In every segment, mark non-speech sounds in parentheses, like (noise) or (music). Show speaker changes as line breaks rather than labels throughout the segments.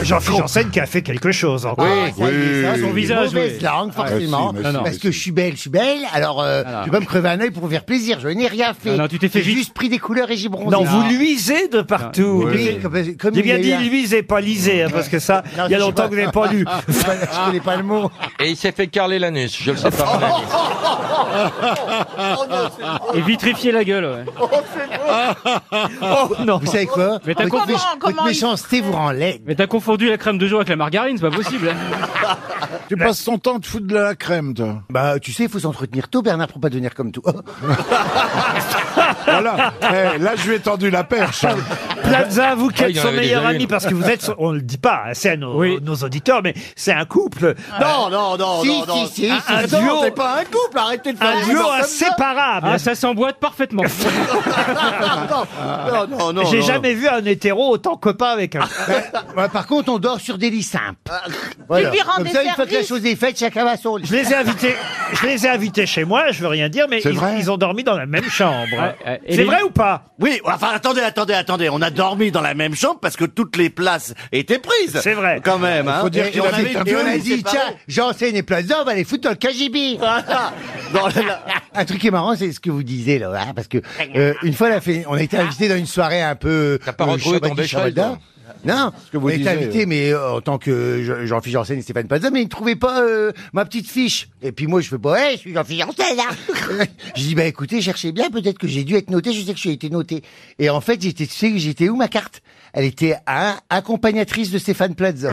Jean-Philippe Janssen qui a fait quelque chose. encore. hein,
Oui, Ah, ça y est, ça, c'est
Son
une
visage.
Mauvaise
oui.
langue,
Ah,
forcément.
si, mais si,
parce
mais
que je suis belle, je suis belle. Alors, euh,
Voilà.
je vais pas me crever un œil pour vous faire plaisir. Je n'ai rien fait.
Non, non, tu t'es fait Ah.
J'ai juste pris des couleurs et j'ai bronzé.
Non, vous luisez de partout.
Non, oui, comme- comme il
J'ai
y
bien
a eu
dit
un-
luisez, pas lisez, hein, parce que
Non,
ça, il y a
je sais
longtemps
pas.
que vous n'avez pas lu.
Ah,
Je connais pas le mot.
Et il s'est fait carler l'anus, je le sais pas.
Oh,
Et vitrifier la gueule, ouais.
(laughs)
Oh non
Vous savez quoi
Mais t'as
Votre
compris-
méch-
comment
Votre
il-
méchanceté vous rend laide.
Mais t'as confondu la crème de jour avec la margarine, c'est pas possible. hein.
(laughs)
Tu passes ton temps de foutre de la crème, toi.
Bah, tu sais, il faut s'entretenir tôt, Bernard, pour pas devenir comme tout.
(laughs) Voilà. Eh, là, je lui ai tendu la perche.
(laughs) Plaza, vous qui
Ah,
êtes
il y en
son
avait
meilleur
déjà
ami,
une.
parce que vous êtes, son- on le dit pas, hein, c'est à nos,
Oui.
nos auditeurs, mais c'est un couple.
Non, non, non,
Si,
non, non.
si, si,
Ah,
si.
ah,
Un
non,
duo.
c'est pas un couple, arrêtez de faire
Un
des
duo
histoires comme ça.
inséparable.
Ah, ça s'emboîte parfaitement.
Ah.
Non, non, non.
Ah. J'ai
non,
jamais vu un hétéro autant copain avec un.
(laughs) Ouais, par contre, on dort sur des lits simples.
Ah.
Voilà.
Tu lui rendais
Comme ça, une fois que la
service.
chose est faite, chacun va à son lit.
Je les ai invités, je les ai invités chez moi, je veux rien dire, mais
C'est
ils,
vrai
ils ont dormi dans la même chambre.
Ouais, ouais. Et
c'est
les-
vrai ou pas
Oui, enfin, attendez, attendez, attendez. On a dormi dans la même chambre parce que toutes les places étaient prises.
C'est vrai.
Quand même, hein.
faut dire
Et
qu'il
on
avait
avait
été un
Et on a
gueule,
dit,
c'est pareil.
tiens, j'enseigne et Plaza, on va les foutre dans le
(laughs)
KGB.
Voilà. Ah, Dans la-
Un truc qui est marrant, c'est ce que vous disiez là, hein, parce que euh, une fois, on a, fait- on a été invité dans une soirée un peu.
T'as pas retrouvé
Shabbat
ton
du
Béchel,
Shabbat.
toi
Non,
hein. que vous
on a été
disiez,
invité,
euh.
mais euh, en tant que Je- Jean-Philippe Janssen et Stéphane Plaza, mais ils ne trouvaient pas euh, ma petite fiche. Et puis moi, je fais, bah ouais, je suis Jean-Philippe Janssen,
(laughs)
hein. Je dis, bah écoutez, cherchez bien, peut-être que j'ai dû être noté, je sais que j'ai été noté. Et en fait, j'étais, tu sais, j'étais où ma carte Elle était à accompagnatrice de Stéphane
(laughs)
Plaza.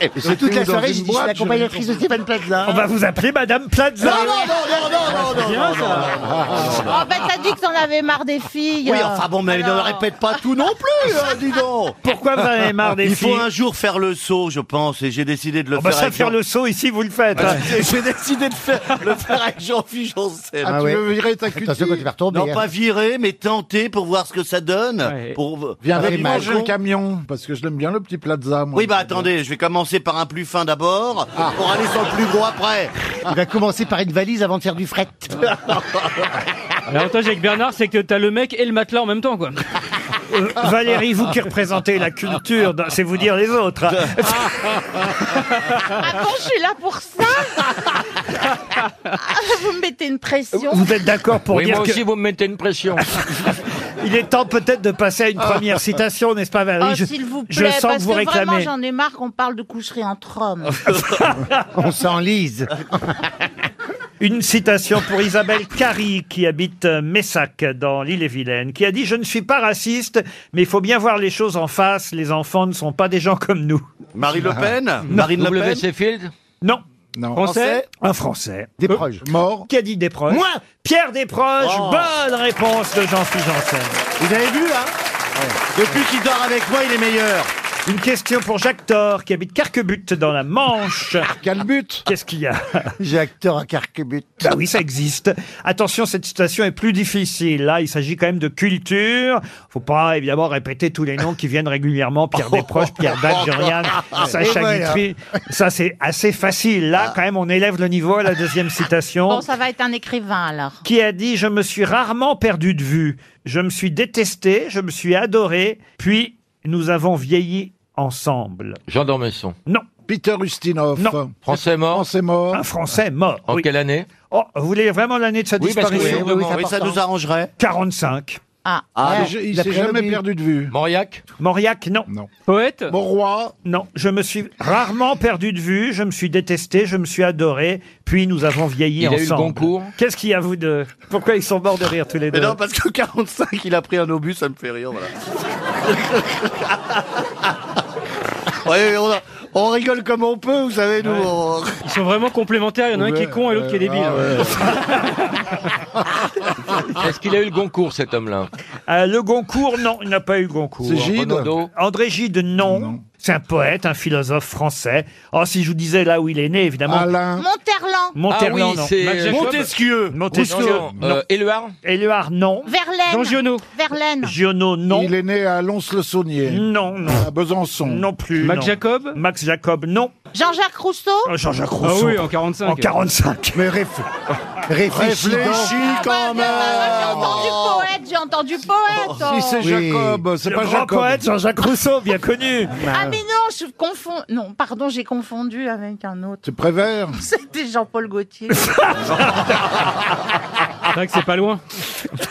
Et sur toute
C'était
la
où, dans
soirée, j'ai
une
dit, je suis
boîte,
l'accompagnatrice de Stéphane Plaza.
On va vous appeler Madame Plaza.
Non, non, non, non, non, non, non, non, non. Ah.
En fait, Oh, bah, t'as dit que t'en avais marre des filles.
Oui, enfin bon, mais ne
Alors.
répète pas tout non plus, hein, dis donc.
Pourquoi vous en avez marre des
Il
filles
faut un jour faire le saut, je pense, et j'ai décidé de le
On va
faire.
ça
avec
faire
Jean-
le saut ici, vous le faites.
(laughs)
hein.
J'ai décidé de faire le faire avec Jean-Philippe Janssen.
Ah
tu
ouais.
veux virer ta
Attention quand tu
cutie
vas retomber.
Non,
hein.
pas virer, mais tenter pour voir ce que ça donne.
Ouais.
Pour...
Viens
Avec
avec moi, j'ai
Macron.
un camion, parce que je l'aime bien, le petit plaza, moi.
Oui, bah
(laughs)
attendez, je vais commencer par un plus fin d'abord, pour aller sur le plus gros après.
Ah. Il va commencer par une valise avant de faire du
(laughs)
fret.
L'avantage avec Bernard, c'est que t'as le mec et le matelas en même temps, quoi.
(laughs)
Euh, Valérie, vous qui représentez la culture, dans- c'est vous dire les
(laughs)
autres.
Ah bon, je suis là pour
(laughs)
ça Vous me mettez une pression.
Vous êtes d'accord pour
Oui,
dire
moi
que-
aussi, vous me mettez une pression.
(laughs) Il est temps peut-être de passer à une première citation, n'est-ce pas Valérie
Oh,
euh, Je-
s'il vous plaît,
Je sens
parce
que vous
vraiment,
réclamez.
j'en ai marre qu'on parle de coucherie
(laughs)
entre hommes.
(laughs) On s'enlise.
Une citation pour Isabelle Carry, qui habite euh, Messac, dans l'île-et-Vilaine, qui a dit « Je ne suis pas raciste, mais il faut bien voir les choses en face. Les enfants ne sont pas des gens comme nous.
Marine
Ah.
Le Pen Marine Le Pen
WC Field, »
Non,
Non.
Français
un Français. Euh,
Des proches.
Mort.
Qui a dit Desproges
Moi
Pierre Desproges,
Oh.
bonne réponse de Jean-Philippe Janssen.
Vous avez vu, hein Depuis qu'il dort avec moi, il est meilleur.
Une question pour Jacques Thor, qui habite Carquebut, dans la Manche.
Quel but
Qu'est-ce qu'il y
(laughs)
a
J'ai acteur à Carquebut.
Bah oui, ça existe. Attention, cette citation est plus difficile. Là, il s'agit quand même de culture. Faut pas, évidemment, répéter tous les noms qui viennent régulièrement.
(laughs)
Pierre Desproges, Pierre Dac, Jean-Yann,
Eh
Sacha
Et
hein.
voilà.
Guitry. Ça, c'est assez facile. Là,
Ah.
quand même, on élève le niveau à la deuxième
(laughs)
citation.
Bon, ça va être un écrivain, alors.
Qui a dit « Je me suis rarement perdu de vue. Je me suis détesté, je me suis adoré, puis nous avons vieilli ensemble.
Jean Dormesson. »
Non,
Peter Ustinov.
Non.
Français mort,
Français mort.
un Français mort.
en
oui.
quelle année
Oh, vous voulez vraiment l'année de sa
Oui, parce que-
disparition
oui,
Oui, ça nous arrangerait.
45.
Ah,
Ah,
Ouais,
mais je- il
la
s'est jamais
prénomie.
perdu de vue.
Mauriac
Mauriac, non.
Non.
Poète
Mon roi.
Non, je me suis rarement perdu de vue, je me suis détesté, je me suis adoré, puis nous avons vieilli
Il a eu
ensemble.
le Goncourt.
Qu'est-ce qu'il y a vous de Pourquoi ils sont morts de rire tous les
Mais
deux
non, parce que 45, il a pris un obus, ça me fait rire, voilà. Ouais, on, a- on rigole comme on peut, vous savez, nous. on-
Ils sont vraiment complémentaires, il y en a un qui est con et l'autre qui est débile.
(laughs) Est-ce qu'il a eu le Goncourt, cet homme-là
Euh, Le Goncourt, non, il n'a pas eu Goncourt.
C'est Gilles. Gide.
Renaudot
André Gide, non. C'est un poète, un philosophe français. Oh, si je vous disais là où il est né, évidemment.
Alain.
Ah
Monterland,
oui,
Monterland,
Max
c'est...
Jacob.
Montesquieu
non.
Non,
Montesquieu,
non,
non.
euh, Éluard
Éluard, non.
Jean
Verlaine,
Giono,
Verlaine,
Giono, non.
Il est né à Lons-le-Saunier.
Non, non.
À Besançon.
Non plus.
Mac
non.
Jacob,
Max Jacob, non.
Jean-Jacques Rousseau
Oh, Jean-Jacques
Ah
Rousseau.
oui, en 45.
en 45.
Mais
(laughs)
réf- réfléchis donc.
Réfléchis quand
Ah, bah, bah, bah,
même
J'ai entendu poète, j'ai entendu poète oh.
Si c'est
Oui.
Jacob, c'est
Le
pas
grand
Jacob.
poète Jean-Jacques Rousseau,
(laughs)
bien connu.
Ah mais non, je confonds... Non, pardon, j'ai confondu avec un autre.
C'est Prévert
(laughs) C'était Jean-Paul Gaultier.
C'est vrai que c'est pas
(laughs)
loin.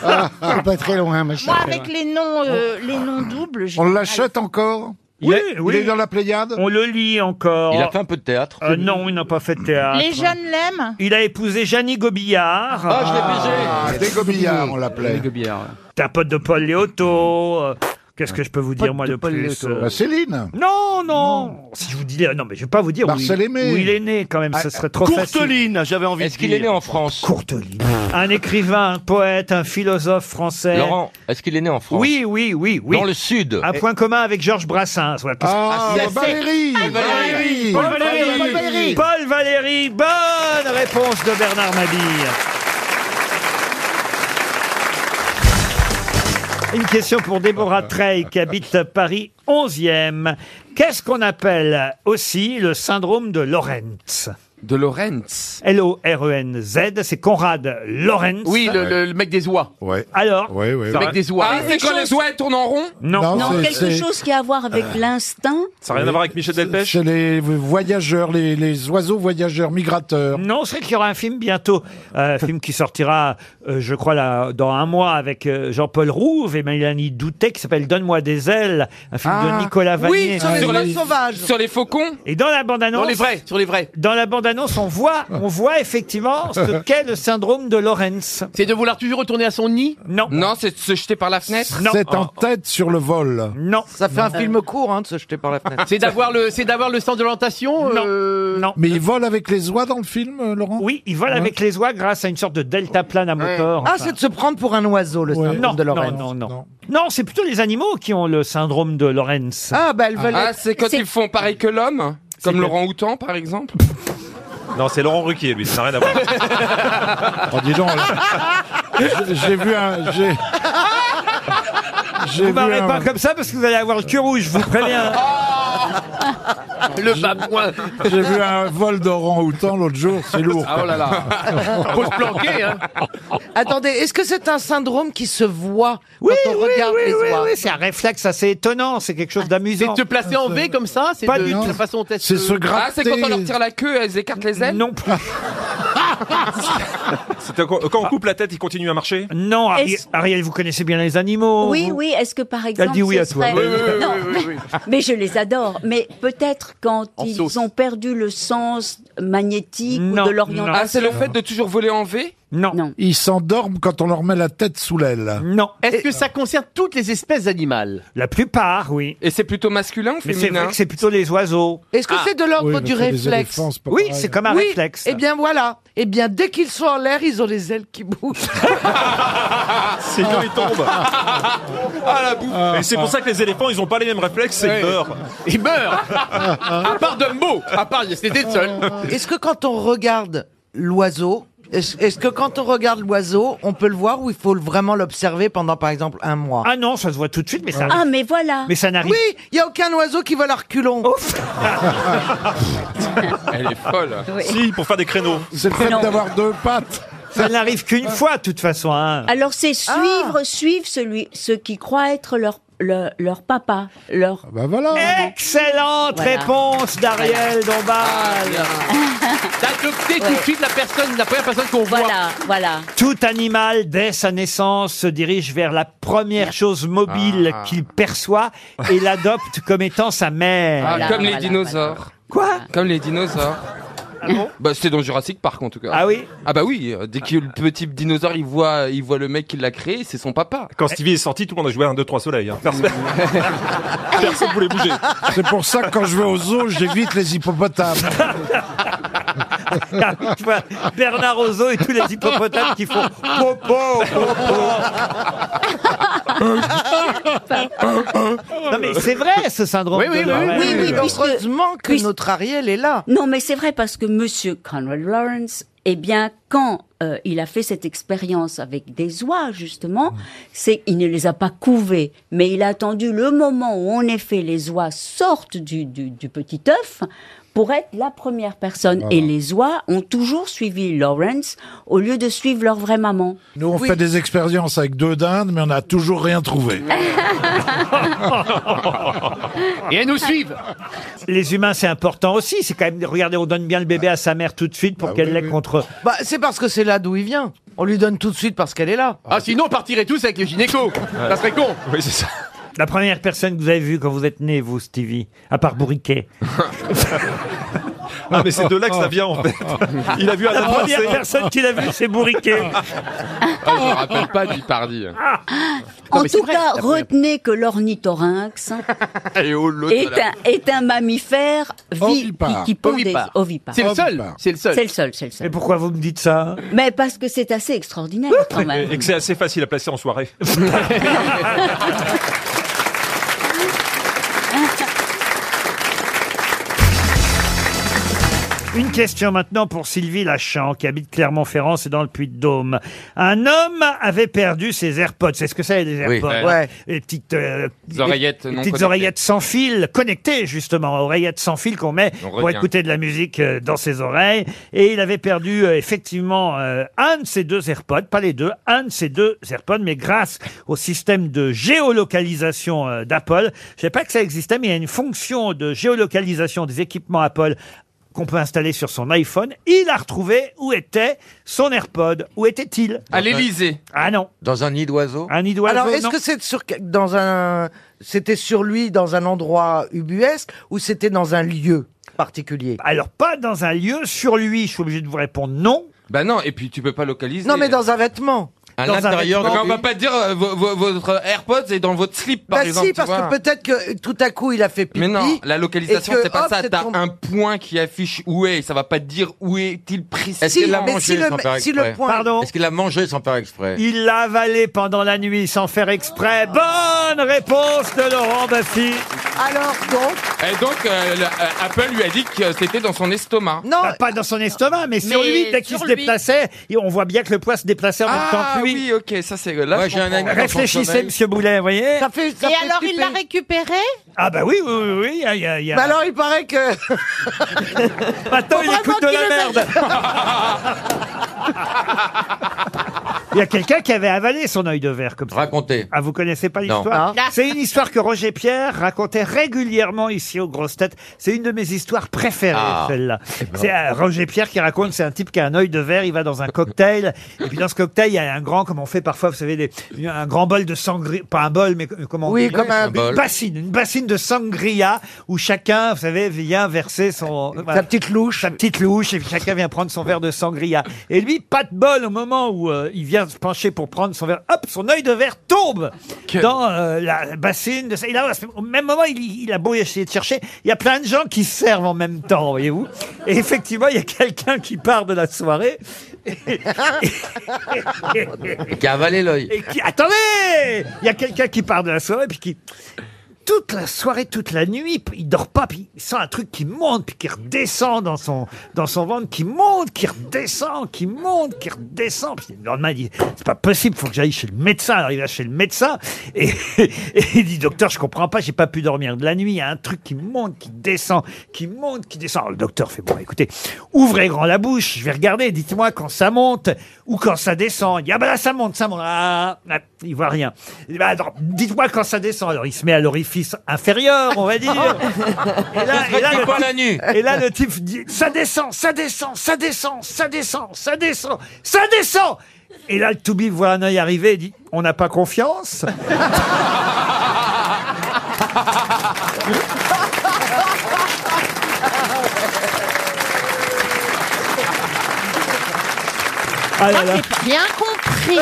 Ah,
C'est pas très loin, ma
Moi,
chérie.
avec les noms, euh, les noms doubles... j'ai
On
du mal.
l'achète encore
Oui,
Il
oui.
est dans la Pléiade
On le lit encore.
Il a fait un peu de théâtre.
Euh, non, il n'a pas fait de théâtre.
Les jeunes l'aiment
Il a épousé Jeannie Gobillard.
Ah, je l'ai baisé.
Ah, des gobillards, on l'appelait.
T'es un pote de Paul Léoto. euh, Qu'est-ce que je peux vous dire, moi,
de
le
Paul
plus
Léoto.
euh,
Bah, Céline
Non, non, Si je vous dis... euh, Non, mais je vais pas vous dire où il,
Marcel Aimé. Ah,
où il est né, quand même. Ce serait trop facile.
Courteline, j'avais envie
Est-ce
de
qu'il
dire.
est né en France
Courteline. Un écrivain, un poète, un philosophe français.
Laurent, est-ce qu'il est né en France
Oui, oui, oui, oui.
Dans le sud.
Un point commun avec Georges Brassens. Voilà, qu'est-ce-
Ah, Valérie Valérie
Paul Valéry.
Paul
Valéry.
Paul Valéry. Bonne réponse de Bernard Mabille. Une question pour Déborah Treil qui habite Paris 11e. Qu'est-ce qu'on appelle aussi le syndrome de Lorentz
De Lorenz.
L-O-R-E-N-Z, E c'est Conrad Lorentz.
Oui, le, le- le mec des oies.
Ouais,
Alors
ouais, ouais.
Le mec des oies.
Ah,
c'est
c'est
quand les
chose-
oies elles tournent en rond
Non.
Non,
c'est-
quelque
c'est- Ah.
chose qui a à voir avec l'instinct. Ça n'a rien à voir avec Michel
c'est Chez les voyageurs, les, les oiseaux voyageurs migrateurs.
Non, c'est qu'il y aura un film bientôt, euh, un film qui sortira, euh, je crois, là, dans un mois avec euh, Jean-Paul Rouve et Mélanie Doutet, qui s'appelle Donne-moi des ailes, un film de Nicolas Vanier.
Ah.
hein.
Oui, sur les oies sauvages. Sur les faucons
Et dans la
Sur
bande-annonce,
les vrais, sur les vrais.
dans la bande-annonce, on voit, on voit effectivement ce qu'est le syndrome de Lorentz.
C'est de vouloir toujours retourner à son nid
Non,
Non, c'est de se jeter par la fenêtre.
Non. Oh.
C'est
Oh.
en tête sur le vol.
non,
Ça fait
Euh.
un film court hein, de se jeter par la fenêtre. C'est d'avoir le, c'est d'avoir le sens de l'orientation
Non.
euh,
non.
Mais ils volent avec les oies dans le film, euh, Laurent
Oui, ils volent avec les oies grâce à une sorte de delta plane à moteur.
Ah,
enfin.
de se prendre pour un oiseau, le
Ouais.
non, non, non, non, non. c'est plutôt les animaux qui ont le syndrome de Lorentz.
Ah, bah, elle veut
Ah, c'est quand
C'est-
ils font pareil que l'homme
C'est-
Comme Laurent Houtan, par exemple
Non, c'est Laurent Ruquier, lui, ça n'a rien à
(laughs)
voir.
Oh, dis donc,
(laughs)
là. J'ai- J'ai vu un... J'ai... J'ai
Vous
vu
marrez
un...
pas comme ça parce que vous allez avoir le cul rouge, je vous préviens.
(laughs) Le babouin
J'ai vu un vol d'orang-outan l'autre jour, c'est lourd.
Ah, oh là là Faut se planquer, hein
Attendez, est-ce que c'est un syndrome qui se voit
Oui,
quand on
oui,
regarde
oui,
les
oui,
oies
oui, c'est un réflexe assez étonnant, c'est quelque chose
C'est
d'amusant.
de se placer en V comme ça C'est
Pas
de,
du
de
tout.
la façon dont
C'est se gratter.
Ah, c'est quand on leur tire la queue, elles écartent les ailes
Non plus.
Quand on coupe la tête, il continue à marcher
Ah. Non, Ariel,
Est-ce-
Ariel, vous connaissez bien les animaux
Oui,
vous
oui, est-ce que par exemple.
Oh. dit oui
ce
à toi.
serait-
Oui,
Non, mais, mais je les adore. Mais peut-être quand ils ont perdu le sens magnétique
Non,
ou de
non.
l'orientation.
Ah, c'est le fait de toujours voler en V
Non.
Non.
Ils s'endorment quand on leur met la tête sous l'aile.
Non.
(laughs) Est-ce que ça concerne toutes les espèces animales
La plupart, oui.
Et c'est plutôt masculin ou
Mais c'est
féminin
vrai que c'est plutôt les oiseaux.
Est-ce que c'est de l'ordre du réflexe
Ah. Oui, c'est comme un
oui,
réflexe.
Eh bien voilà. Eh bien dès qu'ils sont en l'air, ils ont les ailes
(laughs)
qui bougent.
Sinon, ils
(laughs)
tombent.
Ah, la bouffe
Et c'est pour ça que les éléphants, ils n'ont pas les mêmes réflexes, c'est
Ouais.
qu'ils meurent.
Il meurt À part Dumbo À part, c'était le seul
(laughs) Est-ce que quand on regarde l'oiseau, est-ce est-ce que quand on regarde l'oiseau, on peut le voir ou il faut vraiment l'observer pendant par exemple un mois
Ah non, ça se voit tout de suite, mais ça,
Ah, mais voilà.
mais ça n'arrive
Oui, il y a aucun oiseau qui vole à reculons.
Elle est folle
Oui.
Si, pour faire des créneaux.
C'est le fait
Non.
d'avoir deux pattes.
ça n'arrive qu'une fois, de toute façon. hein.
Alors c'est
Ah.
suivre, suivre celui, ceux qui croient être leur, leur, leur papa, leur.
Bah voilà.
Excellente
Voilà.
réponse d'Ariel
Ah,
Dombal.
D'adopter tout de suite la personne, la première personne qu'on
Voilà, voilà.
Tout animal, dès sa naissance, se dirige vers la première chose mobile
Ah.
qu'il perçoit et l'adopte comme étant sa mère.
Ah,
Voilà,
Comme les
voilà,
dinosaures
Quoi
Comme les dinosaures
Ah bon
(laughs) Bah c'était dans Jurassic Park en tout cas.
Ah oui
Ah bah oui, euh, dès que le petit dinosaure il voit il voit le mec qui l'a créé, c'est son papa.
Quand Stevie est sorti, tout le monde a joué à 1, 2, 3 soleil. Personne (laughs) ne voulait bouger.
C'est pour ça que quand je vais aux zoo, j'évite
(laughs)
les hippopotames.
Bernard Ozo et tous les hippopotames qui font popo, popo.
Ah,
Non mais c'est vrai ce syndrome.
Oui, oui,
de
oui,
Lorraine.
oui, oui,
Euh. oui, puisque-
Heureusement que
puisque-
notre Ariel est là.
Non, mais c'est vrai parce que Monsieur Conrad Lawrence, eh bien, quand euh, il a fait cette expérience avec des oies, justement, c'est il ne les a pas couvées, mais il a attendu le moment où, en effet, les oies sortent du, du, du petit œuf
pour être la première personne.
Voilà.
Et les oies ont toujours suivi Lawrence au lieu de suivre leur vraie maman.
Nous, on
Oui.
fait des expériences avec deux dindes, mais on n'a toujours rien trouvé.
Et elles nous
Ah.
suivent.
Les humains, c'est important aussi. C'est quand même, regardez, on donne bien le bébé à sa mère tout de suite
Ah
pour qu'elle
oui,
l'ait
oui.
contre.
Bah, c'est parce que c'est là d'où il vient. On lui donne tout de suite parce qu'elle est là.
Ah, sinon, on partirait tous avec les gynécos. Ça serait con.
Oui, c'est ça.
La première personne que vous avez vue quand vous êtes né, vous, Stevie, à part Bourriquet.
Ah, mais c'est de là que ça vient, en fait. Il a vu
La
Alain
première
Marseille.
personne qu'il a vue, c'est Bourriquet.
Ah, je me rappelle pas du pardi.
en tout cas, retenez que l'ornithorynx
Et oh, l'autre,
est
là.
un, est un mammifère vi- qui,
Ovipare.
qui pond des
Ovipare.
ovipares.
C'est le seul.
Ovipare.
C'est le seul.
C'est le seul, c'est le
Mais
seul.
pourquoi vous me dites ça
Mais parce que c'est assez extraordinaire quand même. (laughs)
Et que c'est assez facile à placer en soirée.
Une question maintenant pour Sylvie Lachan, qui habite Clermont-Ferrand, c'est dans le Puy-de-Dôme. Un homme avait perdu ses AirPods. C'est ce que c'est, les
Oui.
AirPods
Ouais.
Ouais.
Les petites, euh,
Des oreillettes
les
non
petites
connectées.
oreillettes sans fil, connectées justement, oreillettes sans fil qu'on met
On
pour
retient.
écouter de la musique euh, dans ses oreilles. Et il avait perdu euh, effectivement euh, un de ses deux AirPods, pas les deux, un de ses deux AirPods, mais grâce au système de géolocalisation euh, d'Apple, je sais pas que ça existait, mais il y a une fonction de géolocalisation des équipements Apple qu'on peut installer sur son iPhone, il a retrouvé où était son AirPod. Où était-il
À l'Elysée.
Ah non,
Dans un nid d'oiseau
un nid d'oiseau,
Alors, est-ce
non.
que c'est sur dans un c'était sur lui dans un endroit ubuesque ou c'était dans un lieu particulier
Alors pas dans un lieu sur lui, je suis obligé de vous répondre non.
Bah non, et puis tu peux pas localiser.
Non, mais dans un vêtement.
À
Dans un
l'intérieur
Non, mais on
du
va pas dire euh, vo- vo- votre AirPods est dans votre slip, par
bah
exemple.
si,
tu
parce
vois.
que peut-être que tout à coup il a fait pipi.
Mais non, la localisation,
et que,
c'est pas
hop,
ça.
c'est
T'as
ton-
un point qui affiche où est. Ça va pas te dire où est-il précis.
Est-ce
Si,
qu'il l'a
mais si
mangé
le,
sans faire
si le
exprès
point.
Pardon
Est-ce qu'il a mangé sans faire exprès
Il l'a avalé pendant la nuit sans faire exprès. Bonne réponse de Laurent Baffy.
Alors donc,
Et donc, euh, le- euh, Apple lui a dit que c'était dans son estomac.
non,
Bah, pas dans son estomac, mais sur
Mais
lui, dès qu'il se
sur lui.
déplaçait, et on voit bien que le poids se déplaçait en même temps
Ah
que lui.
oui, ok, ça c'est là.
Moi,
je
j'ai un
comprends.
ami-
Réfléchissez,
Dans son
monsieur Boulet, vous voyez
ça fait ça
Et
fait
alors, il
flipper.
l'a récupéré
Ah bah oui, oui, oui, oui, il y a- il y a- il y a-
Bah alors il paraît que
Maintenant, il
vraiment
écoute de
qu'il
la
le
merde Il y a quelqu'un qui avait avalé son œil de verre comme ça.
Racontez.
Ah, vous connaissez pas
Non.
l'histoire
Ah.
Non.
C'est une histoire que Roger Pierre racontait régulièrement ici aux grosses têtes. C'est une de mes histoires préférées,
Ah.
celle-là. C'est euh, Roger Pierre qui raconte, c'est un type qui a un œil de verre, il va dans un cocktail, et puis dans ce cocktail, il y a un grand, comme on fait parfois, vous savez, des- un grand bol de sangria, pas un bol, mais euh, comment on
oui
dit
comme
Un
un
une
bol.
bassine, une bassine de sangria où chacun, vous savez, vient verser son euh,
sa petite louche.
sa petite louche et puis chacun vient prendre son verre de sangria. Et lui, pas de bol au moment où euh, il vient se pencher pour prendre son verre. Hop, son œil de verre tombe dans euh, la bassine. De... Et là, au même moment, il, il a beau essayer de chercher, il y a plein de gens qui se servent en même temps, voyez-vous. Et effectivement, il y a quelqu'un qui part de la soirée
Qui a avalé l'œil.
et qui... Attendez Il y a quelqu'un qui part de la soirée puis qui... Toute la soirée, toute la nuit, puis il dort pas, puis il sent un truc qui monte, puis qui redescend dans son, dans son ventre, qui monte, qui redescend, qui monte, qui redescend. Puis le lendemain, il dit, c'est pas possible, faut que j'aille chez le médecin. Alors il va chez le médecin, et, (laughs) et il dit, docteur, je comprends pas, j'ai pas pu dormir de la nuit, il y a un truc qui monte, qui descend, qui monte, qui descend. Alors, le docteur fait, bon, écoutez, ouvrez grand la bouche, je vais regarder, dites-moi quand ça monte ou quand ça descend. Il dit, ah ben là, ça monte, ça monte. Ah, ah, il voit rien. Il dit, bah, alors, dites-moi quand ça descend. Alors, il se met à l'orifice inférieur, on va dire.
(laughs)
et là, et là,
C'est
le
quoi
type-
la nuit
et là, le type dit Ça descend, ça descend, ça descend, ça descend, ça descend, ça descend Et là, le Toubi voit un œil arriver et dit On n'a pas confiance Ah là là.
Bien compris.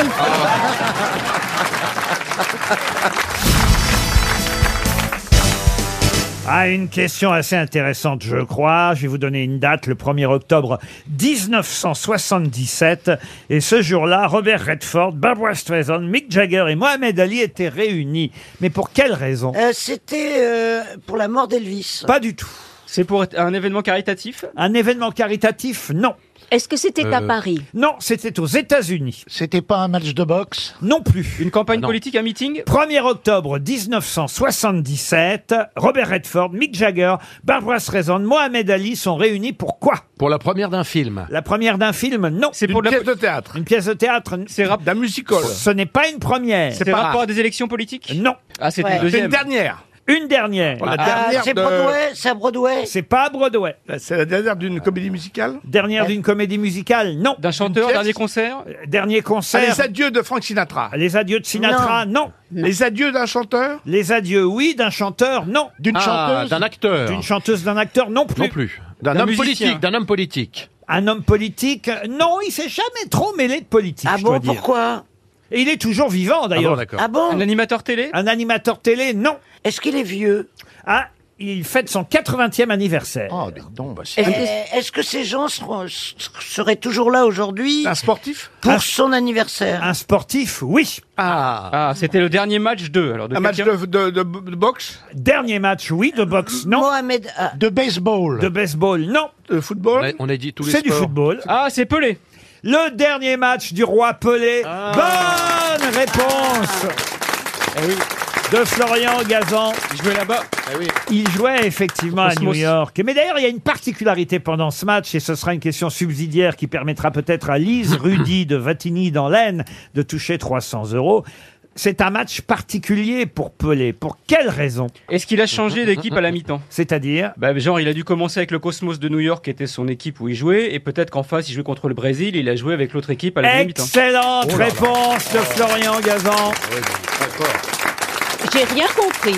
Ah, une question assez intéressante, je crois. Je vais vous donner une date, le 1er octobre 1977. Et ce jour-là, Robert Redford, Barbara Streisand, Mick Jagger et Mohamed Ali étaient réunis. Mais pour quelle raison
Euh, C'était euh, pour la mort d'Elvis.
Pas du tout.
C'est pour un événement caritatif
Un événement caritatif Non.
Est-ce que c'était à
Euh,
Paris
Non, c'était aux États-Unis. C'était pas un match de boxe Non plus. Une campagne politique, un meeting 1er octobre 1977, Robert Redford, Mick Jagger, Barbara Streisand, Mohamed Ali sont réunis pour quoi Pour la première d'un film. La première d'un film, non. C'est pour une pièce de théâtre. Une pièce de théâtre. C'est d'un musical. Ce n'est pas une première.
C'est par rapport à des élections politiques
Non.
Ah, c'est une Ouais. deuxième. C'est une dernière.
Une dernière.
La dernière
c'est de- Broadway,
c'est Broadway. C'est pas à Broadway.
C'est la dernière d'une comédie musicale
Dernière d'une comédie musicale, non. D'un chanteur, dernier concert Dernier concert.
Ah, les
adieux de Frank Sinatra. Les adieux de Sinatra, non. Les adieux d'un chanteur Les adieux, oui, d'un chanteur, non.
D'une Ah, chanteuse d'un acteur.
D'une chanteuse, d'un acteur, non plus.
Non plus. D'un homme politique, d'un homme politique.
Un homme politique, euh, non, il s'est jamais trop mêlé de politique. Ah bon, pourquoi Et il est toujours vivant
Ah
d'ailleurs.
bon, d'accord. Ah bon
Un animateur télé Un animateur télé, non. Est-ce qu'il est vieux Ah, il fête son 80e anniversaire. Oh, pardon,
Est-ce que- est-ce que ces gens seront- s- seraient toujours là aujourd'hui Un sportif Pour son anniversaire.
Un sportif, oui.
Ah.
Ah, c'était le dernier match 2. Alors de
Un match
quelqu'un-
de, de- de- de boxe
Dernier match, oui, de boxe, non.
Mohamed. ah.
De baseball. De baseball, non. De football
On a dit tous les
C'est du
sports.
football. Ah, c'est Pelé. Le dernier match du roi Pelé.
Ah.
Bonne réponse de Florian Gazan. Je vais là-bas.
Eh
Il jouait effectivement à New
Osmos.
York. Mais d'ailleurs, il y a une particularité pendant ce match, et ce sera une question subsidiaire qui permettra peut-être à Lise Rudy de Vatigny dans l'Aisne de toucher 300 euros. C'est un match particulier pour Pelé. Pour quelle raison
Est-ce qu'il a changé d'équipe à la mi-temps
C'est-à-dire
Bah, genre, il a dû commencer avec le Cosmos de New York, qui était son équipe où il jouait, et peut-être qu'en face, il jouait contre le Brésil, il a joué avec l'autre équipe à la même mi-temps.
Excellente
Oh là là.
réponse de Florian
Ah
Gazan.
J'ai rien compris.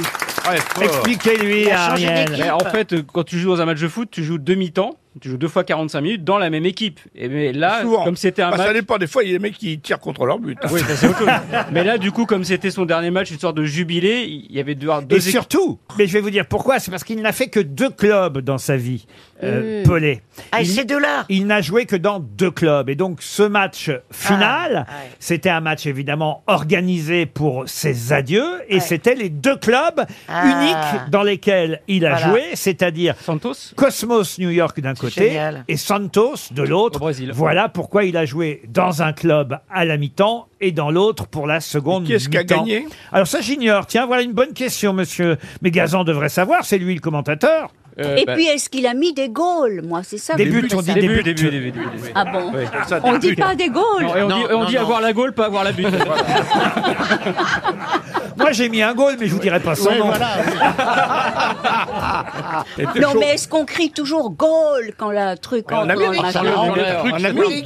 Expliquez-lui,
Il a changé
Ariel.
d'équipe. Mais En fait, euh, quand tu joues dans un match de foot, tu joues demi-temps, tu joues deux fois 45 minutes dans la même équipe. Et mais là,
Souvent.
comme c'était un
Bah, Ça
match.
dépend, des fois, il y a des mecs qui tirent contre leur but.
Oui, ça, c'est autre chose. mais là, du coup, comme c'était son dernier match, une sorte de jubilé, il y avait deux, deux
Et
équipes.
surtout, mais je vais vous dire pourquoi, c'est parce qu'il n'a fait que deux clubs dans sa vie, euh,
Mm.
Pelé.
Ah, et
Il-
ces deux-là
Il n'a joué que dans deux clubs. Et donc, ce match final,
Ah, ouais.
c'était un match évidemment organisé pour ses adieux, et c'était les deux clubs
Ah.
uniques dans lesquels il a
Voilà.
joué, c'est-à-dire
Santos
Cosmos New York d'un côté
génial.
et Santos de l'autre. Voilà pourquoi il a joué dans un club à la mi-temps et dans l'autre pour la seconde
qui est-ce qui a
mi-temps.
gagné
Alors ça j'ignore. Tiens, voilà une bonne question, monsieur. Mais Gazan devrait savoir, c'est lui le commentateur.
Et
ben.
puis, euh, est-ce qu'il a mis des goals Moi, c'est ça.
Des
que je
buts,
voudrais
on dit
savoir.
des buts.
Euh, bah, Début, début, début, début.
Ah bon
Ouais.
On dit pas des goals.
Non, et on dit, et on dit avoir la gaule, pas avoir
(laughs)
la butte.
Moi j'ai mis un goal, mais je vous dirai pas son
Ouais,
nom.
voilà.
Non, mais est-ce qu'on crie toujours goal quand la truc
En
entre-
Amérique,
machin
en Amérique-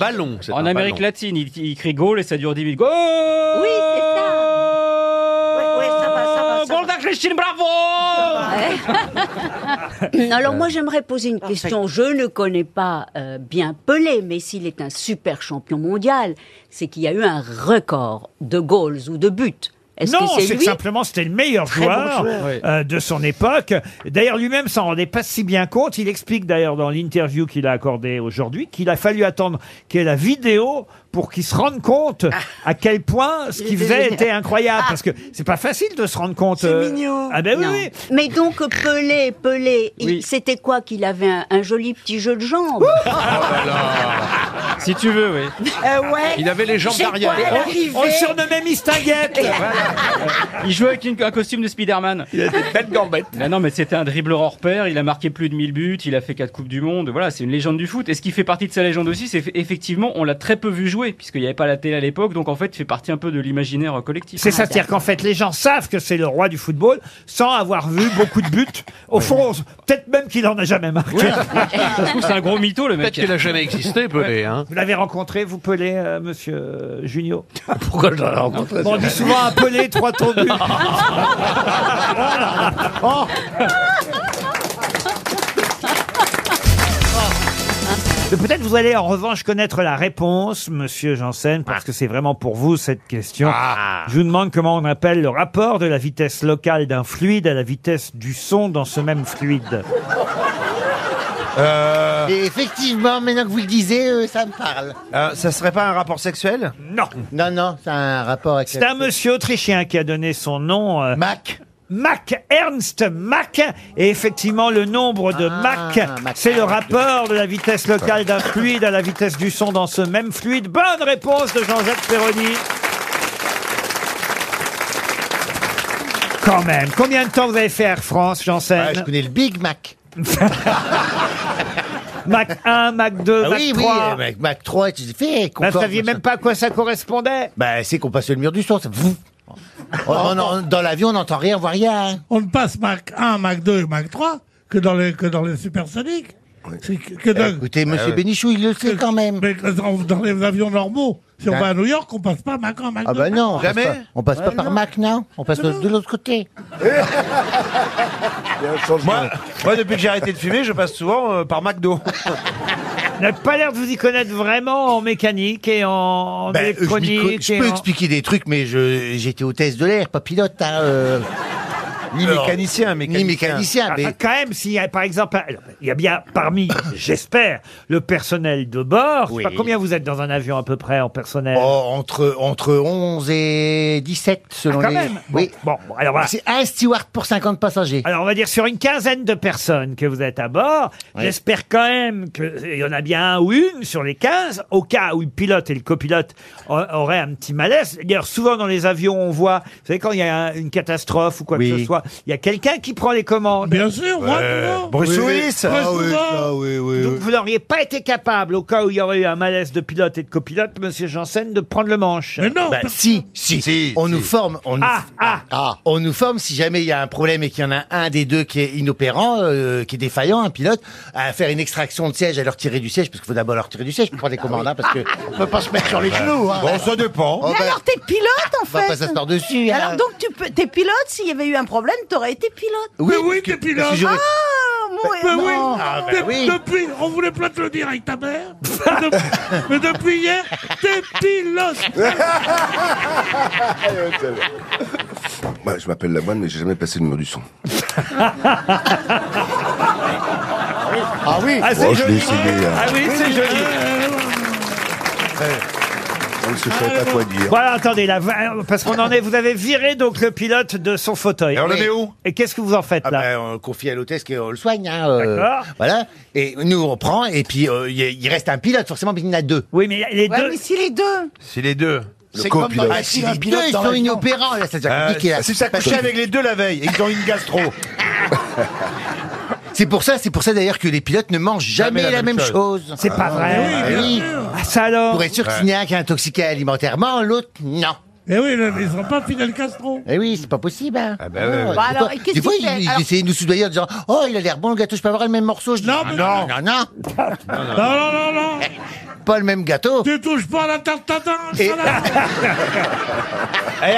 oui. En Amérique latine, il, il crie goal et ça dure 10 minutes. Goal Oui, c'est ça. Goal de Christine,
Ouais. Alors moi j'aimerais poser une question. Je ne connais pas euh, bien Pelé, mais s'il est un super champion mondial, c'est qu'il y a eu un record de goals ou de buts. Est-ce
Non,
que c'est
que
lui
simplement c'était le meilleur
Très bon
joueur,
joueur. Oui.
euh, de son époque. D'ailleurs, lui-même s'en rendait pas si bien compte. Il explique d'ailleurs dans l'interview qu'il a accordée aujourd'hui qu'il a fallu attendre qu'il y ait la vidéo pour qu'il se rende compte
Ah.
à quel point ce qu'il faisait était incroyable. Parce que c'est pas facile de se rendre compte. euh, Ah ben oui,
Non.
oui.
Mais donc Pelé, Pelé, il-
Oui.
c'était quoi qu'il avait un, un joli petit jeu de jambes
Oh Si tu veux, oui.
Il avait les jambes d'arrière.
On le surnommait Mistinguette.
Il jouait avec une- un costume de Spider-Man. Il a des belles gambettes. non, mais c'était un dribbleur hors pair. Il a marqué plus de 1000 buts. Il a fait 4 Coupes du Monde. Voilà, c'est une légende du foot. Et ce qui fait partie de sa légende aussi, c'est effectivement, on l'a très peu vu jouer, puisqu'il n'y avait pas la télé à l'époque. Donc en fait, il fait partie un peu de l'imaginaire collectif.
C'est ça, c'est-à-dire qu'en fait, les gens savent que c'est le roi du football sans avoir vu beaucoup de buts.
(laughs)
Au fond, on- peut-être même qu'il en a jamais marqué.
Ça se trouve, c'est un gros mytho, le mec.
Peut-être qu'il a jamais existé, Pelé. Hein.
Vous l'avez rencontré, vous Pelé, euh, monsieur euh, Junio
(laughs) Pourquoi je l'aurais rencontré
Bon, on dit souvent un Pelé, trois (laughs) tondus.
(laughs)
Ah
Oh. Mais Peut-être vous allez en revanche connaître la réponse, monsieur Janssen, parce que c'est vraiment pour vous cette question. Je vous demande comment on appelle le rapport de la vitesse locale d'un fluide à la vitesse du son dans ce même fluide. Euh,
Et effectivement, maintenant que vous le disiez, euh, ça me parle.
ça serait pas un rapport sexuel
Non, non, c'est un rapport avec...
C'est un monsieur autrichien qui a donné son nom. Mac Mac, Ernst Mac. Et effectivement, le nombre de Mac, c'est le rapport de la vitesse locale d'un fluide à la vitesse du son dans ce même fluide. Bonne réponse de Jean-Jacques Ferroni. Quand même. Combien de temps vous avez fait Air France, Janssen Je connais le Big Mac. (laughs) Mac 1, Mac 2,
Ah
Mac
oui, oui,
3.
euh, Mac, Mac 3, tu fais.
Bah, vous saviez même pas à quoi ça correspondait
Bah, c'est qu'on passe le mur du son, ça. Vous. On- on- on- dans l'avion, on n'entend rien, on voit rien.
On ne passe Mac 1, Mac 2 et Mac 3 que dans les, que dans les supersoniques. C'est Que, que dans-
Écoutez, monsieur Bénichou, il le sait quand même.
Mais que dans, dans les avions normaux, si on
Ah.
va à New York, on passe pas Mac 1, Mac 2.
Ah bah non, on
Mac-
passe pas, on passe pas par Mac, non On passe de, de l'autre côté. (laughs)
Moi, moi, depuis que j'ai arrêté de fumer, je passe souvent euh, par
(laughs)
McDo.
Vous n'avez pas l'air de vous y connaître vraiment en mécanique et en, en
Ben, je, m'y co-
électronique.
je
et
peux
en-
expliquer des trucs, mais je- j'étais hôtesse de l'air, pas pilote. hein, euh. Alors, Ni mécanicien, mais
Ah, Quand même, s'il y a, par exemple, alors, il y a bien
(laughs)
parmi, j'espère, le personnel de bord. Je sais pas combien vous êtes dans un avion à peu près en personnel
Oh, entre, entre 11 et 17 selon
Ah, quand
les...
même.
Oui.
Bon, bon, alors voilà.
C'est un steward pour 50 passagers.
Alors, on va dire sur une quinzaine de personnes que vous êtes à bord. J'espère quand même qu'il y en a bien un ou une sur les 15, au cas où le pilote et le copilote a- auraient un petit malaise. D'ailleurs, souvent dans les avions, on voit, vous savez, quand il y a un- une catastrophe ou quoi que ce soit, il y a quelqu'un qui prend les commandes.
Bien sûr, moi, toujours.
Bruce Willis. Ah oui,
ah oui, oui, Donc, vous n'auriez pas été capable, au cas où il y aurait eu un malaise de pilote et de copilote, monsieur Janssen, de prendre le manche.
Mais non
Bah, si, si, on nous forme, on nous, ah, on nous forme si jamais il y a un problème et qu'il y en a un des deux qui est inopérant, euh, qui est défaillant, un pilote, à faire une extraction de siège, à leur tirer du siège, parce qu'il faut d'abord leur tirer du siège pour prendre les commandes, hein, parce que on peut pas se mettre sur les
Bah,
genoux. Hein,
bon, ça dépend.
Oh,
Mais
bah,
alors, t'es pilote en
on va
fait
pas s'asseoir dessus, hein.
Alors donc, tu peux, t'es pilote, s'il y avait eu un problème, t'aurais été pilote.
Bah,
Oui, Mais oui, parce que- t'es pilote. parce que j'aurais-
Ah, mon
Mais
héros.
Bah, oui,
Ah, bah
de-
oui.
depuis, on voulait pas te le dire avec ta mère, mais, de- (laughs) mais depuis hier, t'es pilote
(laughs)
Moi, Bah, je m'appelle Lamoine, mais j'ai jamais passé le mur du son.
Ah oui,
ah,
Oh, je l'ai essayé, hein.
Ah oui,
(laughs)
c'est joli.
Je savais pas quoi dire.
Voilà, attendez, là, parce qu'on en est, vous avez viré donc le pilote de son fauteuil.
Et on le met où
Et qu'est-ce que vous en faites
Ah
là
ben, on le confie à l'hôtesse qu'on le soigne. Hein, euh,
D'accord.
Voilà. Et nous, on prend, et puis euh, il y a- il reste un pilote, forcément, mais il y en a deux.
Oui, mais les
Ouais, mais si les deux.
C'est les deux.
C'est comme dans la- Ah, si les deux sont inopérants, là, ça devient compliqué, là.
Ah, Si t'as couché
Parce-
avec les deux la veille et qu'ils ont une
(laughs)
gastro.
C'est pour ça, c'est pour ça d'ailleurs que les pilotes ne mangent jamais, la, même, chose.
C'est pas vrai.
Ah,
Oui,
oui.
Ah, ça alors
Pour être sûr
Ouais.
qu'il n'y a qu'un intoxiqué alimentairement, l'autre non.
Mais Eh oui, ils sont pas fidèles Castro.
Eh oui, c'est pas possible. Hein. Ah
ouais, ouais. Bah alors, et qu'est-ce
des fois,
qu'il
ils,
fait
ils
Alors-
essayaient de nous soudoyer en disant Oh, il a l'air bon le gâteau, je peux avoir le même morceau. Je dis, non, non, non, non,
Non, non, non, non
Pas le même gâteau.
Tu touches pas à la tarte tatin Et
Et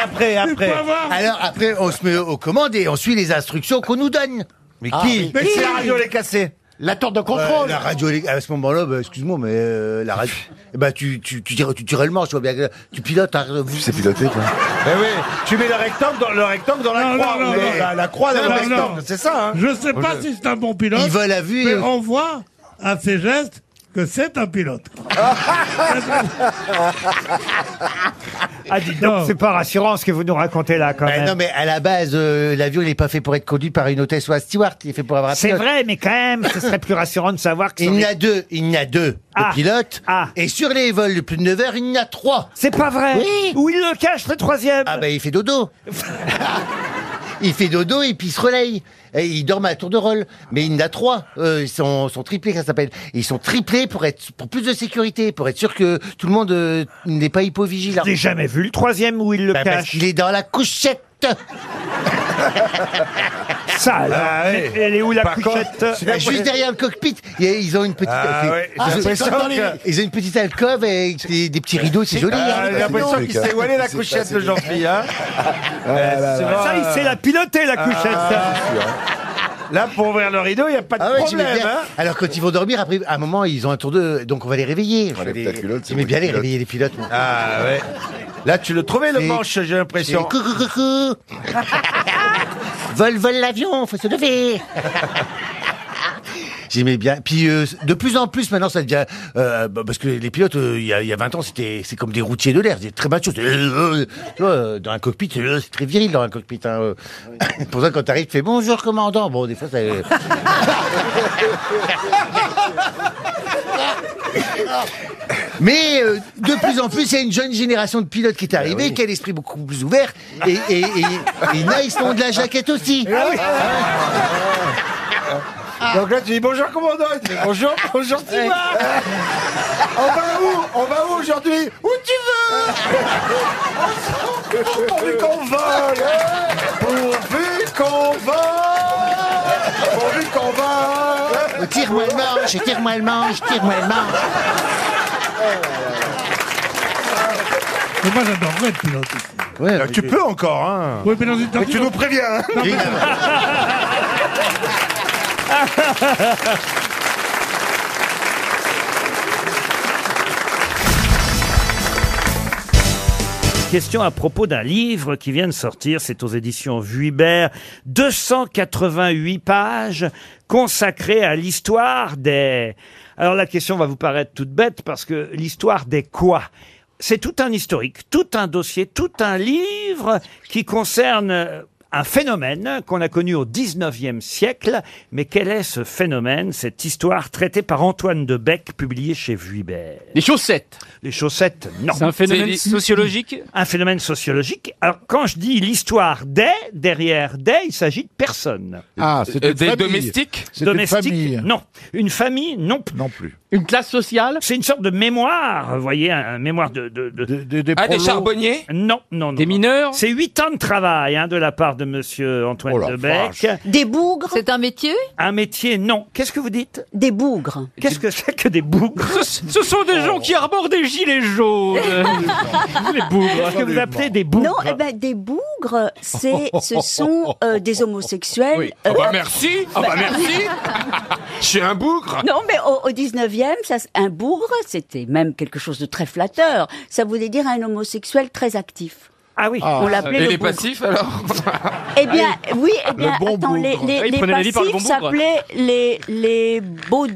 après,
après. pas vrai.
Alors après, on se met aux commandes et on suit les instructions qu'on nous donne. Ah,
Mais qui Mais si la radio l'est cassée.
La tour de contrôle. la radio, elle est- à ce moment-là, bah, excuse-moi, mais euh, la radio, Eh ben, tu, tu, tu, dirais- tu tirais le manche, tu vois bien, que tu pilotes. hein, Eh Tu sais piloter, quoi.
Mais oui, tu mets le rectangle dans, le rectangle dans la
Non,
croix.
non, non,
ou
non.
La, la croix dans le
Non,
rectangle,
non.
c'est ça. Hein
Je sais pas si c'est un bon pilote.
Ils veulent la vue.
Mais on voit à ses gestes que c'est un pilote.
Ah, dites donc, c'est pas rassurant ce que vous nous racontez là quand
Ben
même.
non, mais à la base, euh, l'avion, il n'est pas fait pour être conduit par une hôtesse ou un steward. Il est fait pour avoir un
C'est
pilote.
vrai, mais quand même, ce serait plus rassurant de savoir que.
Il y en a deux, il y en a deux
Ah.
de pilotes. Et sur les vols de plus de 9 heures, il y en a trois.
C'est pas vrai
Oui
Où il le cache, le troisième
Ah ben, il fait
(laughs)
dodo. il fait dodo et puis il se relaye. Et il dort à la tour de rôle. Mais il y en a trois. Euh, ils sont, sont triplés, ça s'appelle. Ils sont triplés pour être pour plus de sécurité, pour être sûr que tout le monde euh, n'est pas hypovigilant.
Je n'ai jamais vu le troisième où il le
Ben, parce
cache.
qu'il est dans la couchette.
(laughs) Ça, alors.
Ah,
Mais Elle est où la couchette
Bah, Juste derrière le cockpit, il y a- ils ont une petite.
Ah
c'est- ils,
ouais, j'ai
ont,
l'impression
c'est comme dans les-
que-
ils ont une petite alcôve et des, des petits rideaux, c'est joli.
Ah,
hein.
J'ai l'impression qu'il sait où aller la couchette de Jean-Pierre.
(laughs)
Hein
Ah
Ça, il sait la piloter, la couchette.
hein.
Ah, Là, pour ouvrir le rideau, il n'y a pas de
Ah ouais, j'aimais
problème.
bien.
Hein
Alors quand ils vont dormir, après, à un moment, ils ont un tour de, donc on va les réveiller. Je
Enlève
fais
ta
des-
culotte, c'est
J'aimais
moi
bien
qui
les
pilote.
réveiller les pilotes. moi.
Ah ouais. Là, tu le trouvais le
Et-
manche, j'ai l'impression.
Et Coucou, coucou, coucou. Vol, vol l'avion, faut se lever. J'aimais bien. Puis euh, de plus en plus maintenant ça devient euh, bah, parce que les pilotes euh, il y, a, il y a 20 ans c'était c'est comme des routiers de l'air, c'est très macho. c'est, euh, euh, tu vois, euh, dans un cockpit euh, c'est très viril dans un cockpit. hein, euh. (laughs) Pour ça quand t'arrives tu fais bonjour commandant. Bon des fois ça euh. Mais euh, de plus en plus, il y a une jeune génération de pilotes qui est arrivée,
Ah
qui a l'esprit beaucoup plus ouvert. Et, et, et, et là, ils sont de la jaquette aussi.
Ah
Ah.
Donc là, tu dis bonjour, commandant. Il te fait, bonjour, bonjour,
Eh.
tu vas. On va où On va où aujourd'hui Où tu veux On s'en fout, pourvu qu'on vole. Pourvu qu'on vole. Pourvu qu'on vole.
Oh, Tire-moi le manche, tire-moi le manche, tire-moi le manche.
Mais moi, j'adorerais être pilote.
Euh, tu peux encore, hein
Oui, mais dans une
tu nous préviens, hein
Non, mais-
Question à propos d'un livre qui vient de sortir, c'est aux éditions Vuibert, 288 pages consacrées à l'histoire des... Alors la question va vous paraître toute bête parce que l'histoire des quoi C'est tout un historique, tout un dossier, tout un livre qui concerne euh, un phénomène qu'on a connu au 19e siècle. Mais quel est ce phénomène, cette histoire traitée par Antoine de Beck, publiée chez Vuibert Les chaussettes Les chaussettes, non.
C'est un phénomène C'est- sociologique
Un phénomène sociologique. Alors, quand je dis l'histoire des, derrière des, il s'agit de personnes.
Ah, c'est Euh, une des famille. domestiques C'est une
Domestiques,
famille.
non. Une famille, non. Non plus. Une classe sociale C'est une sorte de mémoire, vous voyez, un un mémoire de... de, de-
Ah, des prolos. charbonniers
Non, non, non. Des mineurs C'est huit ans de travail hein, de la part de monsieur Antoine
Oh
de Beck.
Des bougres C'est un métier
Un métier, non. Qu'est-ce que vous dites
Des bougres.
Qu'est-ce que c'est que des bougres
Ce, ce sont
Oh.
des gens qui arborent des gilets
(laughs)
(laughs)
jaunes. les bougres.
Qu'est-ce hein, que vous appelez des bougres
Non, eh ben, des bougres, c'est, ce sont euh, des homosexuels.
Eh
Ah
Oh,
bah
euh,
merci Ah bah
(laughs)
merci Je suis un bougre
Non, mais au, au 19e, ça, c'est- un bougre, c'était même quelque chose de très flatteur. Ça voulait dire un homosexuel très actif.
Ah oui.
On l'appelait
Et
le
les
bougre.
passifs alors
Eh bien, oui, eh bien,
Le bon
attends, les,
bougre.
les,
Ah, il
les
prenait la vie
passifs
par le bon bougre.
s'appelaient les, les beaux,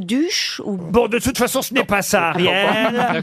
duches ou...
Bon, de toute façon, ce n'est pas ça, Ariel.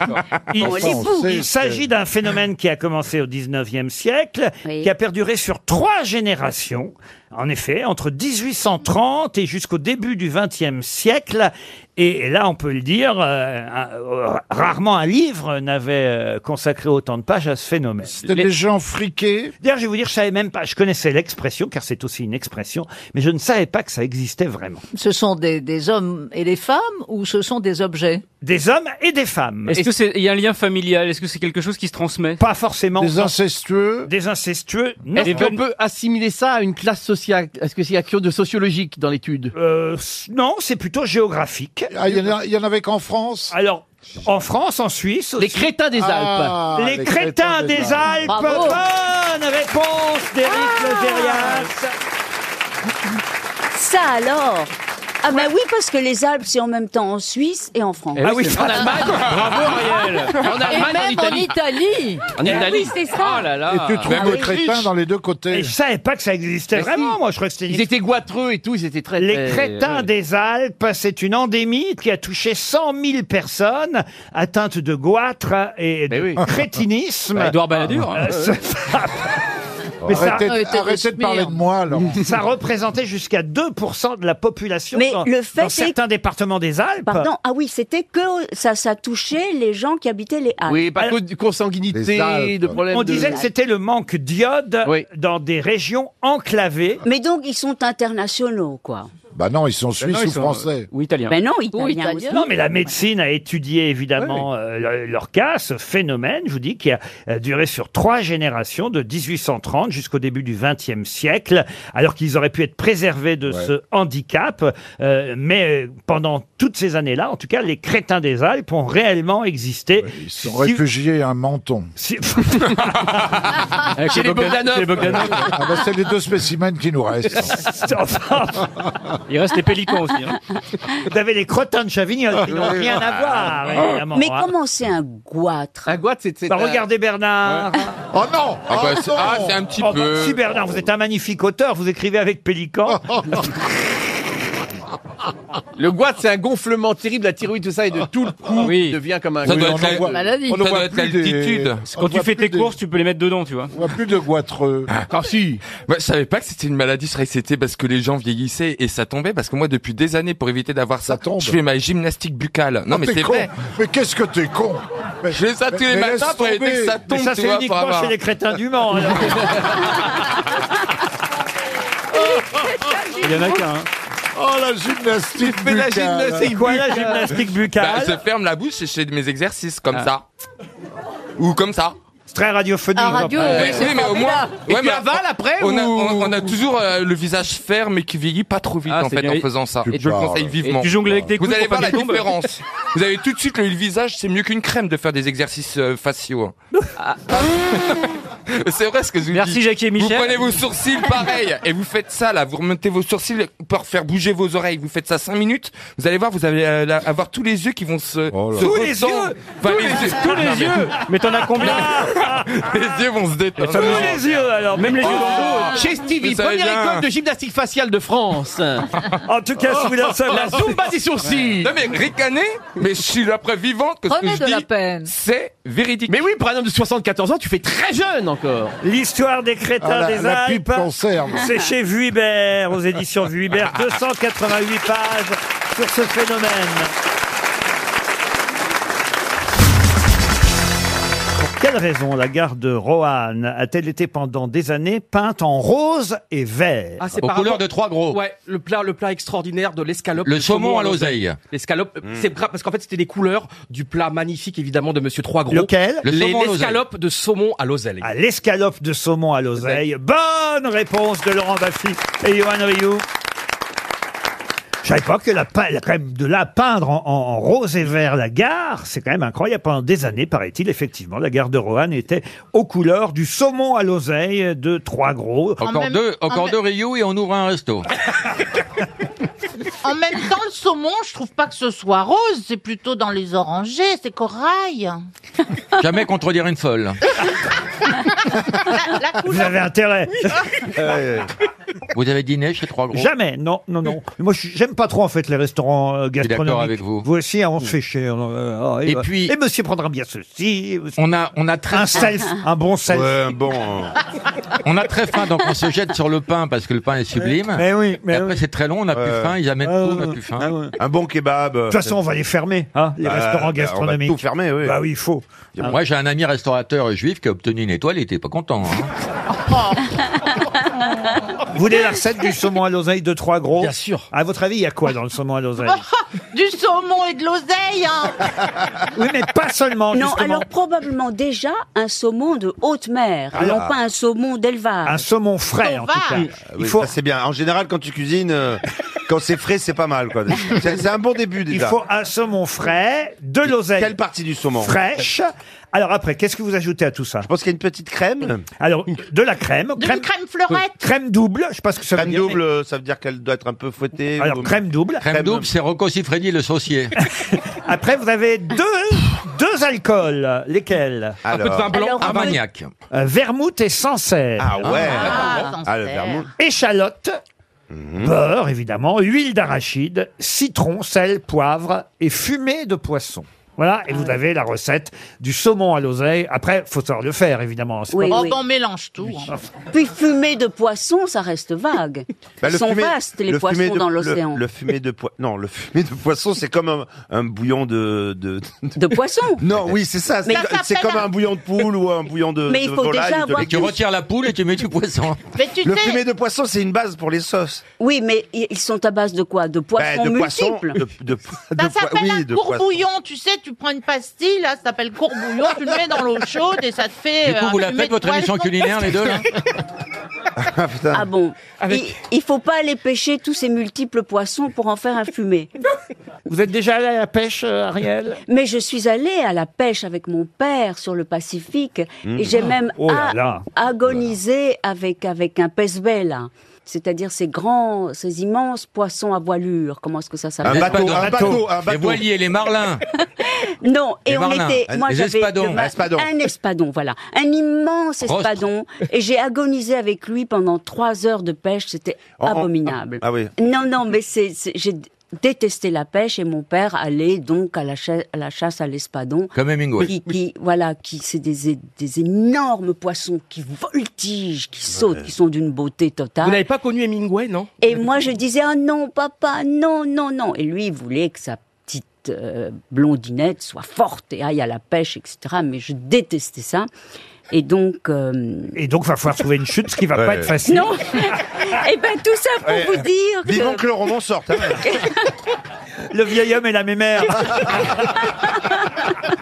Il,
Bon, les bougres.
il s'agit d'un phénomène qui a commencé au 19e siècle, qui a perduré sur trois générations. En effet, entre 1830 et jusqu'au début du 20e siècle. Et et là, on peut le dire, euh, un- euh, rarement un livre n'avait euh, consacré autant de pages à ce phénomène. C'était
des gens friqués.
D'ailleurs, je vais vous dire, je savais même pas, je connaissais l'expression, car c'est aussi une expression, mais je ne savais pas que ça existait vraiment.
Ce sont des, des hommes et des femmes ou ce sont des objets
Des hommes et des femmes.
Est-ce que c'est il y a un lien familial Est-ce que c'est quelque chose qui se transmet
Pas forcément.
Des
incestueux.
Des incestueux. Non.
Est-ce qu'on peut assimiler ça à une classe sociale Est-ce que c'est quelque chose de sociologique dans l'étude
Euh,
Non, c'est plutôt géographique.
Ah, il y en a- il y, en avait qu'en France
Alors, en France, en Suisse
Les crétins des Alpes.
Ah,
les, crétins, des Alpes. Bonne réponse d'Éric
Ah.
Le Gérias.
Ça alors Ah ben oui, parce que les Alpes, c'est en même temps en Suisse et en France.
Eh
Ah oui, en Allemagne.
Bravo Ariel En Allemagne, en Italie
Italie Ah
En Italie Oh
Ah
là là
Et tu trouves des crétins dans les deux côtés.
Et je savais pas que ça existait
Mais
vraiment.
si.
Moi, je crois que c'était
Ils
étaient goitreux et tout. Ils étaient très. Les
très-
crétins
ouais.
des Alpes, c'est une endémie qui a touché 100 000 personnes atteintes de goitre et de (laughs) crétinisme.
Bah, Édouard Balladur, hein.
Euh, ça- (laughs) Mais ça-
arrêtez,
Ah,
arrêtez de
hein.
parler de moi, alors.
(laughs) Ça représentait jusqu'à 2% de la population
Mais
dans,
le fait
dans
est-
certains départements des Alpes.
Pardon, ah oui, c'était que ça, ça touchait les gens qui habitaient les Alpes.
Oui, pas que de consanguinité, de problèmes
Euh, On
de-
disait que c'était le manque d'iode dans des régions enclavées.
Mais donc, ils sont internationaux, quoi.
Bah non, ils sont suisses
non, ils
ou
sont, euh,
français.
Ou italiens.
Ben non, italiens aussi.
Non, mais la médecine a étudié évidemment euh, le- leur cas, ce phénomène, je vous dis, qui a euh, duré sur trois générations, de 1830 jusqu'au début du XXe siècle, alors qu'ils auraient pu être préservés de ce handicap. Euh, mais euh, pendant toutes ces années-là, en tout cas, les crétins des Alpes ont réellement existé. ils (laughs)
Ils sont réfugiés à un menton. (laughs)
Avec Chez les les Bogdan- Bogdanov. chez les Bogdanov.
Ah bah, c'est les deux spécimens qui nous restent.
Il reste les pélicans aussi.
hein. (laughs) Vous avez les crottins de Chavignol qui
Ah,
n'ont rien à voir, évidemment.
Mais
hein.
comment c'est un goitre
Un goitre, c'est...
Bah, regardez Bernard
Oh
Oh
non
bah, c'est-
non
ah, c'est un petit
Oh, bah,
peu-
hein.
(laughs)
si Bernard, vous êtes un magnifique auteur, vous écrivez avec Pélican.
Le goitre, c'est un gonflement terrible, la thyroïde, tout ça, et de tout le cou, devient comme un...
Ah. Ça doit
on
être la-
en voit-
maladie.
on en voit
Ça doit être
plus des-
l'altitude.
on
Quand
voit
tu fais
plus
tes courses, tu peux les mettre dedans, tu vois. Ah,
On voit plus de goitreux.
Ah.
Quand si.
Moi, Bah, je savais pas que c'était une maladie. Je croyais que c'était parce que les gens vieillissaient et ça tombait. Parce que moi, depuis des années, pour éviter d'avoir ça, je fais ma gymnastique buccale. Non,
Ah,
mais
t'es
c'est
con.
vrai.
Mais qu'est-ce que t'es con mais,
Je fais ça tous les
mais
matins
laisse
pour éviter
tomber.
que ça
Mais
tombe.
ça,
tu
c'est
vois,
uniquement
pour avoir-
chez les crétins du Mans. hein.
(laughs)
alors.
Il y en a qu'un.
(laughs)
Oh, la gymnastique
Je fais la
buccale.
gymnastique
Quoi, la
buccale.
gymnastique buccale
Bah, Je ferme la bouche et je fais mes exercices comme ça. Ou comme ça.
Ah. C'est très radiophonique.
Ah,
radio, euh,
oui,
c'est
mais au moins.
formidable. Et tu
mais
avales après,
on, a,
ou-
on, on a toujours euh, le visage ferme et qui vieillit pas trop vite
Ah,
en
c'est
fait
bien.
en faisant ça.
Tu
Et je le
parles.
conseille
Et
vivement.
tu jongles avec tes
Vous
coudes
allez
pour
voir
pas
la
qu'ils tombent.
(laughs)
(laughs)
différence. Vous avez tout de suite le visage, c'est mieux qu'une crème de faire des exercices euh,
(laughs)
faciaux. C'est vrai ce que je vous dis.
Merci, Jackie et Michel.
Vous prenez vos sourcils pareil et vous faites ça là, vous remontez vos sourcils pour faire bouger vos oreilles. Vous faites ça 5 minutes, vous allez voir, vous allez euh, la- avoir tous les yeux qui vont se. se
Oh Tous les
retendre.
yeux
Enfin,
Tous les- tous les
Non, mais-
yeux Mais t'en as combien
(laughs) Les yeux vont se détendre.
Tous les yeux, alors. Oh. Même
Oh,
les yeux dans le dos.
Chez Stevie, première école de gymnastique faciale de France.
(laughs) en tout cas, si vous voulez en savoir-
(laughs) La Zumba des sourcils.
Non mais ricaner, mais je suis la preuve vivante que ce que
Prenez
je
de
dis,
la peine.
c'est véridique.
Mais oui, pour un homme de 74 ans, tu fais très jeune encore.
L'histoire des crétins
Ah, la-
des
la
Alpes.
pipe conserve.
C'est chez Vuibert, aux
(laughs)
éditions Vuibert, 288 pages sur ce phénomène. Pour quelle raison la gare de Roanne a-t-elle été pendant des années peinte en rose et vert
Ah, c'est par rapport- Ouais, le plat, le plat extraordinaire de l'escalope.
Le saumon à l'oseille.
L'escalope,
Mm.
c'est grave parce qu'en fait c'était des couleurs du plat magnifique évidemment de Monsieur Trois Gros.
Lequel Le
Les-
saumon à l'oseille.
L'escalope de saumon à l'oseille.
à l'escalope de saumon à l'oseille. Bonne réponse de Laurent Baffy et Johan Rioux. Je savais pas que la, pe- la- quand même de la peindre en, en- en rose et vert la gare, c'est quand même incroyable. Pendant des années, paraît-il, effectivement, la gare de Roanne était aux couleurs du saumon à l'oseille de trois gros.
Encore deux, encore deux Rio et on ouvre un resto.
En même temps, le saumon, je trouve pas que ce soit rose, c'est plutôt dans les orangés, c'est corail.
Jamais contredire une folle.
Vous
(laughs)
avez intérêt.
Vous avez dîné chez Trois Gros
(laughs) Jamais, non, non, non. Moi, je- j'aime pas trop en fait les restaurants euh,
suis d'accord
gastronomiques.
avec vous.
Vous aussi, hein, on se fait chier. euh, euh,
Et
euh,
puis-
et Monsieur prendra bien ceci.
On a, on a très (laughs)
Un self, un bon self.
Ouais, un bon. euh, On a très faim, donc on se jette sur le pain parce que le pain est sublime.
Mais oui, mais
Et après c'est très long, on n'a plus
Ouais.
faim, ils amènent
Ah
tout, on
ouais.
n'a plus faim.
Un bon kebab.
De toute façon, on va les fermer, hein, les
Bah, on
restaurants
va
gastronomiques.
tout
fermer, oui. Bah oui, il faut.
Moi j'ai un ami restaurateur juif qui a obtenu une étoile, il était pas content. hein.
Vous voulez la recette du saumon à l'oseille de trois gros Bien sûr. À votre avis, il y a quoi dans le saumon à
(laughs)
l'oseille
du saumon et de
(laughs)
l'oseille, hein.
Oui, mais pas seulement,
Non,
Oh, justement.
alors probablement déjà un saumon de haute mer,
Ah.
non pas un saumon d'élevage.
Un saumon frais, en tout cas.
Ah oui, ça, c'est bien. En général, quand tu cuisines, euh, quand c'est frais, c'est pas mal. quoi. C'est c'est un bon début
Il
déjà.
faut un saumon frais, de l'oseille.
Quelle partie du saumon
Fraîche. Alors après, qu'est-ce que vous ajoutez à tout ça Je
pense qu'il y a une petite crème.
Alors, de la crème.
De crème, crème fleurette.
Crème double, je pense que ça
crème
veut dire.
double, euh, ça veut dire qu'elle doit être un peu fouettée.
Alors, crème double.
Crème double, c'est Rocco Siffredi le saucier.
Après, vous avez deux, deux alcools. Lesquels
peu de vin blanc, Alors, Armagnac.
Euh, vermouth et Sancerre.
Ah ouais.
Ah,
Ah, le vermouth.
Échalote, beurre évidemment, huile d'arachide, citron, sel, poivre et fumée de poisson. Voilà, et vous
Ah
avez la recette du saumon à l'oseille. Après, faut savoir le faire, évidemment. Ah, C'est
Oui,
pas-
Oh,
oui.
ben, on mélange tout. hein.
Puis fumée de poisson, ça reste vague.
Bah,
Ils sont
fumé-
vastes les
le
poissons
fumé de-
dans
le-
l'océan.
Le, fumé de poisson. Non, le fumé de poisson, c'est comme un, un bouillon de, de.
(laughs) De poisson
Non, oui, c'est ça.
Mais
c'est-
ça
C'est
s'appelle
comme
un-
un bouillon de poule ou un bouillon de.
Mais il
de
faut
volaille
déjà
ou de
avoir
légume.
Tu retires la poule et tu mets du poisson.
Mais tu
Le
sais-
fumé de poisson, c'est une base pour les sauces.
Oui, mais i- ils sont à base de quoi De
Bah,
poissons
Ben, de poisson.
multiples.
de- de-
Ça
de poi-
s'appelle
oui,
un
de poisson.
courbouillon, tu sais, tu prends une pastille, là, ça s'appelle courbouillon, tu le mets dans l'eau chaude et ça te fait...
Du coup,
euh,
vous la
un fumé
faites
de
votre émission
poisson.
culinaire, les deux, là
Ah bon Il ne faut pas aller pêcher tous ces multiples poissons pour en faire un fumé.
Vous êtes déjà allé à la pêche, euh, Ariel
Mais je suis allée à la pêche avec mon père sur le Pacifique
Mmh.
et j'ai même
Oh là
a-
là.
agonisé avec, avec un pez bel C'est-à-dire ces grands, ces immenses poissons à voilure. Comment est-ce que ça s'appelle
Espadon. Les voiliers, les marlins.
(laughs) Non, et
Les
on
marlins.
était,
Un-
moi
les
j'avais
espadons.
le ma-
Un espadon.
un espadon, voilà, un immense
Rostre.
espadon, et j'ai agonisé avec lui pendant trois heures de pêche, c'était
En- en-
abominable.
Oh, Ah oui.
Non, non, mais c'est, c'est- j'ai détestait la pêche et mon père allait donc à la, cha- à la chasse à l'espadon.
Comme Hemingway.
Qui, qui- voilà, qui c'est des, é- des énormes poissons qui voltigent, qui sautent, qui sont d'une beauté totale.
Vous n'avez pas connu Hemingway, non
Et moi, je disais, ah non, papa, non, non, non. Et lui, il voulait que sa petite euh, blondinette soit forte et aille à la pêche, etc. Mais je détestais ça. Et donc... euh,
Et donc, va falloir trouver une chute, ce qui va pas être
(laughs)
facile.
Non Eh bien, tout ça pour
Ouais.
vous dire que...
Vivement que le roman sorte, hein. Le vieil homme et la mémère.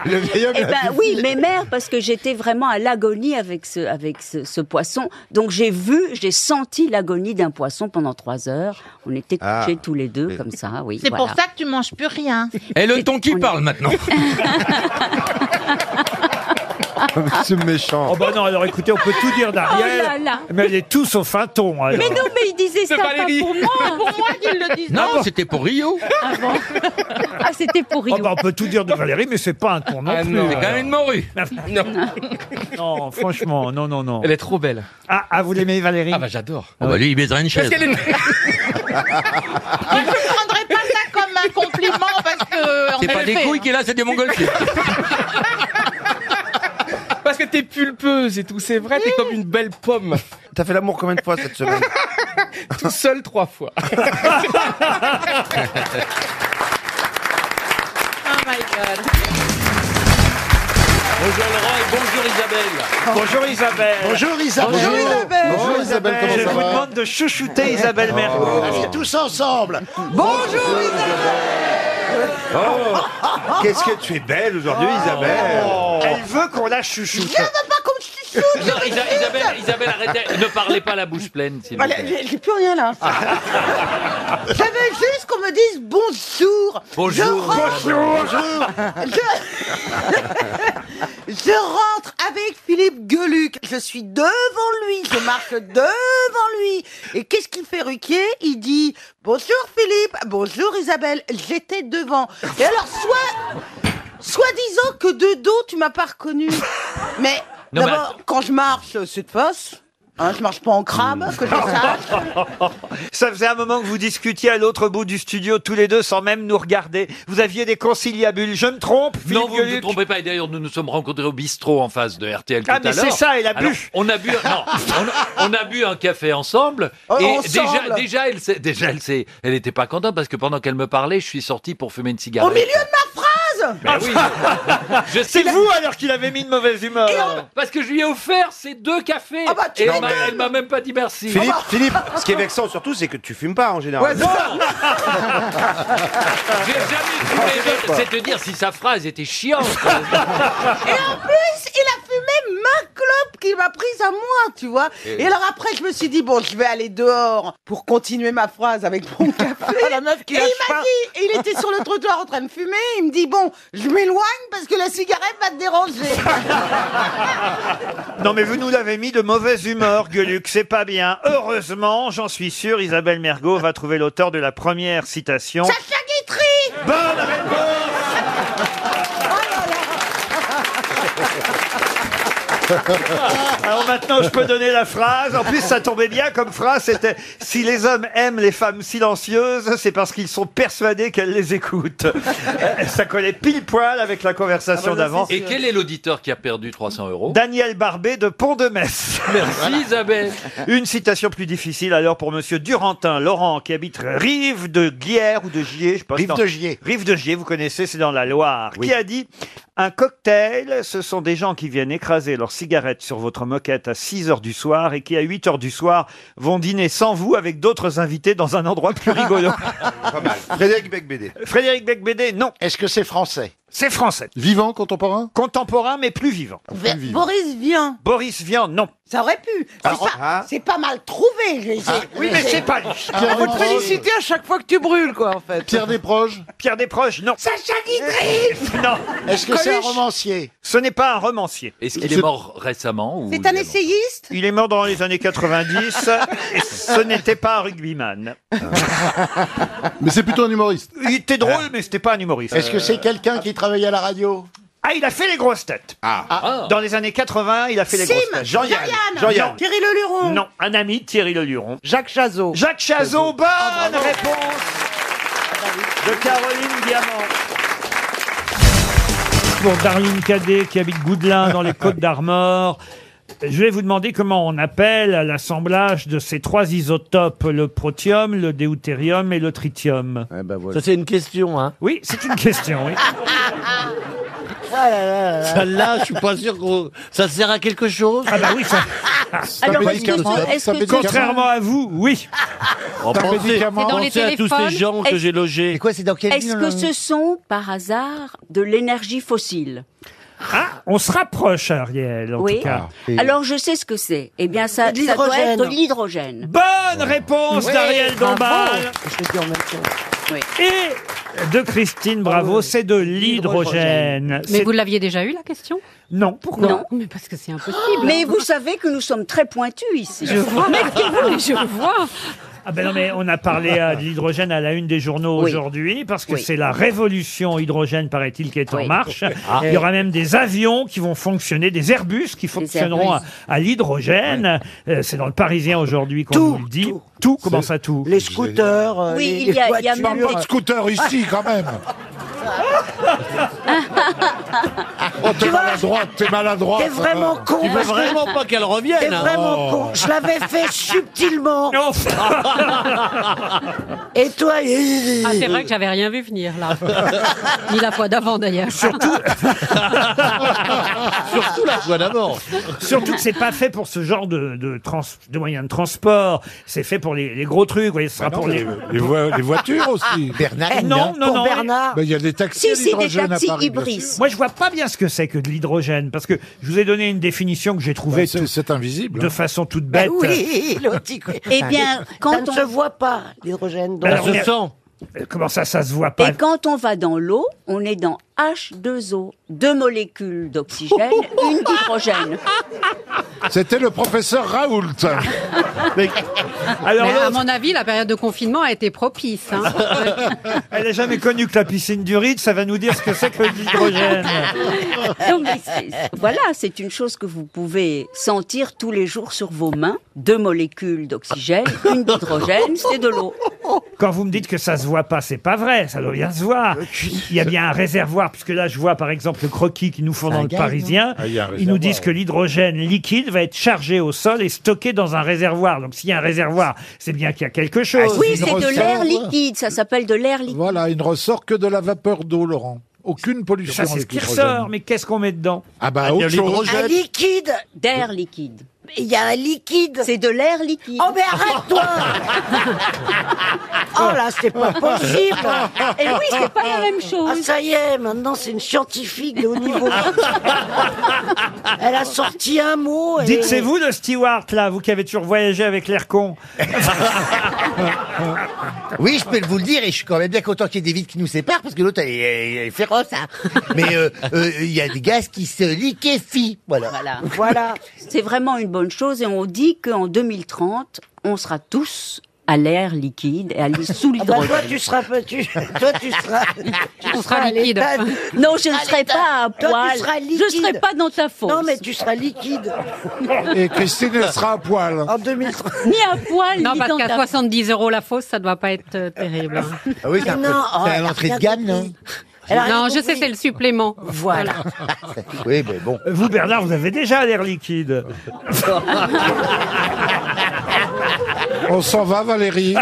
le vieil
Eh ben oui, mes mères, parce que j'étais vraiment à l'agonie avec ce, avec ce, ce poisson. Donc j'ai vu, j'ai senti l'agonie d'un poisson pendant trois heures. On était couchés
Ah.
tous les deux comme ça, oui.
C'est
voilà.
pour ça que tu manges plus (laughs) rien.
Eh,
Et le ton qui parle maintenant
(laughs)
C'est méchant. Oh bah non, alors écoutez, on peut tout dire d'Ariel.
Oh là là.
Mais elle est tout sauf un ton. alors.
Mais non, mais il disait
C'est
ça pas
Valérie.
pour moi, pour moi qu'il le disait.
Non, c'était pour Rio.
Ah bon Ah, c'était pour
Oh bah on peut tout dire de Valérie, mais c'est pas un ton non
Ah
plus.
non. C'est quand même une morue.
non. non, franchement, non, non, non.
Elle est trop belle.
Ah, ah, vous l'aimez, Valérie
Ah bah j'adore.
Oh bah lui, il baiserait une chaise.
Parce qu'elle est-
Ah,
Moi, je ne prendrais pas ça comme un compliment parce que. en
C'est pas des
effet,
hein.
couilles qui est là, c'est des montgolfiers.
(laughs) Parce que t'es pulpeuse et tout, c'est vrai, t'es comme une belle pomme.
T'as fait l'amour combien de fois cette semaine
(laughs) Tout seul trois fois.
Oh my god.
Bonjour Laurent et bonjour Isabelle.
(laughs) Bonjour Isabelle.
Bonjour Isabelle. Bonjour Isabelle.
Bonjour Isabelle.
comment
Je
ça
vous
va
demande de chouchouter Isabelle Mergo.
Oh.
Allez, tous ensemble
Bonjour
Qu'est-ce que tu es belle aujourd'hui, Isabelle
Oh. Elle veut qu'on la chouchoute.
Je veux pas qu'on se
Non, Isa- Isabelle, Isabelle, arrêtez, ne parlez pas la bouche pleine.
Ah,
s'il vous
bah,
Voilà,
plaît.
j'ai j'ai plus rien là. Je veux juste qu'on me dise bonjour.
Bonjour.
Je rentre-
Bonjour.
Je... je rentre avec Philippe Gueluc. Je suis devant lui. Je marche devant lui. Et qu'est-ce qu'il fait Ruquier Il dit bonjour Philippe, bonjour Isabelle. J'étais devant. Et alors soit, soit disant que de dos tu m'as pas reconnu. Mais
Non, mais
d'abord quand je marche, c'est de face. Hein, je marche pas en crabe, que je sache.
Ça faisait un moment que vous discutiez à l'autre bout du studio, tous les deux, sans même nous regarder. Vous aviez des conciliabules. Je me trompe, Philippe
Non, vous ne vous
Gueluc
trompez pas. Et d'ailleurs, nous nous sommes rencontrés au bistrot en face de RTL
Ah,
tout
mais
à l'heure.
c'est ça, elle a bu.
Alors, On a bu,
(laughs)
non, on, a, on a bu un café ensemble.
Oh,
et
ensemble.
déjà, déjà, elle, s'est- déjà, elle s'est- elle était pas contente parce que pendant qu'elle me parlait, je suis sorti pour fumer une
Au
Oh,
cigarette.
milieu de ma phrase
Ben (laughs) oui. je sais
C'est vous alors qu'il avait mis de mauvaise humeur.
Parce que je lui ai offert ces deux cafés.
Ah
tu
m'étonnes.
et
bah,
elle m'a- elle m'a même pas dit merci.
Philippe, Philippe, (laughs) ce qui est vexant surtout, c'est que tu fumes pas en général.
Ouais, non.
(laughs)
J'ai jamais fumé de- Ah, C'est te dire si sa phrase était chiante.
(laughs)
Ah,
Et en plus, il a fumé ma clope qu'il m'a prise à moi, tu vois.
Et-
Et alors après, je me suis dit, bon, je vais aller dehors pour continuer ma phrase avec
(laughs)
mon café. La meuf qui et il m'a dit, et il était sur le trottoir en train de fumer, il me dit, bon, je m'éloigne parce que la cigarette va te
(laughs)
déranger.
Non, mais vous nous l'avez mis de mauvaise humeur, Gueluc. C'est pas bien. Heureusement, j'en suis sûr, Isabelle Mergot va trouver l'auteur de la première citation.
Sacha Guitry
Bonne réponse (laughs) Alors maintenant, je peux donner la phrase. En plus, ça tombait bien comme phrase. C'était si les hommes aiment les femmes silencieuses, c'est parce qu'ils sont persuadés qu'elles les écoutent. Euh, ça collait pile poil avec la
Ah,
conversation d'avant.
Et quel est l'auditeur qui a perdu 300 euros
Daniel Barbet de Pont de Metz.
Merci Isabelle.
(laughs) Une citation plus difficile alors pour Monsieur Durantin Laurent qui habite Rive de Guière ou de Gier, je sais pas.
Rive
non.
de Gier.
Rive de Gier, vous connaissez, c'est dans la Loire. Qui a dit un cocktail, ce sont des gens qui viennent écraser leurs cigarettes sur votre moquette à 6 heures du soir et qui à 8 heures du soir vont dîner sans vous avec d'autres invités dans un endroit plus (laughs) rigolo.
Pas mal. Frédéric Becbédé.
Frédéric Becbédé, non. Est-ce que c'est français C'est français. Vivant, contemporain Contemporain, mais plus vivant.
Boris Vian.
Boris Vian, non. hein
Ça aurait pu. C'est pas, c'est pas mal trouvé. j'ai- j'ai-
Ah, Oui, mais
j'ai-
c'est pas lui.
Faut te féliciter à chaque fois que tu brûles, quoi, en fait.
Pierre Desproges Pierre Desproges, non.
Sacha Guitry
(laughs)
Non.
Est-ce que c'est un
Coluche
romancier
Ce n'est pas un romancier.
Est-ce qu'il est mort récemment ou
C'est un essayiste
Il est mort dans les années
(laughs)
90 et ce n'était pas un rugbyman.
Mais c'est plutôt un humoriste.
Il était drôle, mais c'était pas un humoriste.
Est-ce que c'est quelqu'un qui travaille à la radio
Ah, il a fait les grosses têtes. Ah. Dans les années 80, il a fait les
Sim,
grosses têtes.
Jean-Yann,
Non.
Jean-Yann.
Thierry Leluron.
Ah,
Non, un ami de Thierry Leluron. Jacques Chazot. Jacques Chazot, bonne réponse
bah
de Caroline Diamant. Pour Darlene Cadet qui habite Goudelin dans les Côtes d'Armor. Je vais vous demander comment on appelle l'assemblage de ces trois isotopes, le protium, le deutérium et le tritium.
Ça, c'est une question, hein
Oui, c'est une question, oui.
Ah
Celle-là, je suis pas sûr que ça sert à quelque chose.
Ah bah oui, ça.
Alors,
moi, je me demande, est-ce que- Contrairement à vous, oui.
pensez,
médicament. C'est dans les
pensez à tous
téléphones.
ces gens que
Est-ce-
j'ai logés.
Et
(laughs)
quoi,
c'est dans
(laughs) Est-ce que ce sont, par hasard, de l'énergie fossile
On se rapproche, Ariel, en
Oui.
tout cas.
Alors, je sais ce que c'est. Eh bien, ça,
De
ça doit
l'hydrogène.
être de l'hydrogène.
Bonne réponse
Oui,
d'Ariel
bravo.
Dombal et de Christine
Oh.
Bravo. C'est de l'hydrogène.
Mais
Ah, C'est-
vous l'aviez déjà eu la question
Non, pourquoi
Non, mais parce que c'est impossible.
Mais vous savez que nous sommes très pointus ici.
Je vois. Mais je vois.
Ah ben non, mais on a parlé euh,
Ah.
de l'hydrogène à la une des journaux
Oui.
aujourd'hui, parce que
Oui.
c'est la révolution hydrogène, paraît-il, qui est en
Oui.
marche.
Ah.
Il y aura même des avions qui vont fonctionner, des Airbus qui fonctionneront
Airbus.
à, à l'hydrogène. Euh, c'est dans le Parisien aujourd'hui qu'on nous le dit. Tout, comment ça tout Les
scooters,
euh, Oui, les- il y a- les il y a voitures. même-
Pas de scooter ici, quand même. oh, t'es maladroite, t'es maladroite.
T'es vraiment con. Il veut vraiment pas qu'elle revienne.
T'es
hein.
vraiment con. Je l'avais fait subtilement. Et toi
Ah, c'est vrai que j'avais rien vu venir là. Ni la fois d'avant d'ailleurs.
Surtout.
Surtout la fois d'abord.
Surtout que c'est pas fait pour ce genre de, de, trans- de moyens de transport. C'est fait pour les, les gros trucs. Vous voyez, ce sera
Ah non,
pour
les- les voies- les voitures aussi. (laughs) Bernard
Eh non,
Hinault.
non,
Pour
non.
Bernard. Ben, il y a des taxis Si, à si, des l'hydrogène à taxis Paris, bien hybrides. sûr.
Moi, je vois pas bien ce que c'est que de l'hydrogène parce que je vous ai donné une définition que j'ai trouvée.
Bah,
c'est invisible.
hein.
De façon toute bête.
Ah Oui, l'autre, il-
Eh bien, quand
ça ne
on-
se voit pas l'hydrogène. donc.
Bah, Alors, on est- Euh, Comment ça, ça se voit Ben, pas
Et quand on va dans l'eau, on est dans H2O, deux molécules
(laughs)
d'oxygène, une d'hydrogène.
Oh. C'était le professeur Raoult.
Ah
(laughs)
Alors,
Mais à
l'autre-
mon avis, la période de confinement a été propice. hein.
Elle n'a jamais connu que la piscine du Ride, ça va nous dire ce que c'est que de
(laughs)
l'hydrogène.
Donc, c'est- voilà, c'est une chose que vous pouvez sentir tous les jours sur vos mains. Deux molécules d'oxygène, une d'hydrogène, c'est de l'eau.
Quand vous me dites que ça se voit pas, c'est pas vrai, ça doit bien se voir. Il y a bien un réservoir, puisque là je vois par exemple le croquis qu'ils nous font
C'est
dans
un
le
gaz, non
Parisien.
Ah, il y a un
Ils nous
réservoir,
disent que l'hydrogène liquide va être chargé au sol et stocké dans un réservoir. Donc s'il y a un réservoir, c'est bien qu'il y a quelque chose.
Oui, c'est de l'air liquide, ça s'appelle de l'air liquide.
Voilà, il ne ressort que de la vapeur d'eau, Laurent. Aucune pollution.
Ça c'est ce
avec
qui
l'hydrogène.
ressort, mais qu'est-ce qu'on met dedans
Ah bah, autre chose.
Un liquide.
D'air liquide.
Il y a un liquide.
C'est de l'air liquide.
Oh, mais
(laughs)
arrête-toi Oh là, c'est pas possible
Et oui, c'est pas la même chose.
Ah, ça y est, maintenant, c'est une scientifique de
(laughs)
haut niveau. Elle a sorti un mot et...
Dites, c'est vous le steward là, vous qui avez toujours voyagé avec l'air con.
Oui, je peux vous le dire, et je suis quand même bien content qu'il y ait des vides qui nous séparent, parce que l'autre, elle, est- elle est féroce, hein. Mais euh, euh, il y a des gaz qui se liquéfient, voilà.
Voilà. C'est vraiment une bonne chose et on dit qu'en 2030, on sera tous à l'air liquide et à l- sous
Ah bah,
l'hydrogène.
toi, tu seras... pas- Tu, toi,
(laughs)
tu seras... Tu
seras
à
liquide.
l'état-
Non, je ne
à
serai
l'état-
pas à
Toi,
poil. (laughs)
tu seras
Je
liquide.
serai pas dans ta fosse.
Non, mais tu
(laughs)
seras liquide.
Et Christine, elle sera à poil.
En 2030.
Ni à poil,
Non,
ni
parce
dans
qu'à
ta
70 euros la fausse, ça doit pas être euh, terrible. hein.
Ah oui, c'est un peu-
Mais non, oh,
c'est à
elle a
l'entrée de
rien
gamme, non
Elle a rien
Non, je
compris.
sais, c'est le supplément.
Voilà.
Oui, mais bon.
Vous Bernard, vous avez déjà l'air liquide.
On s'en
(laughs)
va, Valérie.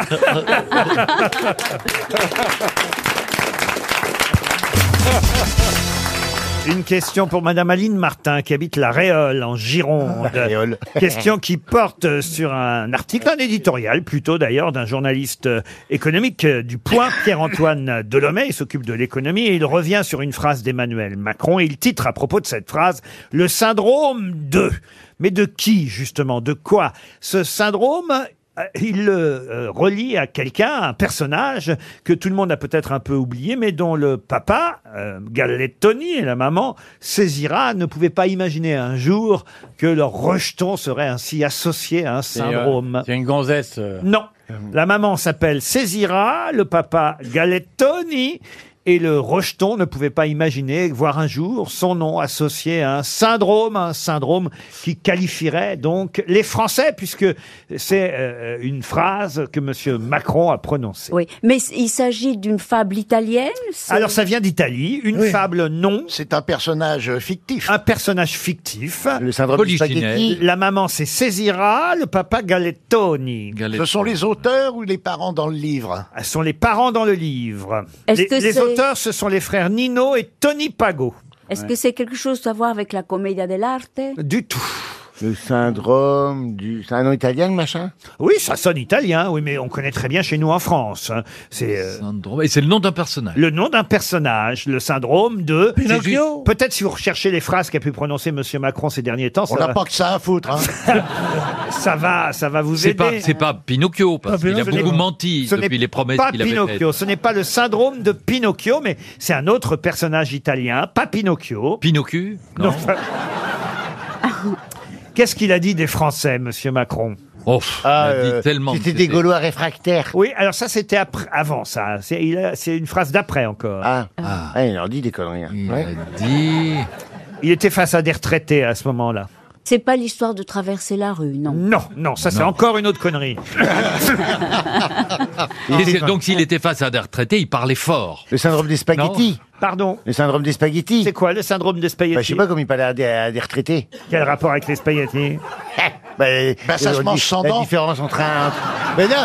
Une question pour Madame Aline Martin qui habite la Réole en Gironde. question qui porte sur un article, un éditorial plutôt d'ailleurs d'un journaliste euh, économique euh, du Point, Pierre-Antoine Delomé. Il s'occupe de l'économie et il revient sur une phrase d'Emmanuel Macron. Et il titre à propos de cette phrase le syndrome de. Mais de qui justement De quoi Ce syndrome euh, il le euh, relie à quelqu'un, à un personnage que tout le monde a peut-être un peu oublié, mais dont le papa, euh, Gallettoni, et la maman, Césira, ne pouvaient pas imaginer un jour que leur rejeton serait ainsi associé à un syndrome.
C'est une gonzesse. euh.
Non. La maman s'appelle Césira, le papa Gallettoni, Et le rejeton ne pouvait pas imaginer voir un jour son nom associé à un syndrome, un syndrome qui qualifierait donc les Français, puisque c'est euh, une phrase que M. Macron a prononcée.
Oui, mais il s'agit d'une fable italienne. c'est-
Alors ça vient d'Italie, une fable non. C'est un personnage fictif. Un personnage fictif. Le syndrome
du Polichinelle. spaghetti.
La maman c'est Césira, le papa Galettoni. Ah,
Ce sont les auteurs ou les parents dans le livre
Ce sont les parents dans le livre.
Est-ce
Les,
que
les
c'est-
auteurs ce sont les frères Nino et Tony Pago.
Est-ce que c'est quelque chose à voir avec la commedia dell'arte
Du tout.
Le syndrome du... C'est un nom italien, le machin
Oui, ça sonne italien, oui, mais on connaît très bien chez nous en France. hein. C'est et c'est le nom d'un personnage. Le nom d'un personnage, le syndrome de
Pinocchio.
C'est du- Peut-être si vous recherchez les phrases qu'a pu prononcer Monsieur Macron ces derniers temps,
On
ça
n'a
va-
pas que ça à foutre, hein
(laughs) ça va, ça va vous
C'est
aider.
pas, c'est pas Pinocchio, parce
Pas
qu'il a
Pinocchio.
beaucoup menti
Ce n'est
depuis les promesses
pas
qu'il avait
Pinocchio,
faites.
ce n'est pas le syndrome de Pinocchio, mais c'est un autre personnage italien, pas Pinocchio.
Pinocchio
Non. enfin- (laughs) Qu'est-ce qu'il a dit des Français, Monsieur Macron
Ah, il a dit euh, tellement que c'était des c'était- Gaulois
réfractaires. Oui, alors ça c'était après- avant ça. C'est il a- c'est une phrase d'après encore. Ah, il leur dit des conneries. hein. Il dit. Il était face à des retraités à ce moment-là.
C'est pas l'histoire de traverser la rue, non
Non, non, ça c'est
Non.
encore une autre connerie.
Et c'est-
Ah,
donc s'il était face à des retraités, il parlait fort.
Le syndrome des spaghettis
Pardon
Le syndrome des spaghettis
C'est quoi le syndrome des spaghettis
bah, Je sais pas comment il parlait à des, à des retraités.
Quel rapport avec les spaghettis
(laughs) bah,
Bah, ça
euh,
se
on
mange
dit-
sans
La
dents.
différence entre
(laughs)
un... Mais non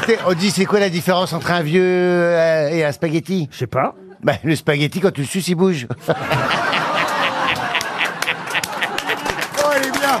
c'était- On dit c'est quoi la différence entre un vieux euh, et un spaghetti
Je sais pas.
Bah, le spaghetti, quand tu le suces, il
(laughs)
bouge.
Oh, elle est bien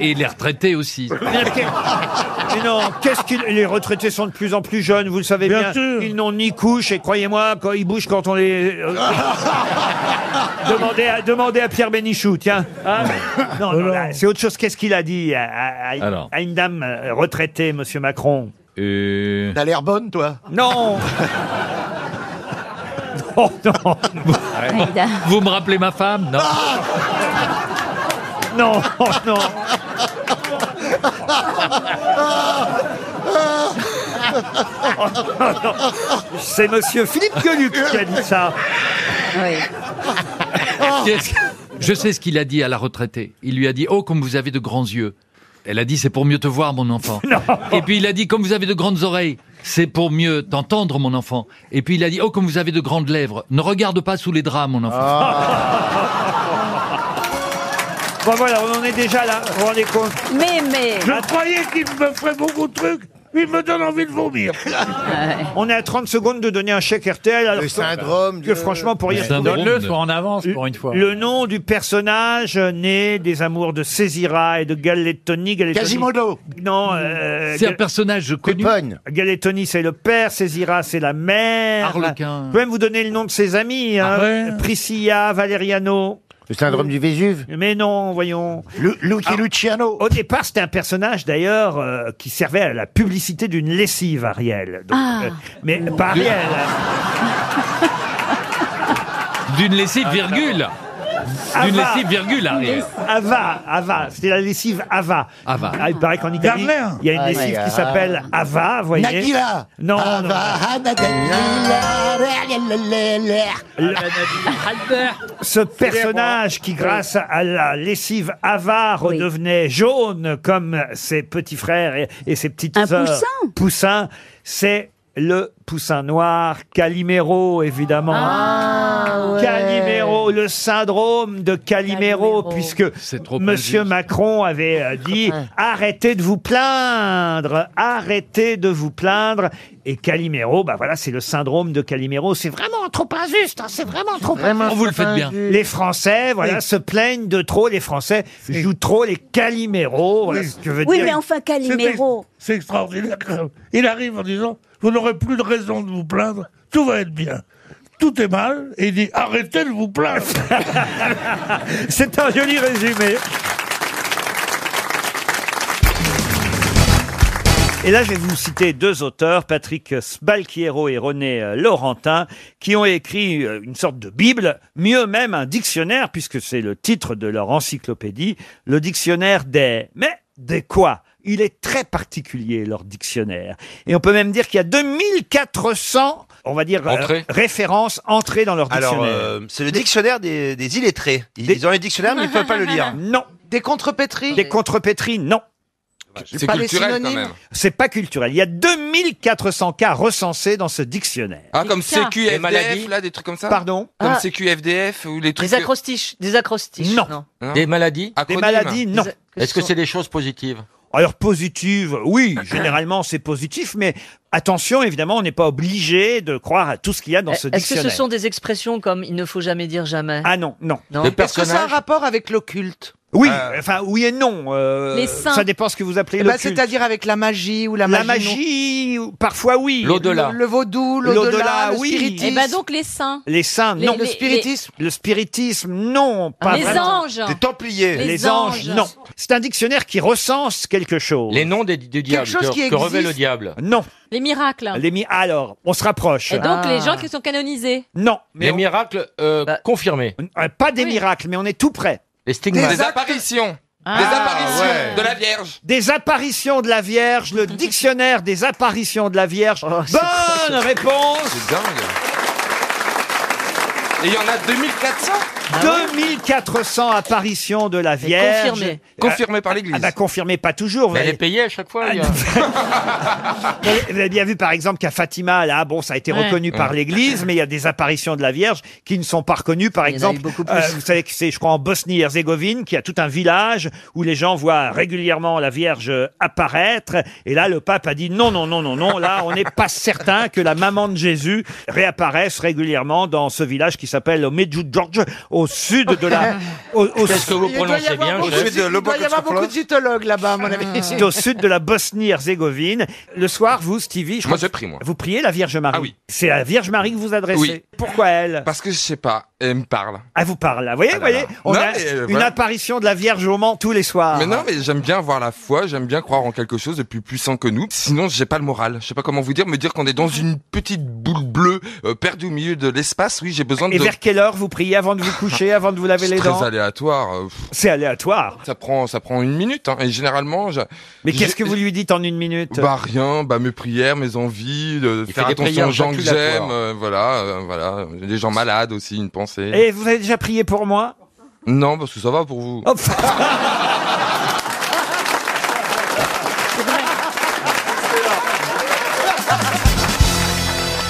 Et les retraités aussi.
Mais non, qu'est-ce qu'il les retraités sont de plus en plus jeunes, vous le savez bien.
Bien sûr.
Ils n'ont ni couche et croyez-moi, quand ils bougent quand on les (laughs) euh, demandez, à, demandez à Pierre Bénichou, tiens. Hein non, non, là, c'est autre chose. Qu'est-ce qu'il a dit à, à- à une-
Alors.
à une dame euh, retraitée, Monsieur Macron
Euh,
T'as l'air bonne, toi (laughs)
Non. Oh non
Vous me rappelez ma femme Non.
Ah, Non,
(laughs)
non. C'est Monsieur Philippe Gueluc qui a dit ça.
Oh. Qu'est-ce que- Je sais ce qu'il a dit à la retraitée. Il lui a dit Oh, comme vous avez de grands yeux. Elle a dit C'est pour mieux te voir, mon enfant. Et puis il a dit Comme vous avez de grandes oreilles. C'est pour mieux t'entendre, mon enfant. Et puis il a dit Oh, comme vous avez de grandes lèvres. Ne regarde pas sous les draps, mon enfant.
Ah. Bon voilà, on en est déjà là, vous vous rendez compte
Mais, mais...
Je croyais qu'il me ferait beaucoup de trucs, mais il me donne envie de vomir.
On est à 30 secondes de donner un chèque RTL. alors
Le
que-
syndrome
Que
du-
franchement, pour y retrouver-
en avance pour une fois.
Le nom du personnage euh, né des amours de Césira et de Gallettoni. Gallettoni-
Quasimodo.
Non. euh,
C'est un
Ga-
personnage connu.
Gallettoni, c'est le père. Césira, c'est la mère.
Harlequin. Ah
Je peux même vous donner le nom de ses amis. hein. Priscilla, Valeriano.
Le syndrome du Vésuve
Mais non, voyons. Ah,
Lucky Luciano.
Au départ, c'était un personnage d'ailleurs euh, qui servait à la publicité d'une lessive, Ariel. Donc,
Ah.
euh, mais pas Ariel.
(laughs) D'une
Ah,
lessive, virgule. D'une
Ava.
lessive, virgule, Ariel.
Ava, Ava, c'était la lessive Ava.
Ava.
Ah, il paraît qu'en Italie,
Gardner.
il y a une
Ah,
lessive
oui,
qui s'appelle Ava, vous voyez.
Nagila.
Non, non. Le- Ce personnage qui, grâce à la lessive avare, redevenait jaune comme ses petits frères et, et ses petites
Un
sœurs.
poussin
Poussin, c'est le poussin noir, Calimero, évidemment.
Ah,
Calimero, le syndrome de Calimero, puisque Monsieur Macron avait euh, dit arrêtez de vous plaindre, arrêtez de vous plaindre. Et Calimero, bah voilà, c'est le syndrome de Calimero. C'est vraiment
Vraiment trop injuste, hein, c'est vraiment trop
Vraiment,
injuste.
Vous le faites bien.
les Français, voilà,
Oui.
se plaignent de trop. Les Français jouent trop les Calimero. Voilà
Oui.
ce que veut
Oui,
dire.
mais enfin, Calimero...
C'est c'est extraordinaire quand même. Il arrive en disant Vous n'aurez plus de raison de vous plaindre, tout va être bien. Tout est mal, (laughs) et il dit Arrêtez de vous plaindre
C'est un joli résumé. Et là, je vais vous citer deux auteurs, Patrick Sbalchiero et René euh, Laurentin, qui ont écrit euh, une sorte de Bible, mieux même un dictionnaire, puisque c'est le titre de leur encyclopédie, le dictionnaire des... Mais des quoi Il est très particulier, leur dictionnaire. Et on peut même dire qu'il y a 2400, on va dire, euh,
Entrées.
références entrées dans leur dictionnaire.
Alors, euh, c'est le dictionnaire des, des illettrés. Ils, ils ont un dictionnaire, mais ils ne peuvent pas le lire.
(laughs) Non.
Des contrepétries
Des contrepétries, non.
C'est Pas les culturel, quand synonymes même.
C'est pas culturel. Il y a 2400 cas recensés dans ce dictionnaire.
Ah, comme
ça. Les maladies.
CQFDF, là, des trucs comme ça
Pardon
Comme
Ah.
CQFDF ou les trucs.
Des acrostiches. Des acrostiches. Non.
hein.
Des maladies
Des maladies, non.
Est-ce que c'est des choses positives
Alors positive, oui, généralement c'est positif, mais attention, évidemment, on n'est pas obligé de croire à tout ce qu'il y a
Euh,
dans ce
Est-ce que
dictionnaire.
ce sont des expressions comme il ne faut jamais dire jamais
Ah non, non.
Non. Est-ce que ça a un personnages
rapport avec l'occulte
Oui, enfin oui et non. euh,
Les saints.
ça dépend ce que vous appelez
Eh ben,
l'occulte.
C'est-à-dire avec la magie ou la
La
magie.
magie, parfois oui. L'au-delà.
Le, le vaudou,
L'au-delà,
l'au-delà, le
oui.
spiritisme.
Eh ben
donc les saints.
Les saints,
Les-
non.
les- Le spiritisme.
Le spiritisme, non. Pas
Les
vraiment.
anges. Des templiers.
Les,
Les
anges,
anges.
non. C'est un dictionnaire qui recense quelque chose. Les
noms des, diables chose que- qui que revêt existe. le diable.
Non.
(laughs) Les miracles.
Les Ah. mi- Alors, on se rapproche.
Ah. Et donc les gens qui sont canonisés.
Non.
Les miracles euh, confirmés.
Pas des miracles, mais on est tout près.
Les stigmates.
Des apparitions.
Ah,
des apparitions
ouais.
de la Vierge.
Des apparitions de la Vierge, le dictionnaire des apparitions de la Vierge. Bonne réponse
C'est dingue. Et il y en a 2400
2400 apparitions de la Vierge.
confirmées. Confirmées
par l'Église. Ah bah confirmées pas toujours.
Mais
vous
elle est
voyez.
payée à chaque fois. il y a-
Mais Vous avez bien vu par exemple qu'à Fatima, là, bon, ça a été
Ouais.
reconnu par
Ouais.
l'Église, mais il y a des apparitions de la Vierge qui ne sont pas reconnues. Par
Il y en a
exemple,
eu
euh,
beaucoup plus.
vous savez que c'est, je crois, en Bosnie-Herzégovine, qu'il y a tout un village où les gens voient régulièrement la Vierge euh, apparaître. Et là, le pape a dit non, non, non, non, non. Là, on n'est pas certain que la maman de Jésus réapparaisse régulièrement dans ce village qui s'appelle Medjugorje, au sud de la. Au, au-
Qu'est-ce que vous
Il doit y avoir beaucoup de- Il doit y avoir beaucoup de zytologues là-bas, à mon avis.
c'est au sud de la Bosnie-Herzégovine. Le soir, vous, Stevie, je
Moi,
crois-
je prie, moi.
Vous priez la Vierge Marie.
Ah oui.
C'est la Vierge Marie que vous adressez.
Oui.
Pourquoi elle
Parce que je sais pas, elle me parle.
Elle vous parle, là. Vous voyez,
Ah là
vous voyez
là.
on
Non,
a
mais, euh,
une
voilà.
apparition de la Vierge au Mans tous les soirs.
Mais non, mais j'aime bien avoir la foi, j'aime bien croire en quelque chose de plus puissant que nous. Sinon, j'ai pas le moral. Je sais pas comment vous dire, me dire qu'on est dans une petite boule bleue euh, perdue au milieu de l'espace. Oui, j'ai besoin
Et
de.
vers quelle heure vous priez avant de vous
(laughs)
coucher, avant de vous laver
C'est
les dents
très aléatoire. euh,
C'est aléatoire.
Ça prend, ça prend une minute. hein, et généralement, je-
Mais qu'est-ce
j'ai-
que vous lui dites en une minute
Bah rien, bah mes prières, mes envies, de
Il
faire
fait des
attention aux gens que
prières
j'aime,
jaculatoires.
euh, voilà, euh, voilà, les gens malades aussi, une pensée.
Et vous avez déjà prié pour moi
Non, parce que ça va pour vous.
Oh,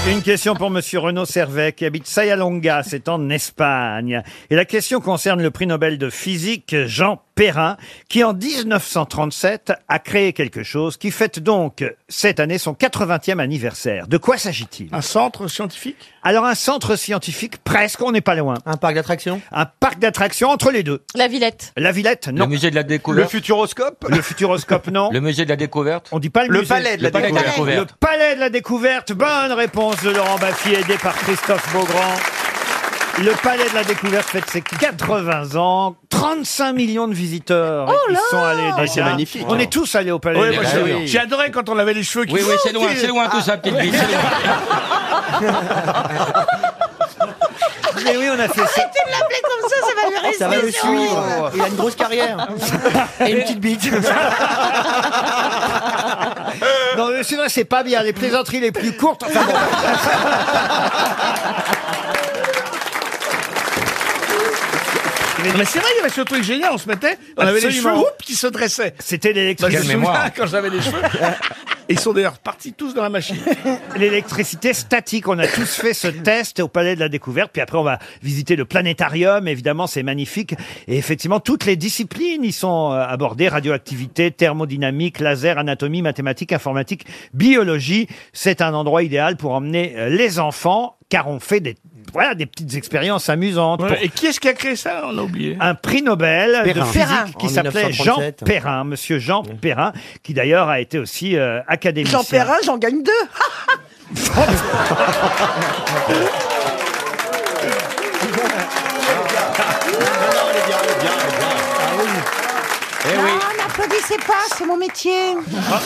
Une question pour Monsieur Renaud Servet, qui habite Sayalonga, c'est en Espagne. Et la question concerne le prix Nobel de physique Jean Perrin, qui en 1937 a créé quelque chose qui fête donc cette année son 80e anniversaire. De quoi s'agit-il Un centre scientifique Alors un centre scientifique, presque, on n'est pas loin. Un parc d'attractions Un parc d'attractions entre les deux.
La Villette.
La Villette, non.
Le musée de la découverte.
futuroscope Le futuroscope, non.
Le musée de la découverte.
On dit pas le,
Le
musée.
palais de la Le palais de la découverte.
Le
découverte.
palais de la découverte. Bonne réponse de Laurent Baffy, aidé par Christophe Beaugrand. Le palais de la découverte fête ses 80 ans. 35 millions de visiteurs ils sont allés.
Ah,
déjà.
c'est magnifique.
On est tous allés au palais.
Ouais,
de la
moi,
Découverte.
j'ai- J'ai adoré quand on avait les cheveux qui
Oui, oui, c'est loin,
sortaient. Ah,
c'est loin, tout ça, petite bite, c'est loin.
(laughs)
Mais oui, on a fait ça.
Arrêtez de l'appeler comme ça, ça va lui rester. sur lui.
Il a une grosse
(laughs)
carrière.
Et une petite bite. non, mais c'est vrai, c'est pas bien. Les plaisanteries les plus courtes. enfin bon.
Mais c'est vrai, il y avait ce truc génial, on se mettait, on avait les cheveux
Absolument.
oups, qui se dressaient.
C'était l'électricité.
Bah, je me
Quelle
souviens,
mémoire.
quand j'avais
(laughs)
les cheveux. Ils sont d'ailleurs partis tous dans la machine.
L'électricité statique, on a tous fait
(laughs)
ce test au Palais de la Découverte, puis après on va visiter le planétarium, évidemment c'est magnifique, et effectivement toutes les disciplines y sont euh, abordées, radioactivité, thermodynamique, laser, anatomie, mathématiques, informatique, biologie, c'est un endroit idéal pour emmener euh, les enfants, car on fait des, voilà, des petites expériences amusantes.
Ouais,
pour-
Et qui est-ce qui a créé ça On a oublié.
un prix Nobel
Perrin.
de physique
Perrin.
qui
En
s'appelait Jean
1937.
Perrin, monsieur Jean Perrin, qui d'ailleurs a été aussi euh, académicien.
J'en
(laughs)
perds un,
(laughs)
j'en gagne deux.
Eh oui.
M'applaudissez pas, c'est mon métier.
Ah.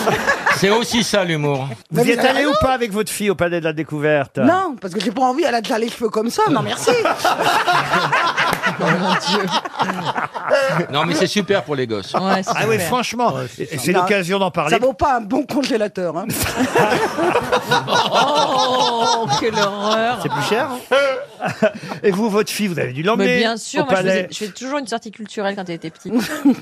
C'est aussi ça l'humour. Vous y êtes allé ou pas avec votre fille au Palais de la Découverte
Non, parce que j'ai pas envie, elle a déjà les cheveux comme ça. Non, merci.
Non, mais c'est super pour les gosses.
ah oui, franchement, (laughs) et- et c'est
Non,
l'occasion d'en parler.
Ça vaut pas un bon congélateur.
(laughs)
hein. (laughs)
Oh, quelle horreur C'est plus cher. hein. (laughs) Et vous, votre fille, vous avez dû l'emmener
Mais bien
au
sûr, moi, je, faisais, (laughs)
palais.
je faisais toujours une sortie culturelle quand elle était petite.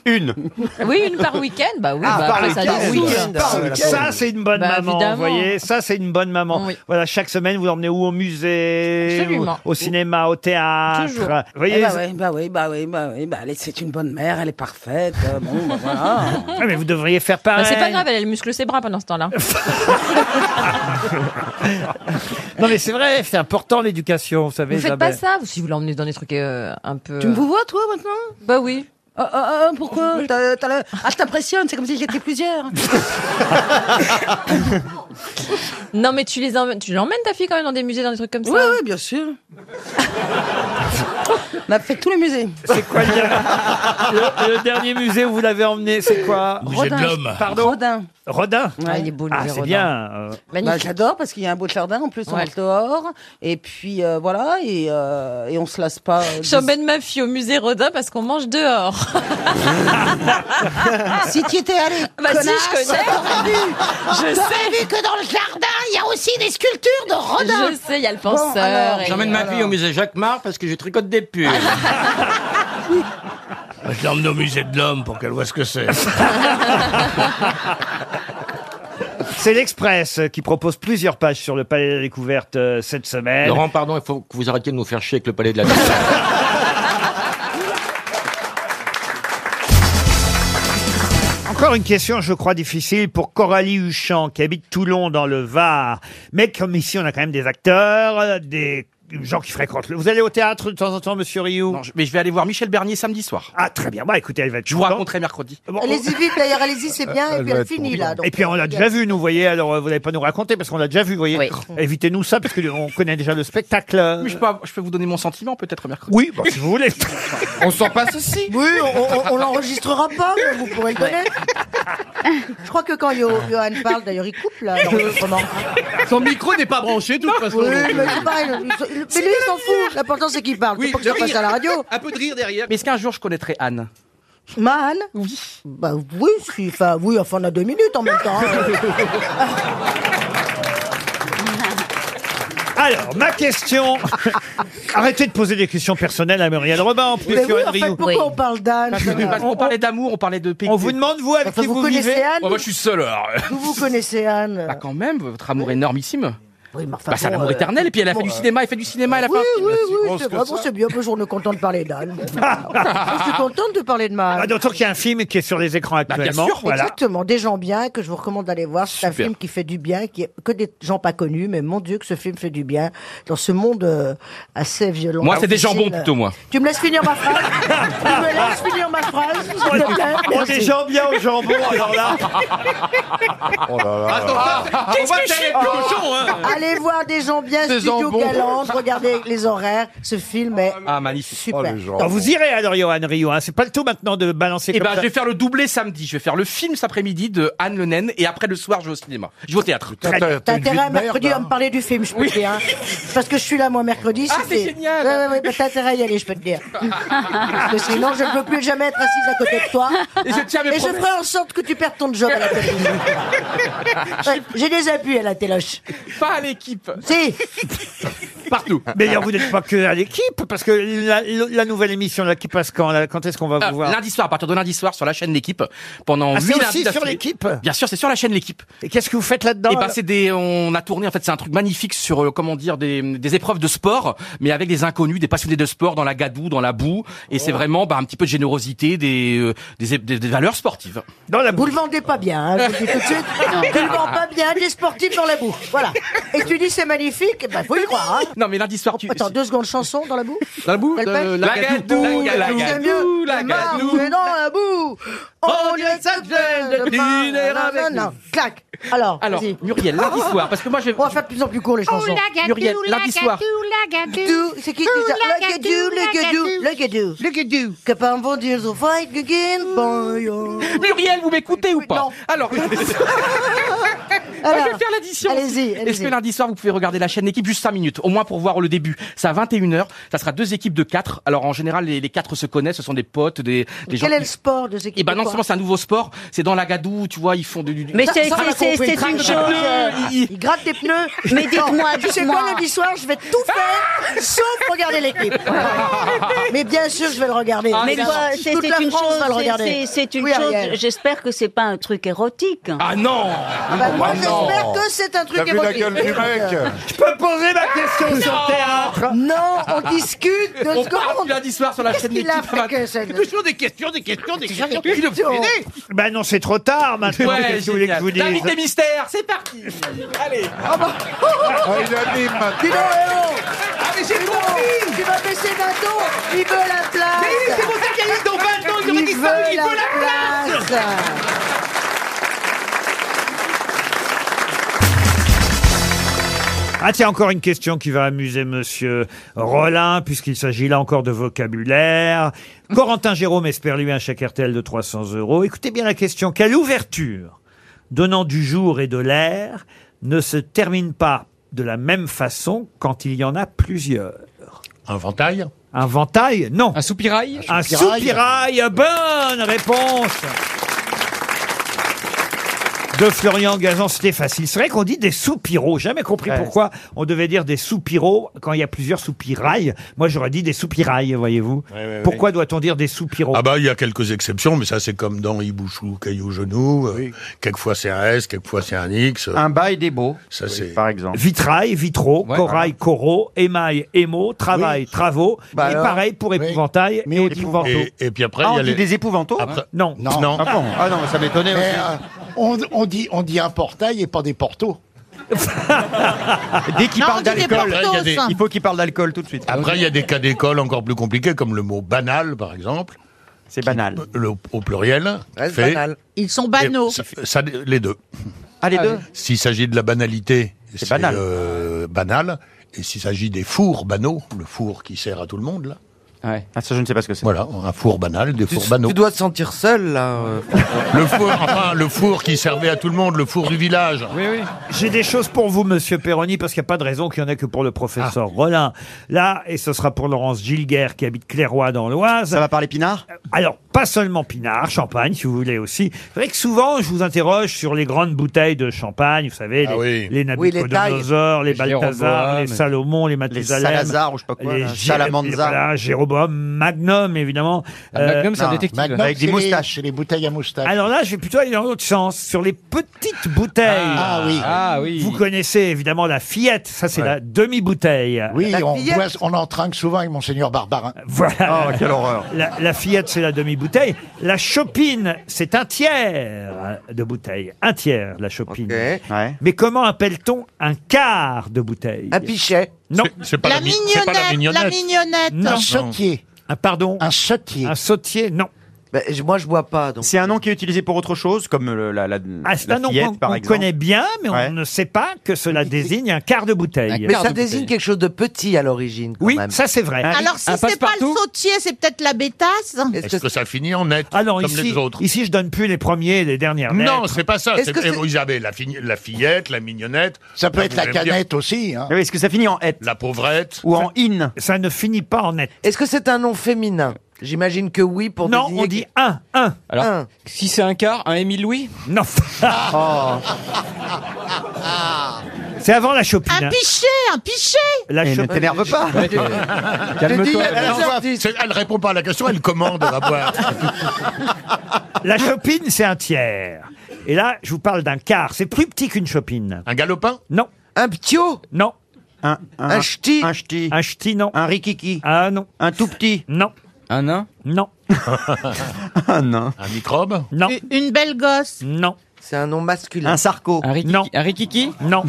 Une.
(laughs) oui, une par week-end, bah oui,
Ah,
bah,
par
après ça
week-end.
découle.
Par week-end. Ça, c'est une bonne
Bah,
maman,
évidemment.
vous voyez. Ça, c'est une bonne maman. Voilà, chaque semaine, vous l'emmenez où Au musée
Absolument.
Au, au cinéma, au théâtre
Toujours.
Vous voyez
Eh
ben,
bah, oui, bah oui, bah oui, bah oui, bah allez, c'est une bonne mère, elle est parfaite. euh, bon, bah voilà.
Ah, Mais vous devriez faire
(laughs) Bah,
pareil.
c'est pas grave, elle, elle muscle ses bras pendant ce
(laughs)
temps-là.
(laughs) Non, mais c'est vrai, c'est important l'éducation, (laughs) vous savez.
Vous faites
Isabelle.
pas ça, si vous l'emmenez dans des trucs euh, un peu...
Tu me vous vois, toi, maintenant Ah,
Bah oui.
pourquoi T'as- t'as le- Ah, je t'impressionne, c'est comme si j'étais plusieurs.
(laughs) Non, mais tu les emmènes, tu l'emmènes ta fille quand même dans des musées, dans des trucs comme ça
Oui, oui, bien sûr. On a fait tous les musées.
C'est quoi le dernier, le- le dernier musée où vous l'avez emmené C'est quoi Pardon
Rodin.
Rodin
Ouais, il est beau, le
Ah,
musée
c'est
Rodin.
bien. euh.
Bah, J'adore parce qu'il y a un beau jardin en plus, on
Ouais.
est dehors. Et puis euh, voilà, et, euh, et on se lasse pas. euh,
J'emmène ma fille au musée Rodin parce qu'on mange dehors.
Ah, si tu étais allé,
Ah, Bah si, je connais.
(laughs) T'aurais vu,
Je
t'aurais
sais.
vu que dans le jardin, il y a aussi des sculptures de Rodin.
Je sais, il y a le
Bon,
penseur.
alors,
et-
J'emmène ma fille au musée Jacques Mar parce que je tricote des
(laughs)
pulls.
Je l'emmène au musée de l'homme pour qu'elle voit ce que c'est.
C'est l'Express qui propose plusieurs pages sur le Palais de la Découverte euh, cette semaine.
Laurent, pardon, il faut que vous arrêtiez de nous faire chier avec le palais de la Découverte.
(laughs) Encore une question, je crois, difficile pour Coralie Huchan, qui habite Toulon dans le Var. Mais comme ici, on a quand même des acteurs, euh, des gens qui fréquentent. le- Vous allez au théâtre de temps en temps, monsieur Rioux mais je vais aller voir Michel Bernier samedi soir. Ah, très bien. Bah, écoutez, elle va être Je vous raconterai mercredi.
Allez-y vite, d'ailleurs, allez-y, c'est bien, et puis elle finit là. Ah, donc. euh,
Et puis on l'a déjà vu, nous, vous voyez, alors euh, vous n'allez pas nous raconter parce qu'on l'a déjà vu, vous voyez. Évitez-nous ça parce qu'on connaît déjà le spectacle.
Je peux, je peux vous donner mon sentiment peut-être mercredi.
Oui, bah, si vous voulez.
(laughs) On s'en passe aussi.
Oui, on, on- on l'enregistrera pas, mais vous pourrez le donner.
(laughs)
Je crois que quand Yo- Johan parle, d'ailleurs, il coupe là, l'enregistrement.
Son micro n'est pas branché, de toute façon.
Oui, mais c'est pareil, il s'en- il- mais lui, il s'en fout. L'important, c'est qu'il parle. c'est pas que ça passe à la radio.
Un peu de rire derrière. Mais est-ce qu'un jour je connaîtrai Anne
Man Oui. Bah oui, si, enfin, oui, enfin, on a deux minutes en même temps. hein.
Alors, ma
(laughs)
question. Arrêtez de poser des questions personnelles à Muriel Robin, en plus,
Mais oui,
Johan
en fait,
Rioux.
pourquoi on parle d'Anne
On parlait d'amour, on parlait de PQ.
On vous demande, vous, avec
Enfin, qui vous vous connaissez vivez Anne
Oh, Moi, je suis seul, alors.
Vous vous connaissez, Anne
Bah, quand même, votre amour énormissime.
Oui, mais enfin,
Bah, c'est un
bon,
amour
euh,
éternel. Et puis, elle a fait
bon,
du
euh,
cinéma, elle fait du cinéma, elle a fait
Oui,
un film.
oui, oui,
Aussi grosse
c'est
que
vrai,
ça.
bon, c'est bien, on est content de parler d'Anne. je suis contente de parler de ma
Ah,
Anne.
D'autant qu'il y a un film qui est sur les
Bah,
écrans actuellement. voilà.
Exactement, des gens bien que je vous recommande d'aller voir. C'est un
Super.
film qui fait du bien, qui est que des gens pas connus, mais mon Dieu que ce film fait du bien dans ce monde euh, assez violent.
Moi, c'est des
Difficile.
jambons plutôt, moi.
Tu me laisses finir
(laughs)
ma phrase Tu me laisses finir ma phrase s'il te plaît
On est
Merci.
gens bien au
(laughs)
jambon, alors là.
Oh Ah, on va t'aider, cochon, hein.
Allez voir des gens bien,
Des
Studio
jambons.
Galante, regardez les horaires. Ce film est
Ah, magnifique.
Super.
Alors, Ah, vous irez alors, Johan Rio. Hein. C'est pas le tout maintenant de balancer
Et
comme
ben,
ça.
je vais faire le doublé samedi. Je vais faire le film cet après-midi de Anne Le Nen. Et après, le soir, je vais au cinéma. Je vais au théâtre.
T'as intérêt à mercredi à me parler du film, je peux te dire. hein. Parce que je suis là, moi, mercredi.
hein. Ah, c'est
génial ouais, ouais, ouais, bah, T'as intérêt à y aller, je peux te dire. Parce que sinon, je ne peux plus jamais être assise à côté de toi.
Et je tiens mes promesses.
ferai en sorte que tu perdes ton job à
(laughs)
la télévision. Ouais, J'ai des appuis à la téloche.
Pas à l'équipe.
Si
Partout.
Mais d'ailleurs, vous n'êtes pas que à l'équipe, parce que la, la nouvelle émission là, qui passe quand là, Quand est-ce qu'on va
Ah,
vous voir
Lundi soir, à partir de lundi soir, sur la chaîne L'équipe, pendant
Ah, c'est
8
aussi
lundis
sur
d'affilée.
l'équipe
Bien sûr, c'est sur la chaîne L'équipe.
Et qu'est-ce que vous faites là-dedans
Et ben,
alors
c'est des, on a tourné en fait, c'est un truc magnifique sur euh, comment dire des, des épreuves de sport, mais avec des inconnus, des passionnés de sport dans la gadoue, dans la boue, et
Oh.
c'est vraiment bah, un petit peu de générosité, des, euh, des, des, des valeurs sportives.
Dans la
Vous le vendez pas bien, hein, je vous le dis tout de suite. Tu le vends pas bien, des sportifs dans la boue. Voilà. Et tu dis c'est magnifique, ben faut y croire. hein.
Non, mais lundi soir, tu.
Attends, deux secondes, chanson dans la boue
Dans la boue,
Quelle
euh,
pêche
la gadoue, la gadoue,
gadoue, c'est mieux.
la Oh,
marre,
gadoue.
mais dans la boue Au lieu de cette
de dîner avec
Non, clac Alors,
Alors,
vas-y. Oh,
Muriel, lundi soir, parce que moi je vais.
On va faire de plus en plus
Oh,
court les chansons.
Muriel, lundi soir.
Gadou, c'est qui qui dit ça Le gadou, le gadou, le gadou. Le gadou. Que par bon Dieu, so fight again,
Euh,
boy.
Muriel, vous m'écoutez ou pas Alors, lundi soir-
Alors,
je vais faire l'addition.
Allez-y,
Est-ce que
allez-y.
lundi soir, vous pouvez regarder la chaîne L'équipe juste 5 minutes, au moins pour voir le début C'est à 21h, ça sera deux équipes de 4. Alors en général, les, les 4 se connaissent, ce sont des potes, des, des gens.
Quel est le
qui-
sport de ces
Eh ben non seulement c'est un nouveau sport, c'est dans la gadoue, tu vois, ils font du. du-
Ça- ça, on a compris.
Ils
Ils
traquent des
grattent
pneus,
des pneus,
ils- ils-
ils- Ils grattent des pneus.
Mais dites-moi,
Non, Tu sais
dites-moi.
quoi, lundi soir, je vais tout faire, sauf regarder l'équipe.
(laughs)
Mais bien sûr, je vais le regarder.
mais
Toute
quoi,
la-
Ah, c'est
toute
c'est
la
une
France
chose,
va le
c'est-
regarder.
c'est- c'est une
Oui,
chose.
Ariel.
J'espère que c'est pas un truc érotique.
Ah non
bah, moi, j'espère que c'est un truc
Oh. T'as vu la
érotique.
gueule du
(laughs)
mec Oh.
Je peux poser ma question sur le théâtre
Non, on discute de
On
ce qu'on
parle lundi soir sur la
Qu'est-ce
chaîne
qu'il
L'équipe.
a
à
fait que ça
Toujours des questions, des questions, des questions.
des questions.
Ben non, c'est trop tard maintenant.
Ouais,
Qu'est-ce que vous voulez que je vous dise
L'invité mystère, c'est parti Allez
Oh,
Il anime Ah bah. Dis donc, eh oh
Ah mais j'ai
compris Tu vas baisser d'un ton Il veut la place
Mais oui, c'est pour ça qu'il y a eu dans 20 ans, il aurait dit ça, il veut la place
(laughs)
Ah tiens, encore une question qui va amuser Monsieur Rollin, puisqu'il s'agit là encore de vocabulaire. Corentin Jérôme espère lui un chèque RTL de 300 euros. Écoutez bien la question. Quelle ouverture, donnant du jour et de l'air, ne se termine pas de la même façon quand il y en a plusieurs Un ventail Un ventail Non. Un soupirail Un
soupirail.
soupirail Bonne réponse de Florian Gazan, c'était facile. C'est vrai qu'on dit des soupiraux. Jamais compris
Ouais.
pourquoi on devait dire des soupiraux quand il y a plusieurs soupirails. Moi, j'aurais dit des soupirails, voyez-vous.
ouais,
pourquoi doit-on dire des soupiraux
Ah bah il y a quelques exceptions, mais ça c'est comme dans Ibouchou, Caillou Genou. euh, Quelquefois c'est un S, quelquefois c'est un X. Un bail des beaux. Ça c'est par exemple.
Vitrail, vitraux, corail, coraux, émail, émo, travail, travaux.
Bah
et
alors,
pareil pour épouvantail et épouvanteaux.
Et, et puis après il y a les...
épouvanteaux
Après-
Non. (laughs)
Non.
Non. Ah bon Ah non, mais ça m'étonnait
Mais,
aussi.
euh, on, on dit, on dit un portail et pas des
(laughs)
portaux.
Dès qu'il
Non, on
parle
dit des
d'alcool,
portos,
il y a des-
ça.
il faut qu'il parle d'alcool tout de suite.
Après il y a des cas d'école encore plus compliqués comme le mot banal par exemple. C'est banal. Le, au pluriel.
Reste
fait-
banal.
Ils sont banaux.
Et ça- ça, les deux.
Ah, les Ah deux oui.
S'il s'agit de la banalité, c'est banal. banal. Et s'il s'agit des fours banaux, le four qui sert à tout le monde, là. ça, je ne sais pas ce que c'est. Voilà, un four banal, des fours banaux.
Tu dois te sentir seul, là. euh.
Le four, enfin, le four qui servait à tout le monde, le four du village.
Oui, oui. J'ai des choses pour vous, monsieur Perroni, parce qu'il n'y a pas de raison qu'il n'y en ait que pour le professeur
Ah.
Rollin. Là, et ce sera pour Laurence Gilguer, qui habite Clairoy dans l'Oise. Ça va parler Pinard Alors, pas seulement Pinard, Champagne, si vous voulez aussi. C'est vrai que souvent, je vous interroge sur les grandes bouteilles de Champagne, vous
Ah
savez, les, les
Oui, les tailles.
Nabucodonosor, les,
Les
Balthazar,
Jéroboam.
les Salomon, les
Les
Mathusalem.
Salazar, ou je sais pas quoi,
les
là,
Gé-
Salamanza.
voilà, Jéroboam, Magnum, évidemment. Euh,
Non, Ah, Magnum, c'est les- c'est Les, bouteilles à moustache.
alors là, je vais plutôt aller dans l'autre sens, sur les petites bouteilles.
Ah, oui. Ah oui.
Vous connaissez évidemment la fillette, ça c'est la demi-bouteille.
Oui,
La
on,
(laughs) fillette.
boit, on en trinque souvent avec Monseigneur Barbarin.
Voilà.
Oh, quelle horreur.
La, la fillette, c'est la demi-bouteille. La chopine, c'est un tiers de bouteille. Un tiers, la chopine. Mais comment appelle-t-on un quart de bouteille Un pichet. Non. C'est
La mignonnette, la mignonnette.
Un sautier. Un Ah, pardon
Un sautier.
Un sautier, non.
moi, Bah, je bois pas.
C'est un nom qui est utilisé pour autre chose, comme le- la, la,
Ah, c'est
la
un nom
fillette,
qu'on
par
qu'on
exemple.
connaît bien, mais
Ouais.
on ne sait pas que cela désigne un quart de bouteille.
Mais ça désigne quelque chose de petit à l'origine.
Oui, ça c'est vrai.
Alors si c'est pas le sautier, c'est peut-être la bétasse.
Est-ce que ça finit en net,
Alors
comme
Ah ici,
les autres
ici, je donne plus les premiers et les dernières lettres.
Non, c'est pas ça.
Est-ce
C'est-
que c'est-
Vous avez la, fi- la fillette, la mignonnette.
Ça peut
Vous
être la
allez me dire-
canette aussi. Hein.
est-ce que ça finit en et
La pauvrette.
Ou en in Ça ne finit pas en et.
Est-ce que c'est un nom féminin J'imagine que oui pour
Non, on dit un, un.
Alors, (laughs)
si c'est un quart, un Émile Louis (laughs) Ah.
Non. C'est avant la chopine.
Un pichet, un pichet.
La
Eh, ne
chopine.
t'énerve pas. Ouais, (laughs) t'es-
Calme-toi.
J'ai dit, elle,
Alors,
envoie- c'est- elle répond pas à la question, elle commande à boire.
(laughs) La chopine, c'est un tiers. Et là, je vous parle d'un quart. C'est plus petit qu'une chopine.
Un galopin
Non.
Un ptio
Non.
Un,
un ch'ti
Un ch'ti.
Un ch'ti, non.
Un rikiki.
Ah non.
Un tout petit.
Non.
Un nain
Non.
(laughs) un nain.
(laughs) Un microbe
Non.
Une belle gosse.
Non.
C'est un nom masculin.
Un sarco.
Un rikiki
Non.
Un rikiki
Non.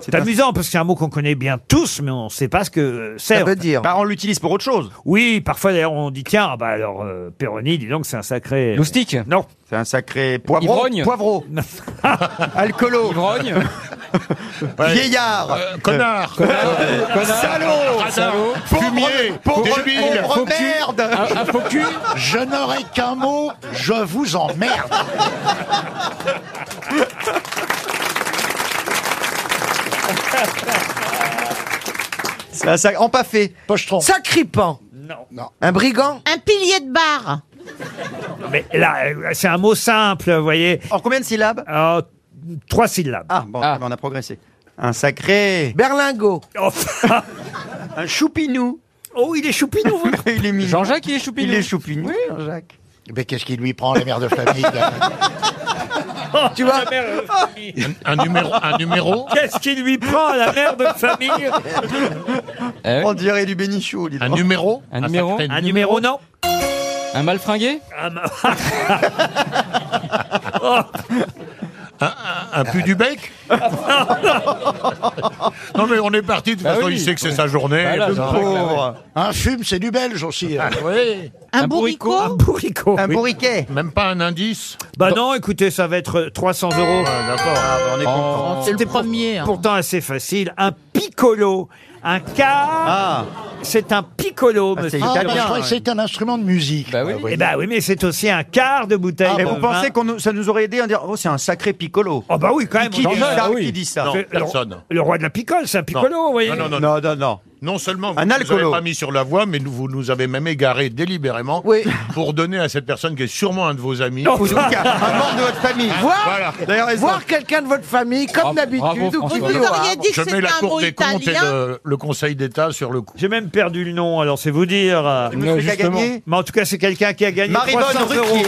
C'est amusant parce que c'est un mot qu'on connaît bien tous, mais on ne sait pas ce que euh, c'est.
Ça veut
dire. on l'utilise pour autre chose. Oui, parfois d'ailleurs on dit tiens, ah bah alors euh, Péroni, dis donc c'est un sacré. Moustique Non. C'est un sacré
poivron-
(laughs)
Ivrogne
Poivron. Ah.
Alcoolo. (laughs)
Ivrogne.
Vieillard.
Euh, connard.
Salaud.
Salaud. Fumier.
Pauvre
Débile.
pauvre
Faux cul.
merde.
Un- un faux (laughs) cul.
Je n'aurai qu'un mot, je vous emmerde.
C'est un sac empaffé.
Pochetron.
Sacripant.
Non.
Un brigand.
Un pilier de bar.
Mais là, euh, c'est un mot simple, vous voyez. En combien de syllabes Trois syllabes.
Ah, bon, on a progressé. Un sacré.
Berlingot.
(laughs) un choupinou.
Oh, il est choupinou.
(laughs) il est mignon.
Jean-Jacques, il est choupinou.
Il est choupinou, Jean-Jacques.
Mais qu'est-ce qui lui prend, la mère de famille
Tu vois
euh,
Un numéro. Un numéro.
Bah
Qu'est-ce qui lui prend la mère de famille
(laughs)
(laughs) On dirait du bénichou.
Un numéro
Eh Un numéro
sacré
Un numéro, non Ah, bah.
Un malfringué
Ah,
Oh.
ah.
(laughs) Un pu du bec Non mais on est parti, de toute façon il sait que c'est sa journée.
Voilà,
Le
c'est vrai que Bah là,
pauvre.
Un fume, c'est du belge aussi.
(laughs)
hein. Oui.
Un bourricot Un bourricot. Un bourriquet.
Même pas un indice
Bah non, écoutez, ça va être euh, 300 euros.
Ah,
D'accord.
on est
Oh.
content. C'était pour- Pourtant assez facile. Un piccolo. Un quart. Ah. C'est un piccolo, monsieur.
Ah, bah, je croyais que c'était un instrument de musique.
Bah oui.
Eh ben oui, mais c'est aussi un quart de bouteille.
Et
de
vous pensez
vin.
que ça nous aurait aidé à dire Oh, c'est un sacré piccolo
Ah, bah oui, quand même.
Qui
on en
dit
a-
ça
ah oui.
Qui dit ça
Le- le- Le roi de la picole, c'est un piccolo,
Non.
vous voyez.
Non, non, non,
Non, non, non.
Non seulement
(laughs)
vous
Un
ne nous
alcoolo.
avez pas mis sur la voie, mais nous, vous nous avez même égaré délibérément pour donner à cette personne qui est sûrement un de vos amis.
Ou donc, un membre de votre famille.
Voir,
Voilà.
D'ailleurs, ils
voir quelqu'un de votre famille, comme d'habitude. ou qui vous aura.
Je mets la Cour des comptes et
(laughs)
le, le Conseil d'État sur le coup.
J'ai même perdu le nom, alors c'est vous dire.
Le monsieur Non, qui a justement. gagné
Mais en tout cas, c'est quelqu'un qui a gagné
Marie-Bonne
300 euros.
Ruquier.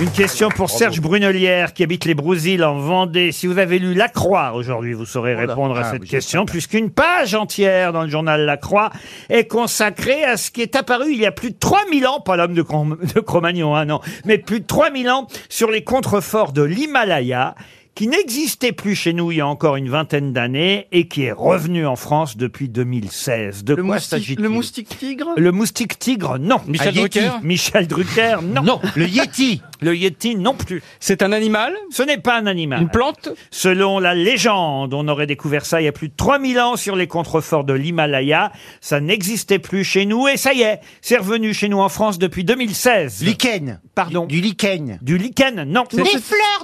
Une question pour Serge Brunelière qui habite les Brousilles en Vendée. Si vous avez lu La Croix aujourd'hui, vous saurez répondre à
Ah,
cette
oui,
question, puisqu'une page entière dans le journal La Croix est consacrée à ce qui est apparu il y a plus de 3000 ans, pas l'homme de, Cro- de Cro-Magnon, hein, non, mais plus de 3000 ans sur les contreforts de l'Himalaya qui n'existait plus chez nous il y a encore une vingtaine d'années et qui est revenu en France depuis 2016. De quoi s'agit-il
Le moustique tigre
le moustique tigre, non.
Michel
Un yéti.
Drucker
Michel Drucker, non. Le yéti. Le yéti, non plus.
C'est un animal
Ce n'est pas un animal.
Une plante
Selon la légende, on aurait découvert ça il y a plus de 3000 ans sur les contreforts de l'Himalaya. Ça n'existait plus chez nous et ça y est, c'est revenu chez nous en France depuis 2016. Lichen. Pardon. Du lichen. Du lichen, non.
Des fleurs,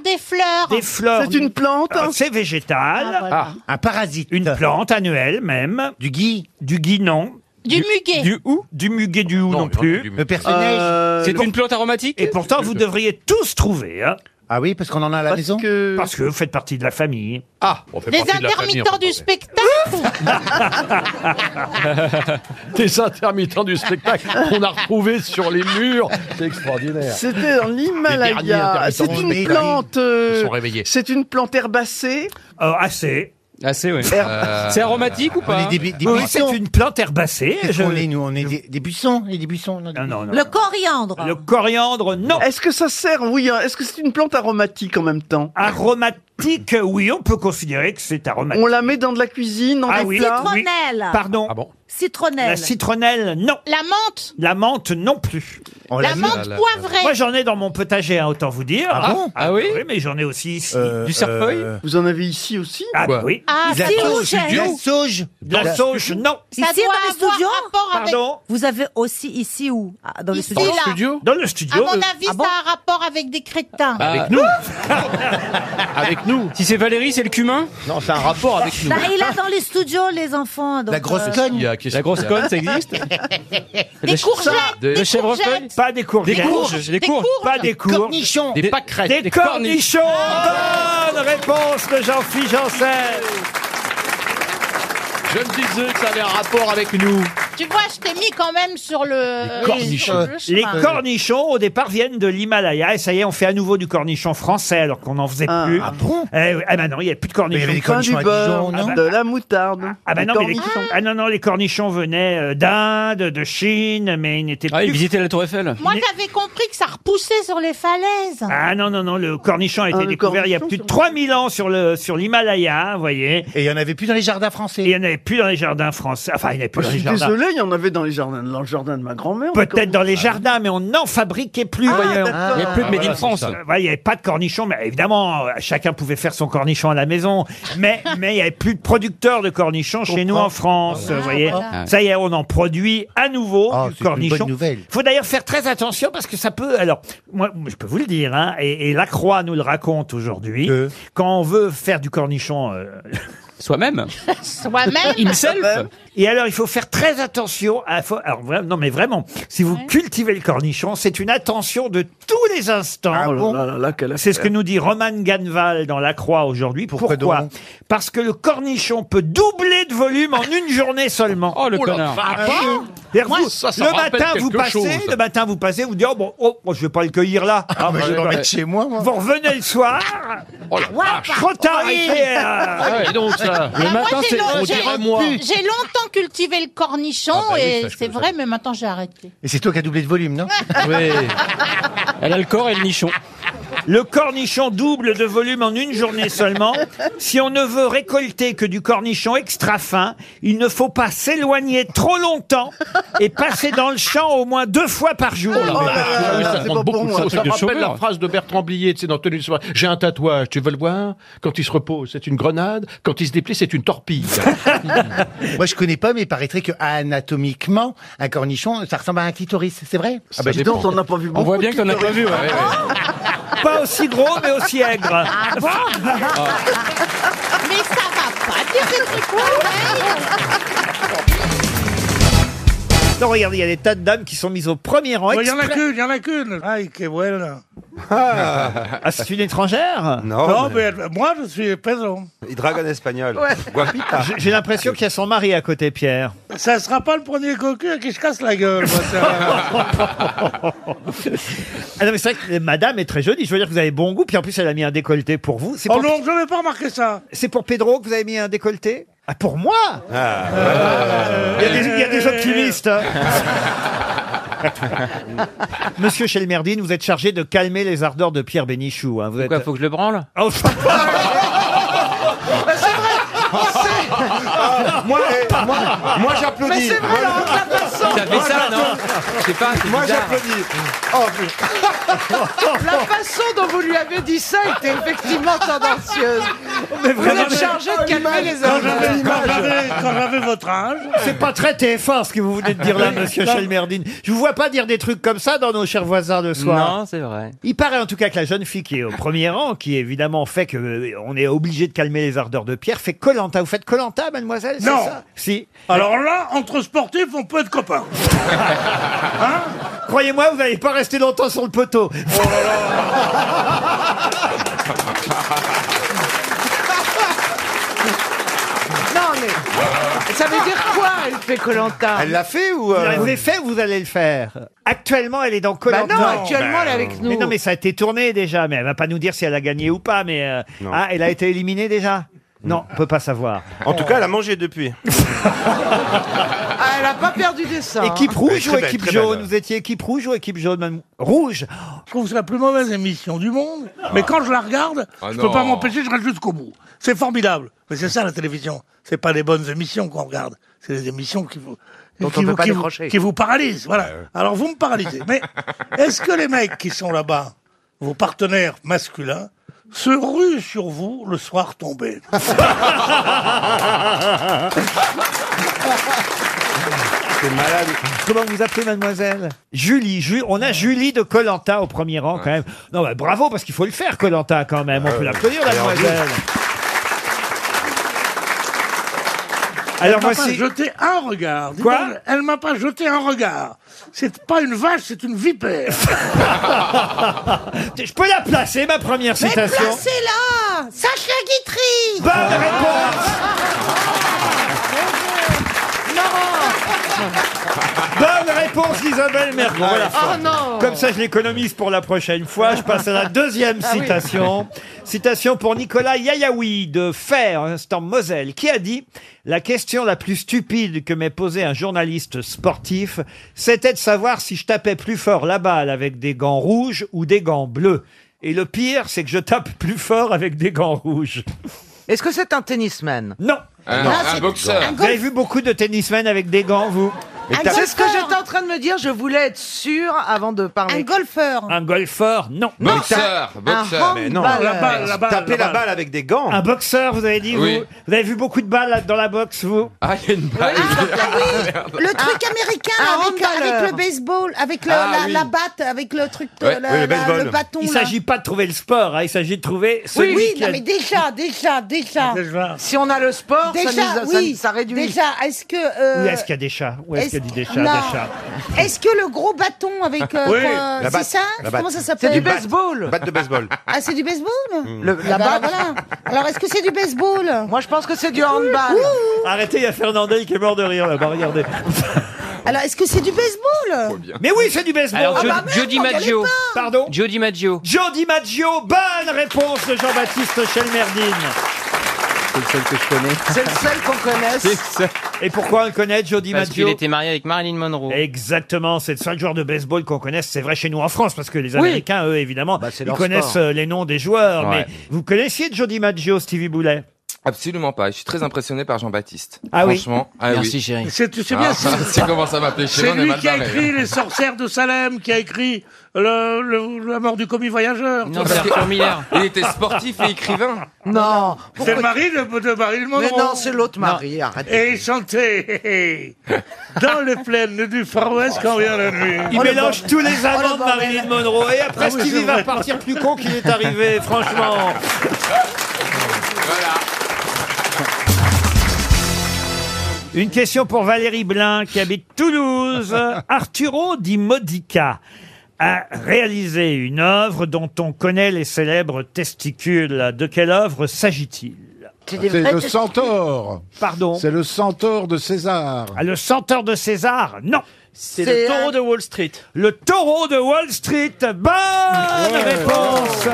des fleurs.
Des fleurs. plante C'est végétal.
Ah, voilà.
Un parasite. Une plante annuelle même. Du gui Du gui, non.
Du muguet.
Du ou Du muguet, du ou non, plus. Le
personnage. Euh, C'est une
plante aromatique Et pourtant, vous devriez tous trouver. Ah oui, parce qu'on en a à la maison Parce que vous faites partie de la famille. Ah
Des intermittents du spectacle.
(laughs)
Des intermittents du spectacle qu'on a retrouvés sur les murs. C'est extraordinaire.
C'était dans
Les derniers
l'Himalaya.
intermittents
C'est
du
une
spectacle.
plante. euh,
Ils sont réveillés.
C'est une plante herbacée.
Euh, Assez.
Assez, oui.
Euh,
C'est aromatique ou pas
on est des- des
Oui,
buissons.
c'est une plante herbacée.
Qu'est-ce qu'on est,
nous On est des, buissons des buissons. Non, non, non.
coriandre.
Ah. Le coriandre, non.
Est-ce que ça sert Oui. hein. Est-ce que c'est une plante aromatique en même temps
Aromatique, oui, on peut considérer que c'est aromatique.
On la met dans de la cuisine, dans
Ah
des
oui,
plats.
oui. Pardon.
Citronnelle.
La citronnelle, non.
La menthe.
La menthe, non plus.
La l'a mis. menthe poivrée.
Moi, j'en ai dans mon potager, hein, autant vous dire. Ah, bon ah oui Oui, mais j'en ai aussi ici.
Du cerfeuil Vous en avez ici aussi
Ah bah oui.
Ah,
De la
si,
sauge,
Roger.
du-
La
sauge. De la
La-
sauge, non.
Ça doit avoir rapport avec- Pardon
Vous avez aussi ici où Ah, Dans le
Ici,
studio
là. Dans le studio
Dans le
À
studio. euh. Bah,
mon avis,
Ah bon
ça a un rapport avec des crétins.
(laughs) Avec nous. Ah. Si c'est Valérie, c'est le cumin Non, c'est un rapport avec
Bah, et là, dans les studios, les enfants. donc, euh,
La grosse conne, ça
(laughs)
existe
Des courgettes.
Des
Des
chèvrefeuilles
courgettes.
Pas des courgettes.
Des courges, des courges.
Pas des courges.
cornichons. Des Ah. pâquerettes.
Des,
Des
cornichons. Bonne réponse de Jean-Philippe Janssen.
Je me disais que ça avait un rapport avec nous.
Tu vois, je t'ai mis quand même sur le. sur le
Les
chemin.
cornichons, au départ, viennent de l'Himalaya. Et ça y est, on fait à nouveau du cornichon français, alors qu'on n'en faisait
Ah.
plus.
Ah
bon eh, oui. Ah bah non, il n'y a plus de cornichons.
Pain du beurre,
Ah bah-
de la moutarde.
Ah bah
des
non, mais les,
cornichons.
ah non, non, les cornichons venaient euh, d'Inde, de Chine, mais ils n'étaient
Ah,
plus...
ils visitaient la Tour Eiffel.
Ah, Moi, j'avais compris que ça repoussait sur les falaises.
Ah non, non, non, le cornichon a été
Ah, le
découvert il y a
cornichon
plus de 3000 ans sur le sur l'Himalaya, vous voyez. Et il n'y en avait plus dans les jardins français. Oh, Il n'y en avait plus dans les jardins français. Enfin, il n'y en avait plus
Je
dans les
suis
jardins.
désolé, il y en avait dans les jardins, dans le jardin de ma grand-mère.
Peut-être dans les jardins, mais on n'en fabriquait plus.
Ah,
voyons.
d'accord. Il y a plus de Ah, Made in voilà, c'est France. ça.
Euh, voilà, Il n'y avait pas de cornichons, mais évidemment, euh, chacun pouvait faire son cornichon à la maison.
(laughs)
Mais mais il n'y avait plus de producteurs de cornichons chez nous en France.
Ah,
vous voyez,
voilà.
ça y est, on en produit à nouveau du
c'est une
cornichon.
bonne nouvelle.
Faut d'ailleurs faire très attention parce que ça peut. Alors, moi, je peux vous le dire, hein, et, et la Croix nous le raconte aujourd'hui. Quand on veut faire du cornichon. euh, (laughs) Soi-même
Ah,
(laughs)
Soi-même.
Et alors, il faut faire très attention à. faut- alors, vra- non, mais vraiment, si vous cultivez le cornichon, c'est une attention de tous les instants. c'est ce que nous dit Roman Ganval dans La Croix aujourd'hui. Pourquoi, Parce que le cornichon peut doubler de volume en une journée seulement. Oh,
le Oh la connard. vache.
Ah bon C'est-à-dire,
Moi,
vous,
ça, ça
le
rappelle
matin, vous
quelque
passez,
chose.
le matin, vous passez, vous dites, oh, bon, oh, bon, je vais pas le cueillir là. Ah,
mais je vais le mettre chez
moi, Vous revenez le soir. Trop tard,
Oh Oui.
il est, euh,
Ah ouais, donc
ça.
Ah, moi, j'ai long-
on
j'ai-
dirait moi.
J'ai longtemps cultivé le cornichon
Ah bah oui,
et
ça, je
c'est vrai, mais maintenant j'ai arrêté.
Et c'est toi qui as doublé de volume, non (laughs)
Oui.
Elle a le corps et le nichon. Le cornichon double de volume en une journée seulement. Si on ne veut récolter que du cornichon extra fin, il ne faut pas s'éloigner trop longtemps et passer dans le champ au moins deux fois par jour.
Oh Ah, hein. ça me rappelle la phrase de Bertrand Blier, tu sais, dans Tenue de soirée. J'ai un tatouage, tu veux le voir Quand il se repose, c'est une grenade. Quand il se déplie, c'est une torpille.
(laughs)
Moi, je connais pas, mais il paraîtrait que anatomiquement, un cornichon, ça ressemble à un clitoris. C'est vrai
Ah bah, dis donc, on n'a pas vu beaucoup
voit bien que t'en as pas vu, ouais, ouais.
Pas aussi gros, mais aussi aigre.
Ah bon
Ah.
Mais ça va pas, tu sais c'est quoi
Non, regardez, il y a des tas de dames qui sont mises au premier rang.
Oh, Il y en a
exprès-
qu'une, il y en a qu'une. Aïe, que voilà.
Ah, c'est une étrangère
Non, mais... moi, je suis présent.
Il drague en espagnol.
Ouais.
Guapita.
J'ai- J'ai l'impression qu'il y a son mari à côté, Pierre.
Ça sera pas le premier cocu à qui je casse la gueule. moi, (laughs) ça.
Ah non, mais c'est vrai que madame est très jolie. Je veux dire que vous avez bon goût, puis en plus, elle a mis un décolleté pour vous. C'est
oh
pour,
non, je n'avais pas remarqué ça.
c'est pour Pedro que vous avez mis un décolleté Ah, pour moi Il y a des- il y, a des optimistes. hein. (laughs) Monsieur Chelmerdine, vous êtes chargé de calmer les ardeurs de Pierre Bénichou. Hein. Vous êtes...
faut que je le branle
Oh,
moi, eh, moi, moi, j'applaudis.
Mais c'est vrai, la honte de la personne.
T'as fait ça, non
Je sais pas,
Moi, j'applaudis. Oh, putain.
La façon dont vous lui avez dit ça était effectivement tendancieuse. vous êtes chargé de calmer les Quand hommes. j'avais- quand j'avais- quand j'avais votre âge,
(laughs) C'est pas très TF1 ce que vous venez de dire là, monsieur
Non.
Chelmerdine. Je vous vois pas dire des trucs comme ça dans nos chers voisins de soir.
Non, c'est vrai.
Il paraît en tout cas que la jeune fille qui est au premier rang, qui évidemment fait que euh, on est obligé de calmer les ardeurs de Pierre, fait Colanta. Vous faites Colanta, mademoiselle c'est
Non.
ça Si.
alors là, entre sportifs, on peut être copains.
Croyez-moi, vous n'allez pas rester longtemps sur le
(laughs)
poteau.
Non,
Ah.
mais ça veut dire quoi Elle fait Colanta.
Elle l'a fait ou Vous l'avez fait ou vous allez le faire Actuellement, elle est dans Colanta.
Bah non, actuellement, elle est avec nous.
Mais non, mais ça a été tourné déjà. Mais elle va pas nous dire si elle a gagné ou pas. Mais euh, ah, elle a été éliminée déjà. Non, on peut pas savoir.
En tout cas, elle a mangé
(laughs)
depuis.
Ah, elle a pas perdu des seins.
Équipe
hein.
rouge
Très
ou
belle,
équipe
très
jaune
belle.
Vous étiez équipe rouge ou équipe jaune madame Rouge
Je trouve que c'est la plus mauvaise émission du monde. Mais quand je la regarde,
Ah
je
non.
peux pas m'empêcher, je reste jusqu'au bout. C'est formidable. Mais c'est ça la télévision. C'est pas les bonnes émissions qu'on regarde. C'est les émissions qui vous
Dont
qui
on peut
vous-
pas
qui vous-
décrocher.
qui vous paralysent. Voilà.
Euh.
(laughs)
Alors vous me paralysez. Mais est-ce que les mecs qui sont là-bas, vos partenaires masculins, se ruent sur vous le soir
(laughs)
tombé
malade. Comment vous appelez mademoiselle Julie. Ju- on a Julie de Colanta au premier rang quand même. Non, bah, bravo parce qu'il faut le faire Colanta quand même. On peut l'applaudir la
alors,
mademoiselle.
Elle
Alors
m'a pas
voici.
(laughs) jeté un regard. Dis
Quoi
donc, Elle m'a pas jeté un regard. C'est pas une vache, c'est
(laughs)
une vipère.
(laughs) Je peux la placer ma première
Mais
citation. Ah,
placez-la
Sacha Guitry
Bonne réponse
Non
réponse d'Isabelle Mergo.
Ah,
Voilà.
oh non.
Comme ça, je l'économise pour la prochaine fois. Je passe à la deuxième
(laughs) Ah oui.
citation. Citation pour Nicolas Yayaoui de Fer, c'est en Moselle, qui a dit « La question la plus stupide que m'ait posée un journaliste sportif, c'était de savoir si je tapais plus fort la balle avec des gants rouges ou des gants bleus. Et le pire, c'est que je tape plus fort avec des gants rouges. »
Est-ce que c'est un tennisman
Non.
Un- Ah, Non, un c'est- boxeur. un
Vous avez vu beaucoup de tennismen avec des gants, vous
C'est ce que j'étais en train de me dire, je voulais être sûr avant de parler. Un golfeur.
Un golfeur, non.
Non, Boxeur,
Un
boxeur.
handballeur.
Mais non, la balle, la balle,
Taper la balle avec des gants.
Un boxeur, vous avez dit,
Oui.
vous Vous avez vu beaucoup de balles dans la boxe, vous
Ah, il y a une balle.
Le truc américain
un
avec,
handballeur.
avec le baseball, avec le-
Ah,
la,
oui.
la batte, avec le truc, de- la- la- le bâton.
Il
là.
s'agit pas de trouver le sport, hein, il s'agit de trouver
Oui,
celui
oui,
qui
non,
a-
mais déjà, déjà, déjà.
Si on a le sport, ça
Déjà,
nous- ça-
oui,
ça réduit.
Déjà, est-ce que. euh,
Où est-ce qu'il y a des chats Où est-ce qu'il y a dit des chats,
Non.
des chats
Est-ce que le gros bâton avec. euh,
Oui,
quoi,
la
c'est
batte,
ça
la
Comment
batte.
ça
C'est
s'appelle
du baseball.
Batte de baseball.
Ah, c'est du baseball
Le-
Ah
la
bah,
batte.
voilà. Alors, est-ce que c'est du baseball
Moi, je pense que c'est du handball.
Arrêtez, il y a Fernandel qui est mort de rire là-bas, regardez.
Alors, est-ce que c'est du baseball
Mais oui, c'est du baseball
Alors, Ah Joe- bah merde, Joe DiMaggio.
Pardon Joe DiMaggio. Joe DiMaggio, bonne réponse de Jean-Baptiste Chelmerdine.
Ah, C'est le seul que je connais.
C'est le seul qu'on connaisse.
Et pourquoi on le connaît, Joe DiMaggio
Parce qu'il était marié avec Marilyn Monroe.
Exactement, c'est le seul joueur de baseball qu'on connaisse. C'est vrai chez nous en France, parce que les
Oui.
Américains, eux, évidemment,
Bah,
ils
leur
connaissent
sport.
euh, les noms des joueurs.
Ouais.
Mais vous connaissiez Joe DiMaggio, Stevie Boulet
Absolument pas. Je suis très impressionné par Jean-Baptiste.
Ah oui.
Franchement. Ah
Merci,
oui. Ah,
chérie.
C'est- tu sais bien,
ça.
c'est-
(laughs) C'est comment ça m'appelait chez
C'est
on est
lui
mal
qui a
barré,
écrit
hein.
(laughs)
Les sorcières de Salem, qui a écrit le, le- La mort du commis voyageur.
Non,
Tout ça.
c'est Miller. (laughs) Il était sportif et écrivain.
(laughs) Non.
C'est le mari de, de Marilyn Monroe.
Mais non, c'est l'autre mari,
Non.
arrête.
Et il chantait
(laughs)
hé, hé, dans les plaines du Far West quand vient la nuit.
Il
Oh,
mélange tous les amants de Marilyn Monroe. Et après,
Oh, Ah oui,
Stevie
c'est
va
vrai.
repartir plus con qu'il est
(laughs)
arrivé, franchement. Une question pour Valérie Blin qui habite
(laughs)
Toulouse. Arturo Di Modica a réalisé une œuvre dont on connaît les célèbres testicules. De quelle œuvre s'agit-il
C'est le centaure.
Pardon.
C'est le centaure de César.
Ah, Le centaure de César Non.
C'est le C'est taureau un-
de Wall Street. Le taureau de Wall Street. Bonne
Ouais. Ah
réponse.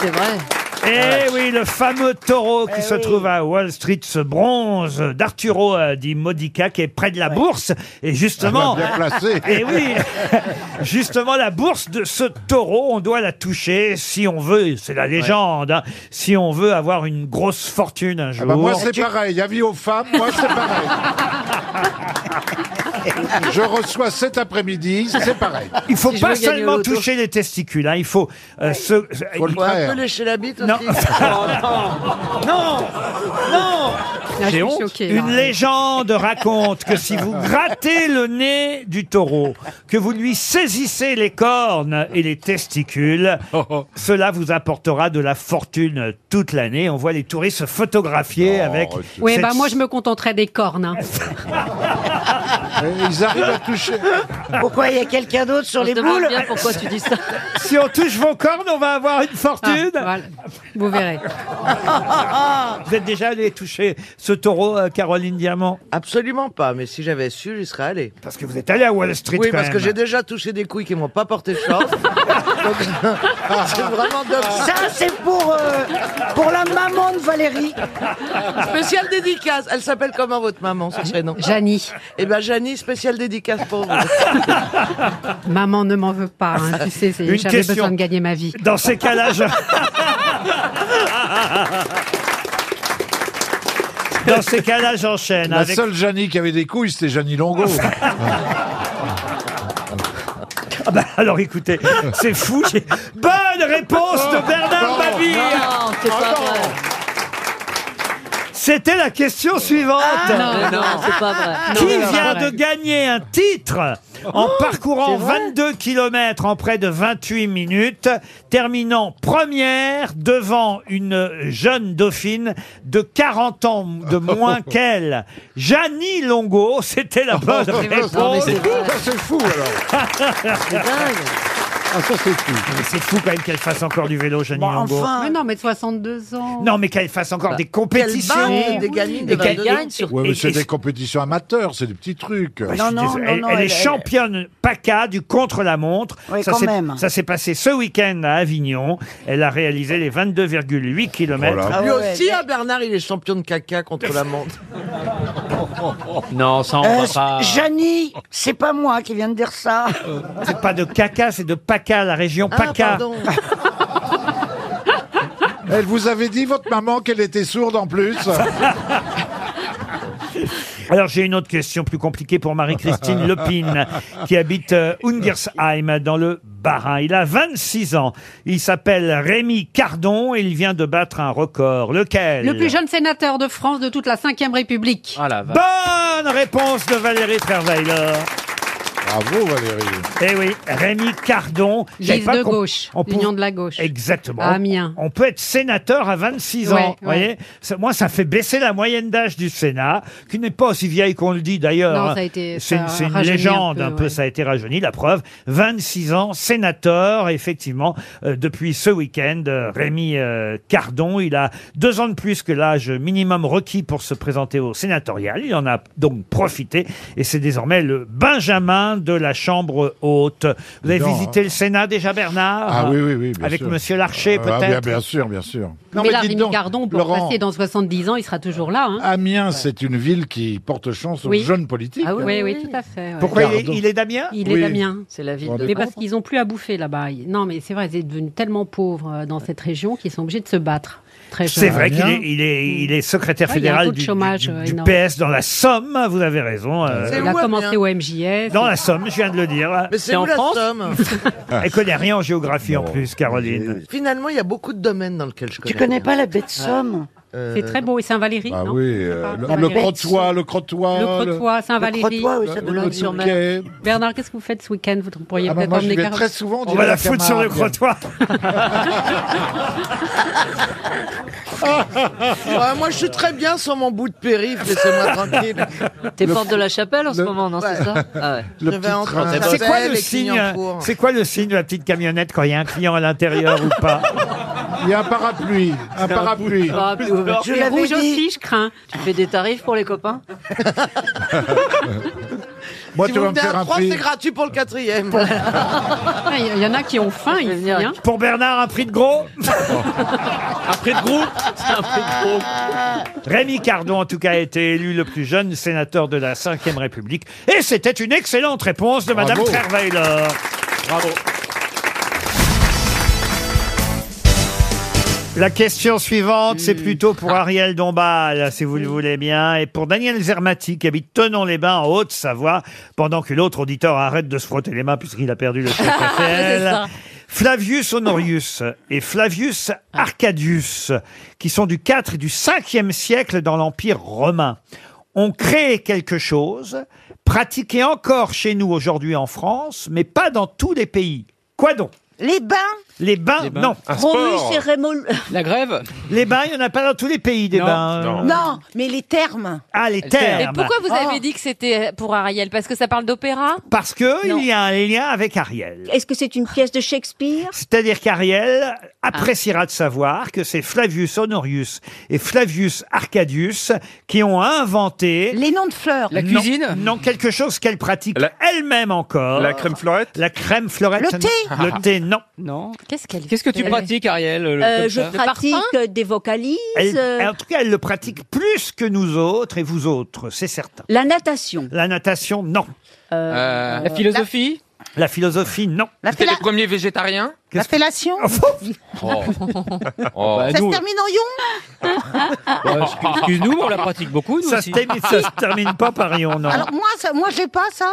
C'est vrai.
Eh oui, le fameux taureau
Eh
qui se trouve à Wall Street, ce bronze d'Arturo euh, di Modica qui est près de la bourse. Et justement,
Ah bah, bien placé.
(laughs) Eh oui, (laughs) justement la bourse de ce taureau, on doit la toucher si on veut. C'est la légende. hein, si on veut avoir une grosse fortune un jour.
(laughs) Ah bah, moi c'est pareil, avis aux femmes, moi
(laughs)
c'est pareil. Je reçois cet après-midi, c'est pareil.
Il faut pas seulement toucher les testicules, hein, il faut euh, se.
Faut le
il-
Faut un faire. peu
lécher la bite
Non.
aussi.
(laughs) non, non.
je suis honte. choquée, là.
Une légende raconte que
(laughs)
si vous grattez le nez du taureau, que vous lui saisissez les cornes et les testicules,
Oh,
cela vous apportera de la fortune toute l'année. On voit les touristes se photographier
Oh,
avec.
(laughs) Oui,
cette-
bah moi je me contenterai des cornes. hein.
Euh,
Ils arrivent à toucher.
Pourquoi il y a quelqu'un d'autre sur
On se
les
demande
boules
bien pourquoi tu dis ça.
(laughs) Si on touche vos cornes, on va avoir une fortune.
Ah, Vous verrez.
Vous êtes déjà allé toucher ce taureau, euh, Caroline Diamant
Absolument pas, Ah, mais si j'avais su, j'y serais allé.
Parce que vous êtes allé à Wall Street.
Oui,
quand
parce que
même.
j'ai déjà touché des couilles qui m'ont pas porté
(laughs)
chance. Donc, (laughs) ah, c'est vraiment dommage.
Ça, c'est pour, euh, pour la maman de Valérie.
Spéciale dédicace. Elle s'appelle comment votre maman, son prénom Janie. Eh ben Janie, spéciale dédicace pour vous.
(laughs)
Maman ne m'en veut pas, hein, tu sais, c'est-
Une
j'avais
question.
besoin de gagner ma vie.
Dans ces
(laughs)
cas-là, je- Dans ces cas-là, j'enchaîne.
La
avec-
seule Janie qui avait des couilles, c'était Janie Longo.
(laughs) Ah bah, alors écoutez, c'est fou. j'ai- (laughs) Bonne réponse de Bernard
Non,
Mabille.
non, c'est pas Attends. vrai.
C'était la question suivante.
Ah, non, Mais non, non, c'est pas vrai.
Qui
Non, c'est pas
vient
vrai.
de gagner un titre en
Oh,
parcourant
c'est vrai
22 km en près de 28 minutes, terminant première devant une jeune dauphine de 40 ans de
(laughs)
moins qu'elle, Janie Longo. C'était la bonne
Oh, Non, mais
réponse. (laughs)
c'est- Ah, Ça, c'est fou alors.
Mais c'est fou quand même qu'elle fasse encore du vélo, Janine Longo.
Mais non, mais de 62 ans.
Non, mais qu'elle fasse encore
Bah,
des compétitions.
qu'elle batte des gamines de
Et qu'elle-
22 ans, surtout.
et-
Ouais, mais
et-
c'est
et-
des compétitions amateurs, c'est des petits trucs.
Bah, je suis désolé. elle, elle est championne PACA du contre-la-montre.
Oui,
ça
quand
s'est-
même.
Ça s'est passé ce week-end à Avignon. Elle a réalisé les 22,8 km.
Oh
ah
Lui aussi, hein, Bernard, il est champion de caca contre la montre.
(laughs) Non, ça on
Euh,
Euh,
va pas.
Janie, c'est pas moi qui viens de dire ça.
C'est pas de caca, c'est de PACA, la région
Ah,
PACA.
pardon.
Elle vous avait dit, votre maman, qu'elle était sourde en
(laughs)
plus.
Alors j'ai une autre question plus compliquée pour Marie-Christine Lepine qui habite euh, Ungersheim dans le Bas-Rhin. Il a 26 ans. Il s'appelle Rémi Cardon et il vient de battre un record. Lequel
Le plus jeune sénateur de France de toute la 5ème République.
Bonne réponse de Valérie Trierweiler.
Bravo Valérie.
Eh oui, Rémi Cardon.
Vive
J'avais pas
de
com-
gauche,
on pou-
l'union de la gauche.
Exactement.
À Amiens.
On peut être sénateur à 26 ans.
Ouais,
vous voyez
ouais.
Ça- Moi, ça fait baisser la moyenne d'âge du Sénat, qui n'est pas aussi vieille qu'on le dit d'ailleurs.
Non,
hein.
ça a été-
C'est
ça
une-
a
c'est une
rajeuni un
légende,
peu,
un peu,
ouais.
ça a été rajeuni, la preuve. 26 ans, sénateur, effectivement, euh, depuis ce week-end, euh, Rémi euh, Cardon, il a deux ans de plus que l'âge minimum requis pour se présenter au sénatorial. Il en a donc profité et c'est désormais le Benjamin de la Chambre haute. Vous avez
Dis donc,
visité le Sénat déjà, Bernard
hein. Ah oui, oui, oui. bien
Avec
sûr.
Monsieur Larcher,
Ah, bien,
peut-être
bien sûr, bien sûr.
mais, là, Rémi Cardon, pour
Laurent,
passer dans 70 ans, il sera toujours là. hein.
Amiens, c'est une ville qui porte chance aux
Oui.
jeunes politiques.
Ah oui, oui, oui, tout à fait. ouais.
Pourquoi il est- Cardon. il est
d'Amiens
Il est
Oui.
d'Amiens.
C'est la ville Vous vous de- rendez
Mais parce
compte
qu'ils n'ont plus à bouffer là-bas. Ils- Non, mais c'est vrai, ils sont devenus tellement pauvres euh, dans cette région qu'ils sont obligés de se battre. Très
C'est
jeunes.
vrai qu'il est, il est, il est secrétaire
Ouais, Ah, il y a un
fédéral
taux de
du,
chômage,
du-
euh,
du
énorme.
PS dans la Somme, vous avez raison. euh,
Il a commencé au MJS.
Dans la Somme, je viens de le dire.
Mais c'est où la
(laughs)
Somme
Elle connaît rien en géographie en plus, Caroline.
Finalement, il y a beaucoup de domaines dans lesquels je connais. Euh,
connais pas la baie de Somme
C'est très beau. Et Saint-Valéry,
Ah
Bah (laughs)
non
oui, euh,
pas,
le,
on va
le
dire.
Crotoy, le Crotoy.
Bah,
Le Crotoy, Saint-Valéry. Oh
le- le Touquet.
Bernard, qu'est-ce que vous faites ce week-end Vous pourriez
Ah bah,
peut-être
moi, j'y
emmener
vais
Caroline.
très souvent, on
On va la foutre sur le
(laughs)
crottoir.
Ah, moi, je suis très bien sur mon bout de périph', laissez-moi
(laughs)
tranquille.
T'es porte de la chapelle en ce
le-
moment, non,
Ouais.
c'est ça Ah ouais.
Le Je vais petit entre train. Saint-Valéry
C'est quoi
et
le signe
Clignancourt.
C'est quoi le signe de la petite camionnette quand il y a un client à l'intérieur ou pas
Il y a un parapluie. Un parapluie.
Ah,
Parapluie ouvert.
Je l'avais rouge aussi, je crains.
Tu fais des tarifs pour les copains
Moi,
si
tu
vous
vas me
venez
faire
à
un
3,
prix.
c'est gratuit pour
(laughs)
le quatrième.
Ah, Il y en a qui ont faim ici. hein.
Pour Bernard, un prix de gros
Un prix de groupe C'est un prix de groupe.
Rémi Cardon, en tout cas, a été élu le plus jeune sénateur de la Ve République. Et c'était une excellente réponse de Madame
Bravo.
Trierweiler.
Bravo.
La question suivante,
Hmm.
c'est plutôt
Ah.
pour Ariel Dombal, si vous le voulez bien, et pour Daniel Zermati, qui habite Tenon-les-Bains, en Haute-Savoie, pendant que l'autre auditeur arrête de se frotter les mains puisqu'il a perdu
(laughs)
le chèque
C'est
RTL.
ça.
Flavius Honorius et Flavius
Ah.
Arcadius, qui sont du 4 et du 5e siècle dans l'Empire romain, ont créé quelque chose, pratiqué encore chez nous aujourd'hui en France, mais pas dans tous les pays. Quoi donc
Les bains
les bains,
Les bains.
non.
Un sport. Romus et
Rémol...
La grève
Les bains, il n'y en a pas dans tous les pays, des
Non.
bains.
Non, mais les termes.
Ah, les
Mais
termes.
pourquoi vous avez
Oh.
dit que c'était pour Ariel Parce que ça parle d'opéra
Parce que il y a un lien avec Ariel.
Est-ce que c'est une pièce de Shakespeare
C'est-à-dire qu'Ariel appréciera de savoir que c'est Flavius Honorius et Flavius Arcadius qui ont inventé...
Les noms de fleurs.
Non,
(laughs)
Non, quelque chose qu'elle pratique elle-même encore.
La crème
fleurette La crème fleurette.
Le thé
non. Le thé, non.
Non. Qu'est-ce qu'elle
Qu'est-ce que tu
fait
pratiques, Ariel le-
Euh,
comme
je
ça
pratique euh, des vocalises.
Elle-
euh,
en tout cas, elle le pratique plus que nous autres et vous autres, c'est certain.
La natation.
La natation, non.
Euh,
La philosophie
La philosophie, non. Oh,
C'était les premiers végétariens
La fellation
Oh. Bah,
Ça
nous-
se termine en ion
Ouais,
(laughs)
excuse- Excuse-nous, on la pratique beaucoup, nous
Ça se
aussi.
termine- ça se termine pas par ion, non.
Alors moi, ça, moi j'ai pas ça.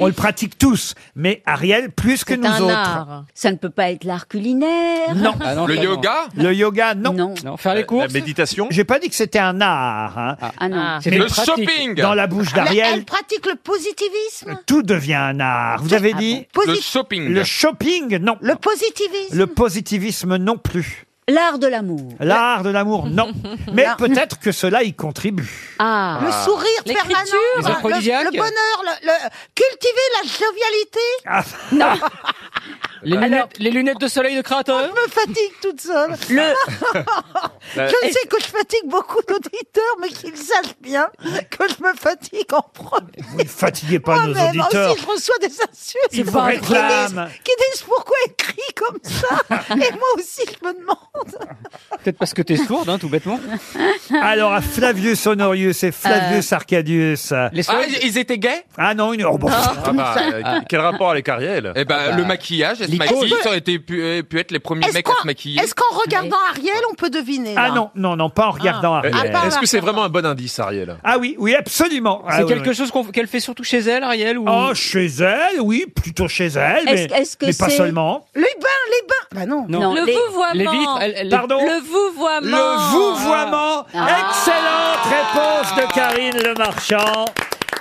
On le pratique tous, mais Ariel plus que nous autres.
Ça ne peut pas être l'art culinaire.
Non.
Ah non, Le ça, non. yoga
Le yoga, non.
faire les courses
méditation J'ai pas dit que c'était un art. hein.
Ah non.
C'est
Mais
une
le
pratique.
shopping Dans la bouche
Elle,
d'Ariel,
elle pratique le positivisme.
tout devient un art. Vous
Ah
avez dit
Posi-
Le shopping, non.
Le positivisme.
Le positivisme, non plus.
L'art de l'amour.
L'art de l'amour,
(laughs)
non. Mais peut-être que cela y contribue.
Ah.
Le
Ah.
sourire
L'écriture,
permanent, Les le- aphrodisiaques le bonheur,
cultiver la jovialité.
Non.
Les lunettes, les lunettes de soleil de Kratos
Je me fatigue toute seule.
Le-
(laughs) je sais que je fatigue beaucoup d'auditeurs, mais qu'ils sachent bien que je me fatigue en premier.
Vous ne fatiguez pas nos
Moi-même
auditeurs.
Oh, aussi, je reçois des insultes.
Ils vous réclament.
Qui disent, qui disent pourquoi il crie comme
(laughs)
ça. Et moi aussi, je me demande.
Peut-être parce que t'es sourde, hein, tout bêtement.
(laughs) Alors, à Flavius Honorius et
Euh.
Flavius Arcadius.
Ah, ils- ils étaient gays
Ah non, une... oh, bon.
Ah bah, euh,
quel rapport avec Ariel
Eh ben,
Ah bah.
le maquillage, est-ce
L'icône.
maquillé, ça aurait été pu, euh, pu être les premiers
Est-ce
mecs à
qu'en-
se maquiller.
Est-ce qu'en regardant Ariel, on peut deviner
Ah
là
non, non, non, pas en regardant
Euh,
Eh,
Ariel.
Est-ce que c'est vraiment un bon indice, Ariel
Ah oui, oui, absolument.
C'est quelque
chose qu'elle fait surtout chez elle, Ariel ou... Oh, chez elle, oui, plutôt chez elle, mais,
Est-ce- est-ce que
mais pas
c'est-
seulement.
Les bains, les bains. Bah non.
Non. Non, Le les- vouvoiement. les vitres, elles- elles- Pardon
Le vouvoiement.
Le vouvoiement.
Ah.
Excellente réponse de Karine Le Marchand.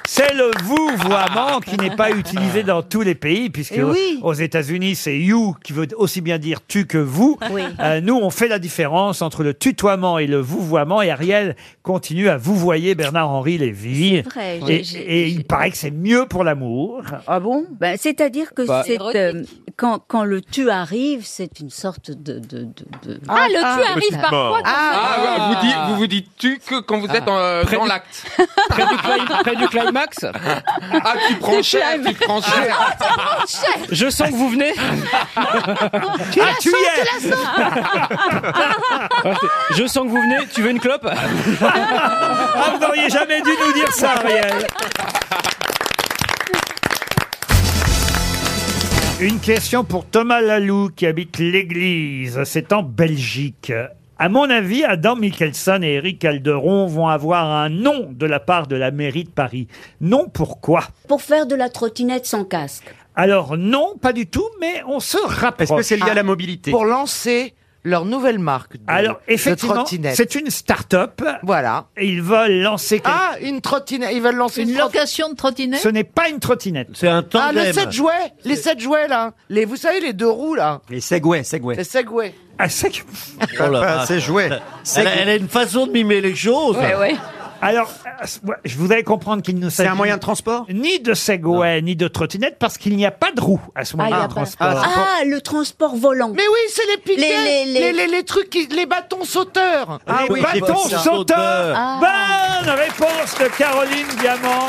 C'est le vouvoiement qui n'est pas utilisé dans tous les pays, puisque
Eh oui.
aux États-Unis, c'est you qui veut aussi bien dire tu que vous.
Oui.
Euh, nous, on fait la différence entre le tutoiement et le vouvoiement, et Ariel continue à vouvoyer Bernard-Henri Lévy.
vrai,
et,
j'ai- j'ai-
et il paraît que c'est mieux pour l'amour.
Ah bon ben, C'est-à-dire que
Bah-
c'est euh, quand, quand le tu arrive, c'est une sorte de... de, de, de-
Ah, le tu arrive
Bon.
parfois comme
Ah,
ça.
ouais, vous, dites, vous vous dites tu que quand vous êtes
Ah.
en, euh,
Près
dans
du-
l'acte.
Près du, clim- près du climax
Ah, tu prends cher, tu prends
(laughs)
Ah,
Ah,
cher.
Je sens que vous venez.
Tu la
tu
sens,
y es.
tu
Ah, Je sens que vous venez. Tu veux une clope
Ah, vous n'auriez jamais dû nous dire ça, Ariel. Une question pour Thomas Lalou qui habite l'église. C'est en Belgique. À mon avis, Adam Michelson et Eric Calderon vont avoir un nom de la part de la mairie de Paris. Non, pourquoi
Pour faire de la trottinette sans casque.
Alors non, pas du tout, mais on se rapproche.
Est-ce que c'est lié à la
mobilité
Pour lancer leur nouvelle marque de,
Alors effectivement,
trottinette.
c'est une start-up. Voilà. Et ils veulent lancer. quel-
Ah, une trottinette. Ils veulent lancer une,
location de trottinette
Ce n'est pas une trottinette. C'est un
Ah, les 7 jouets. Les 7 jouets, là. Les, vous savez, les deux roues, là.
Les Segway, Segway.
Les Segway.
Ah, Segway.
(laughs) c'est joué.
C'est
Oh Elle,
que-
a- elle a une façon de mimer les choses.
Alors, euh, ouais, je voudrais comprendre qu'il ne s'agit
un moyen de
transport ni de Segway ni de trottinette parce qu'il n'y a pas de roue à ce
Ah, il y
moment
a
là
pas- Ah, le transport volant.
Mais oui, c'est les piquets.
Les-
Les,
les- les-
les- les trucs, qui- les bâtons sauteurs.
Ah
Ah,
Les bâtons sauteurs.
Ah.
Bonne réponse de Caroline Diamant.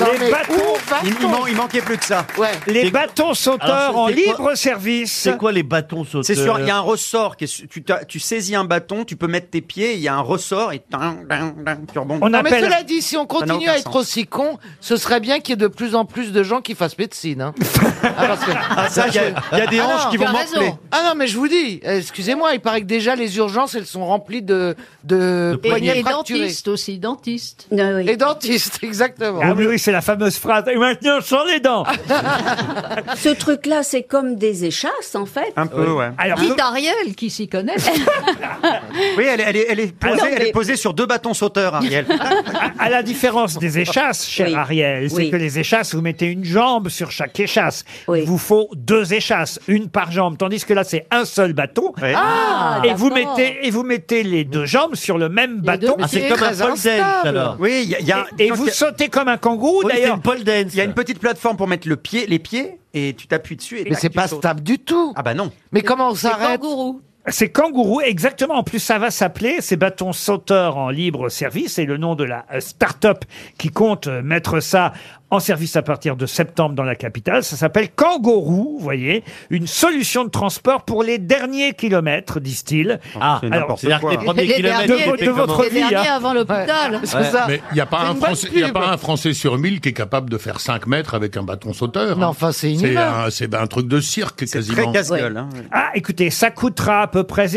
Non,
les
mais
bâtons,
où va-t-on Il man- il
manquait plus que ça.
les bâtons sauteurs
Alors,
en
c'est quoi-
libre service.
C'est quoi les bâtons sauteurs C'est
Euh.
sûr, il y a un ressort. Qui est su- tu, t'as- tu saisis un bâton, tu peux mettre tes pieds, il y a un ressort et ding, ding, ding, tu rebondis.
Non, Mais cela dit, si on
Ça n'a
continue
aucun
à être
sens.
aussi con, ce serait bien qu'il y ait de plus en plus de gens qui fassent médecine. Hein.
(laughs)
Ah, parce que-
Ah, ça, il y a- il y a des hanches
non,
qui vont
tu as
m'enfler.
raison. Ah non, mais je vous dis, euh, excusez-moi, il paraît que déjà les urgences, elles sont remplies de, de
Et,
poignées
et
fracturées.
dentiste aussi, dentiste.
Et dentistes, exactement.
Ah oui, oui, c'est la fameuse phrase. Et maintenant, sans les dents.
Ce truc-là, c'est comme des échasses, en fait.
Un peu, ouais.
Alors,
Dit Ariel qui s'y connaît.
Oui, elle, est- elle est, elle est posée,
Alors,
elle
Ah mais-
est posée sur deux bâtons sauteurs, Ariel.
(laughs) à, à la différence des échasses, cher
Oui.
Ariel, c'est
Oui.
que les échasses, vous mettez une jambe sur chaque échasse. Il vous faut deux échasses, une par jambe, tandis que là, c'est un seul bâton.
Ah,
et vous
d'accord.
mettez et vous mettez les deux jambes sur le même bâton.
Ah, c'est comme un pole dance alors. Oui, il y a- il y a-
et, et vous sautez comme un kangourou
Oui, c'est
d'ailleurs.
une pole dance. Il y a une petite plateforme pour mettre le pied, les pieds et tu t'appuies dessus. Et
Mais c'est pas
stable
du tout.
Ah bah non.
Mais comment on s'arrête
C'est kangourou, exactement. En plus, ça va s'appeler ces bâtons sauteurs en libre service. C'est le nom de la euh, start-up qui compte euh, mettre ça en service à partir de septembre dans la capitale. Ça s'appelle Kangourou, vous voyez. Une solution de transport pour les derniers kilomètres, disent-ils. Ah,
c'est n'importe C'est-à-dire quoi. que les premiers
Les kilomètres, derniers,
de, votre
les
vie.
derniers
hein.
avant l'hôpital.
C'est ça.
Mais il n'y a, pas
C'est
un
une bonne
Français- il y a
pub.
pas un Français sur mille qui est capable de faire 5 mètres avec un bâton sauteur.
Non,
hein.
enfin, c'est inhumain.
un, c'est ben un truc de cirque quasiment.
hein.
Ah, écoutez, ça coûtera à peu près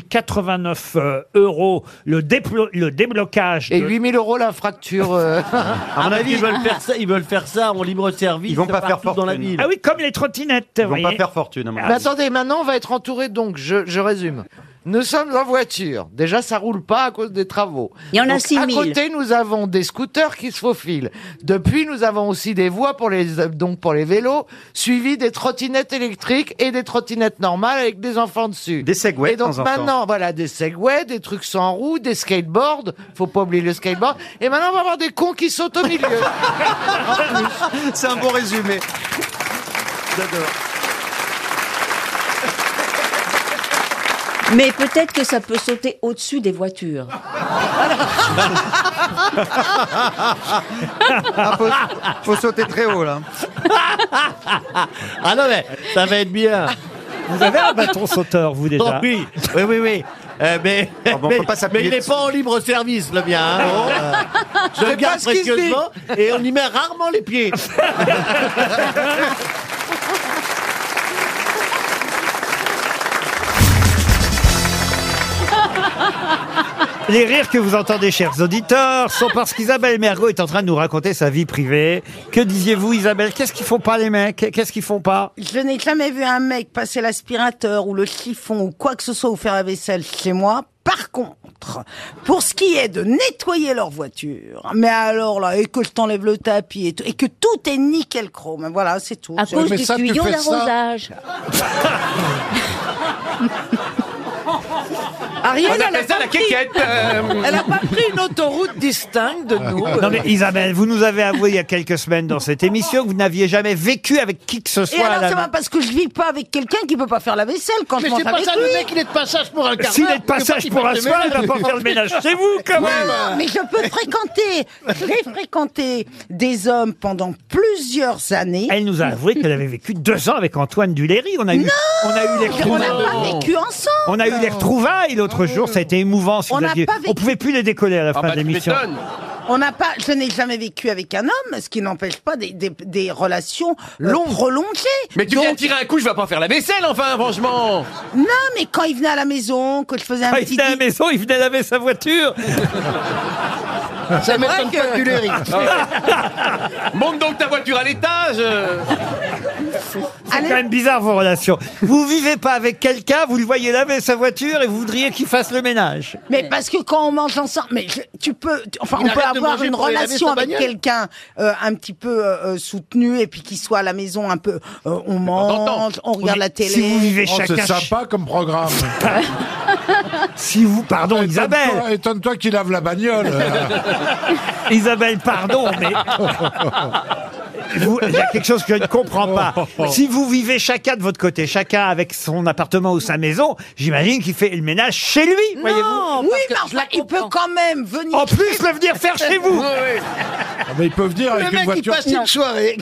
0,89 euh, euros le, déplo- le déblocage.
Et
de-
8000 euros la
(laughs)
fracture. euh.
À mon avis, Ah, ils veulent faire ça, ils veulent faire ça en libre service. Ils vont pas faire fortune. Dans la ville.
Ah oui, comme les trottinettes. Ah,
Ils vont pas faire fortune. à mon
Mais
avis.
attendez, maintenant on va être entouré, donc je, je résume.
Nous sommes en voiture. Déjà, ça roule pas à cause des travaux.
Il y en a
Donc,
6 000.
À côté, nous avons des scooters qui se faufilent. Depuis, nous avons aussi des voies pour les, donc pour les vélos, suivies des trottinettes électriques et des trottinettes normales avec des enfants dessus. Des segways. Et
de
donc
temps en temps.
maintenant, voilà, des segways, des trucs sans roues, des skateboards. Faut pas oublier le skateboard. Et maintenant, on va avoir des cons qui sautent au milieu.
(laughs) C'est un bon résumé. J'adore.
Mais peut-être que ça peut sauter au-dessus des voitures.
Ah, faut, faut sauter très haut
(laughs)
là.
Ah non, mais ça va être bien.
Vous avez un bâton sauteur, vous déjà.
Oh oui, oui, oui, oui. Euh, mais,
bon, on
mais-
peut pas s'appuyer
mais il n'est pas en libre service, le mien. hein. Bon, euh, je
(laughs)
C'est le pas garde ce qui se dit. précieusement et on y met rarement les pieds.
Les rires que vous entendez, chers auditeurs, sont parce qu'Isabelle Mergot est en train de nous raconter sa vie privée. Que disiez-vous, Isabelle Qu'est-ce qu'ils font pas, les mecs Qu'est-ce qu'ils font pas
Je n'ai jamais vu un mec passer l'aspirateur ou le chiffon ou quoi que ce soit ou faire la vaisselle chez moi. Par contre, pour ce qui est de nettoyer leur voiture, mais alors là, et que je t'enlève le tapis et, tout, et que tout est nickel chrome, voilà, c'est tout.
À cause du tuyau d'arrosage.
(laughs)
Ariel,
On appelle
elle a
ça
pas
la
pris-
quéquette, euh.
Elle a pas pris une autoroute distincte de nous.
Ah.
euh.
Non mais Isabelle, vous nous avez avoué il y a quelques semaines dans cette émission que vous n'aviez jamais vécu avec qui que ce soit.
Et
à
alors,
la
c'est
main.
pas parce que je vis pas avec quelqu'un qui peut pas faire la vaisselle quand
Mais
je mange
c'est pas
avec
ça, le
lui.
mec, il est de passage pour un quart
S'il
d'heure,
est de passage
il
pour
peut
un
pas
soir, il va
ménager.
pas faire le ménage chez vous, quand
Ouais,
même.
non, Mais je peux fréquenter, j'ai fréquenté des hommes pendant plusieurs années.
Elle nous a avoué qu'elle avait vécu deux ans avec Antoine Duléry. On a eu,
Non
on a eu les
On n'a pas
retrouvailles.
vécu ensemble.
On a eu les retrouvailles l'autre jour, ça a été émouvant. Si
On
vous
n'a
aviez-
pas vécu-
on pouvait plus les décoller à la fin de l'émission.
On n'a pas, je n'ai jamais vécu avec un homme, ce qui n'empêche pas des, des- des relations
Euh,
longues, prolongées.
Mais tu viens tirer un coup, je vais pas faire la vaisselle, enfin, franchement
Non, mais quand il venait à la maison, que je faisais un
Ah, il
petit.
venait à la maison, il venait laver sa voiture.
Ça
m'étonne pas que tu les ris.
Monte donc ta voiture à l'étage euh.
C'est quand même bizarre vos relations. Vous vivez pas avec quelqu'un, vous le voyez laver sa voiture et vous voudriez qu'il fasse le ménage.
Mais parce que quand on mange ensemble, mais je- tu peux, tu- enfin,
Il
on peut
arrête de
avoir
manger
une
pour aller laver
relation
sa
avec
bagnole.
quelqu'un euh, un petit peu euh, euh, soutenu et puis qui soit à la maison un peu, euh, on mange, on regarde la télé.
Oh, C'est sympa comme programme.
(laughs) si vous, pardon, Isabelle.
Étonne-toi qu'il lave la bagnole.
(laughs) Isabelle, pardon, mais vous- (laughs) il y a quelque chose que je ne comprends pas. Si vous vivez chacun de votre côté, chacun avec son appartement ou sa maison, j'imagine qu'il fait le ménage chez lui, voyez-vous.
oui, mais enfin, il peut quand même venir.
En plus, le venir faire chez vous.
mais ils peuvent dire
Le mec, il passe une soirée.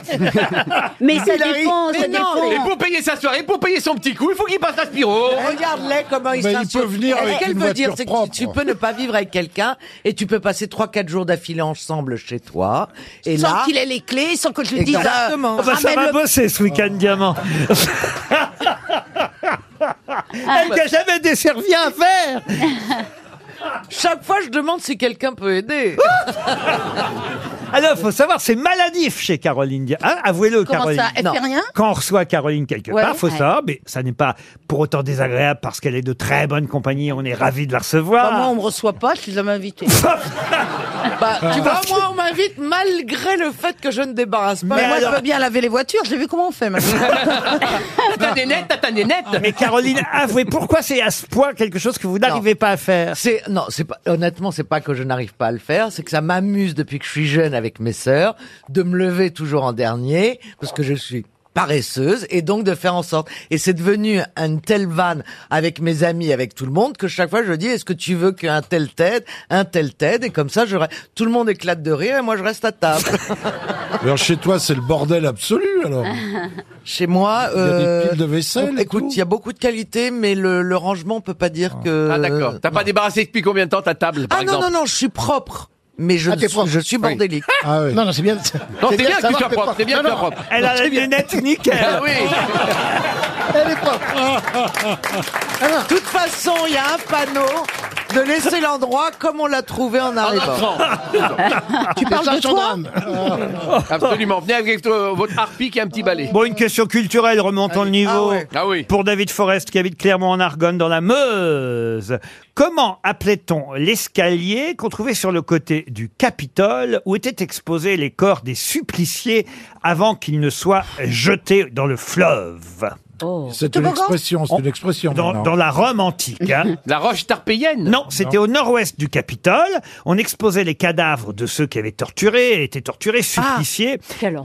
Mais ça
Il arrive.
dépend, ça
Mais non.
dépend.
Et pour payer sa soirée, pour payer son petit coup, il faut qu'il passe l'aspiro
Regarde-les comment ils
Mais il
s'insultent.
peut venir
Ce
avec
qu'elle
une
veut dire,
voiture
c'est que
propre.
tu- tu peux ne pas vivre avec quelqu'un et tu peux passer 3-4 jours d'affilée ensemble chez toi. Et
sans
là,
qu'il ait les clés, sans que je lui dise.
Exactement.
euh,
Ah bah, ça va
ramène-le.
bosser ce week-end, diamant. Elle
Ah.
t'a jamais desservi un verre
chaque fois, je demande (laughs) si quelqu'un peut aider.
(laughs) Alors, faut savoir, c'est maladif chez Caroline. Dia- Hein, Avouez-le,
Comment
Caroline.
ça, elle fait
Non.
rien
Quand on reçoit Caroline quelque
Ouais.
part, faut
Ouais.
savoir, mais ça n'est pas pour autant désagréable parce qu'elle est de très bonne compagnie. On est ravis de la recevoir.
Bah, moi, on me reçoit pas, je suis
(laughs)
jamais invité.
Bah, tu vois,
Parce que-
moi, on m'invite malgré le fait que je ne débarrasse pas.
Mais moi,
alors-
je peux bien laver les voitures, j'ai vu comment on fait maintenant.
T'as des nettes, t'as des nettes
Mais Caroline, (laughs) avouez, Ah, pourquoi c'est à ce point quelque chose que vous n'arrivez pas à faire
C'est non, c'est pas honnêtement, c'est pas que je n'arrive pas à le faire, c'est que ça m'amuse depuis que je suis jeune avec mes sœurs de me lever toujours en dernier parce que je suis paresseuse et donc de faire en sorte et c'est devenu une telle vanne avec mes amis avec tout le monde que chaque fois je dis est-ce que tu veux qu'un tel t'aide un tel t'aide et comme ça je re- tout le monde éclate de rire et moi je reste
(laughs)
à table
Alors chez toi, c'est le bordel absolu, alors.
chez moi
Il y a des
euh,
piles de vaisselle et
écoute il y a beaucoup de qualités mais le, le rangement on peut pas dire que
Ah d'accord, t'as pas
Bah,
débarrassé depuis combien de temps ta
(laughs)
table, par
ah non
exemple
non non je suis propre mais je,
Ah,
ne
t'es
suis-
propre.
je suis
Oui.
bordélique.
Non, non, c'est bien.
Non, c'est bien
de
que tu
savoir
sois
que
propre, c'est bien que
Non,
tu sois
non.
propre.
Elle a
C'est
les
bien.
lunettes nickel.
Ah (laughs) oui
Ah,
Elle est propre.
De toute façon, il y a un panneau de laisser l'endroit comme on l'a trouvé en
Ah,
arrivant. (laughs)
Tu parles de toi
Absolument. Venez avec euh, votre harpie qui a un petit balai.
Bon, une question culturelle remontant le niveau.
Ah oui.
Pour David Forest qui habite Clermont-en-Argonne dans la Meuse. Comment appelait-on l'escalier qu'on trouvait sur le côté du Capitole où étaient exposés les corps des suppliciés avant qu'ils ne soient jetés dans le fleuve
C'est une expression, c'est une expression.
Oh. dans,
maintenant.
dans la Rome antique. (laughs) La roche tarpéienne Non, c'était au nord-ouest du Capitole. On exposait les cadavres de ceux qui avaient torturé, étaient torturés, suppliciés.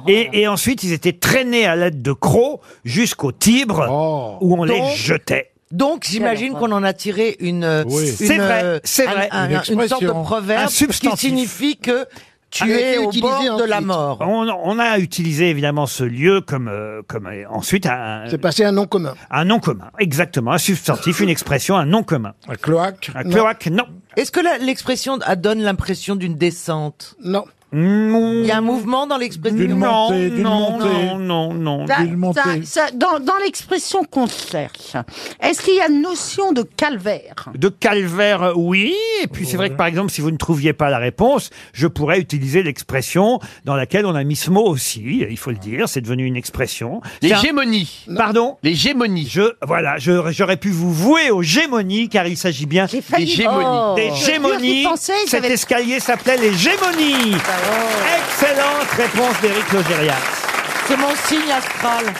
et, et ensuite, ils étaient traînés à l'aide de crocs jusqu'au Tibre, où on les
Donc,
jetait.
Donc j'imagine qu'on en a tiré une, euh, une-
C'est vrai, c'est
un-
vrai.
un-
Une
une, sorte de
expression. Un
proverbe qui
substantif.
signifie que tu
A été
es au
utilisé
bord de la
ensuite.
mort.
On, on a utilisé évidemment ce lieu comme, euh, comme euh, ensuite un.
C'est passé un nom commun.
Un nom commun, exactement. Un substantif, une expression, un nom commun. Un cloaque Un cloaque, non.
Est-ce que la- l'expression a- donne l'impression d'une descente
Non.
Il
y a un mouvement dans l'expression
D'une Non, montée, d'une non, montée. non, non, non.
Ça- ça- ça- dans dans l'expression qu'on cherche, est-ce qu'il y a une notion de calvaire
De calvaire, euh, oui. Et puis c'est vrai que par exemple, si vous ne trouviez pas la réponse, je pourrais utiliser l'expression dans laquelle on a mis ce mot aussi. Il faut le dire, c'est devenu une expression.
Les
Tiens,
gémonies.
Pardon
Les gémonies.
Je, voilà, je- j'aurais pu vous vouer aux gémonies car il s'agit bien des
failli-
gémonies.
Oh.
Des
Je
gémonies.
jure qu'il pensait, il
Cet
avait-
escalier s'appelait les
Ah, oh.
gémonies. Excellente réponse d'Éric Logérias.
C'est mon signe astral.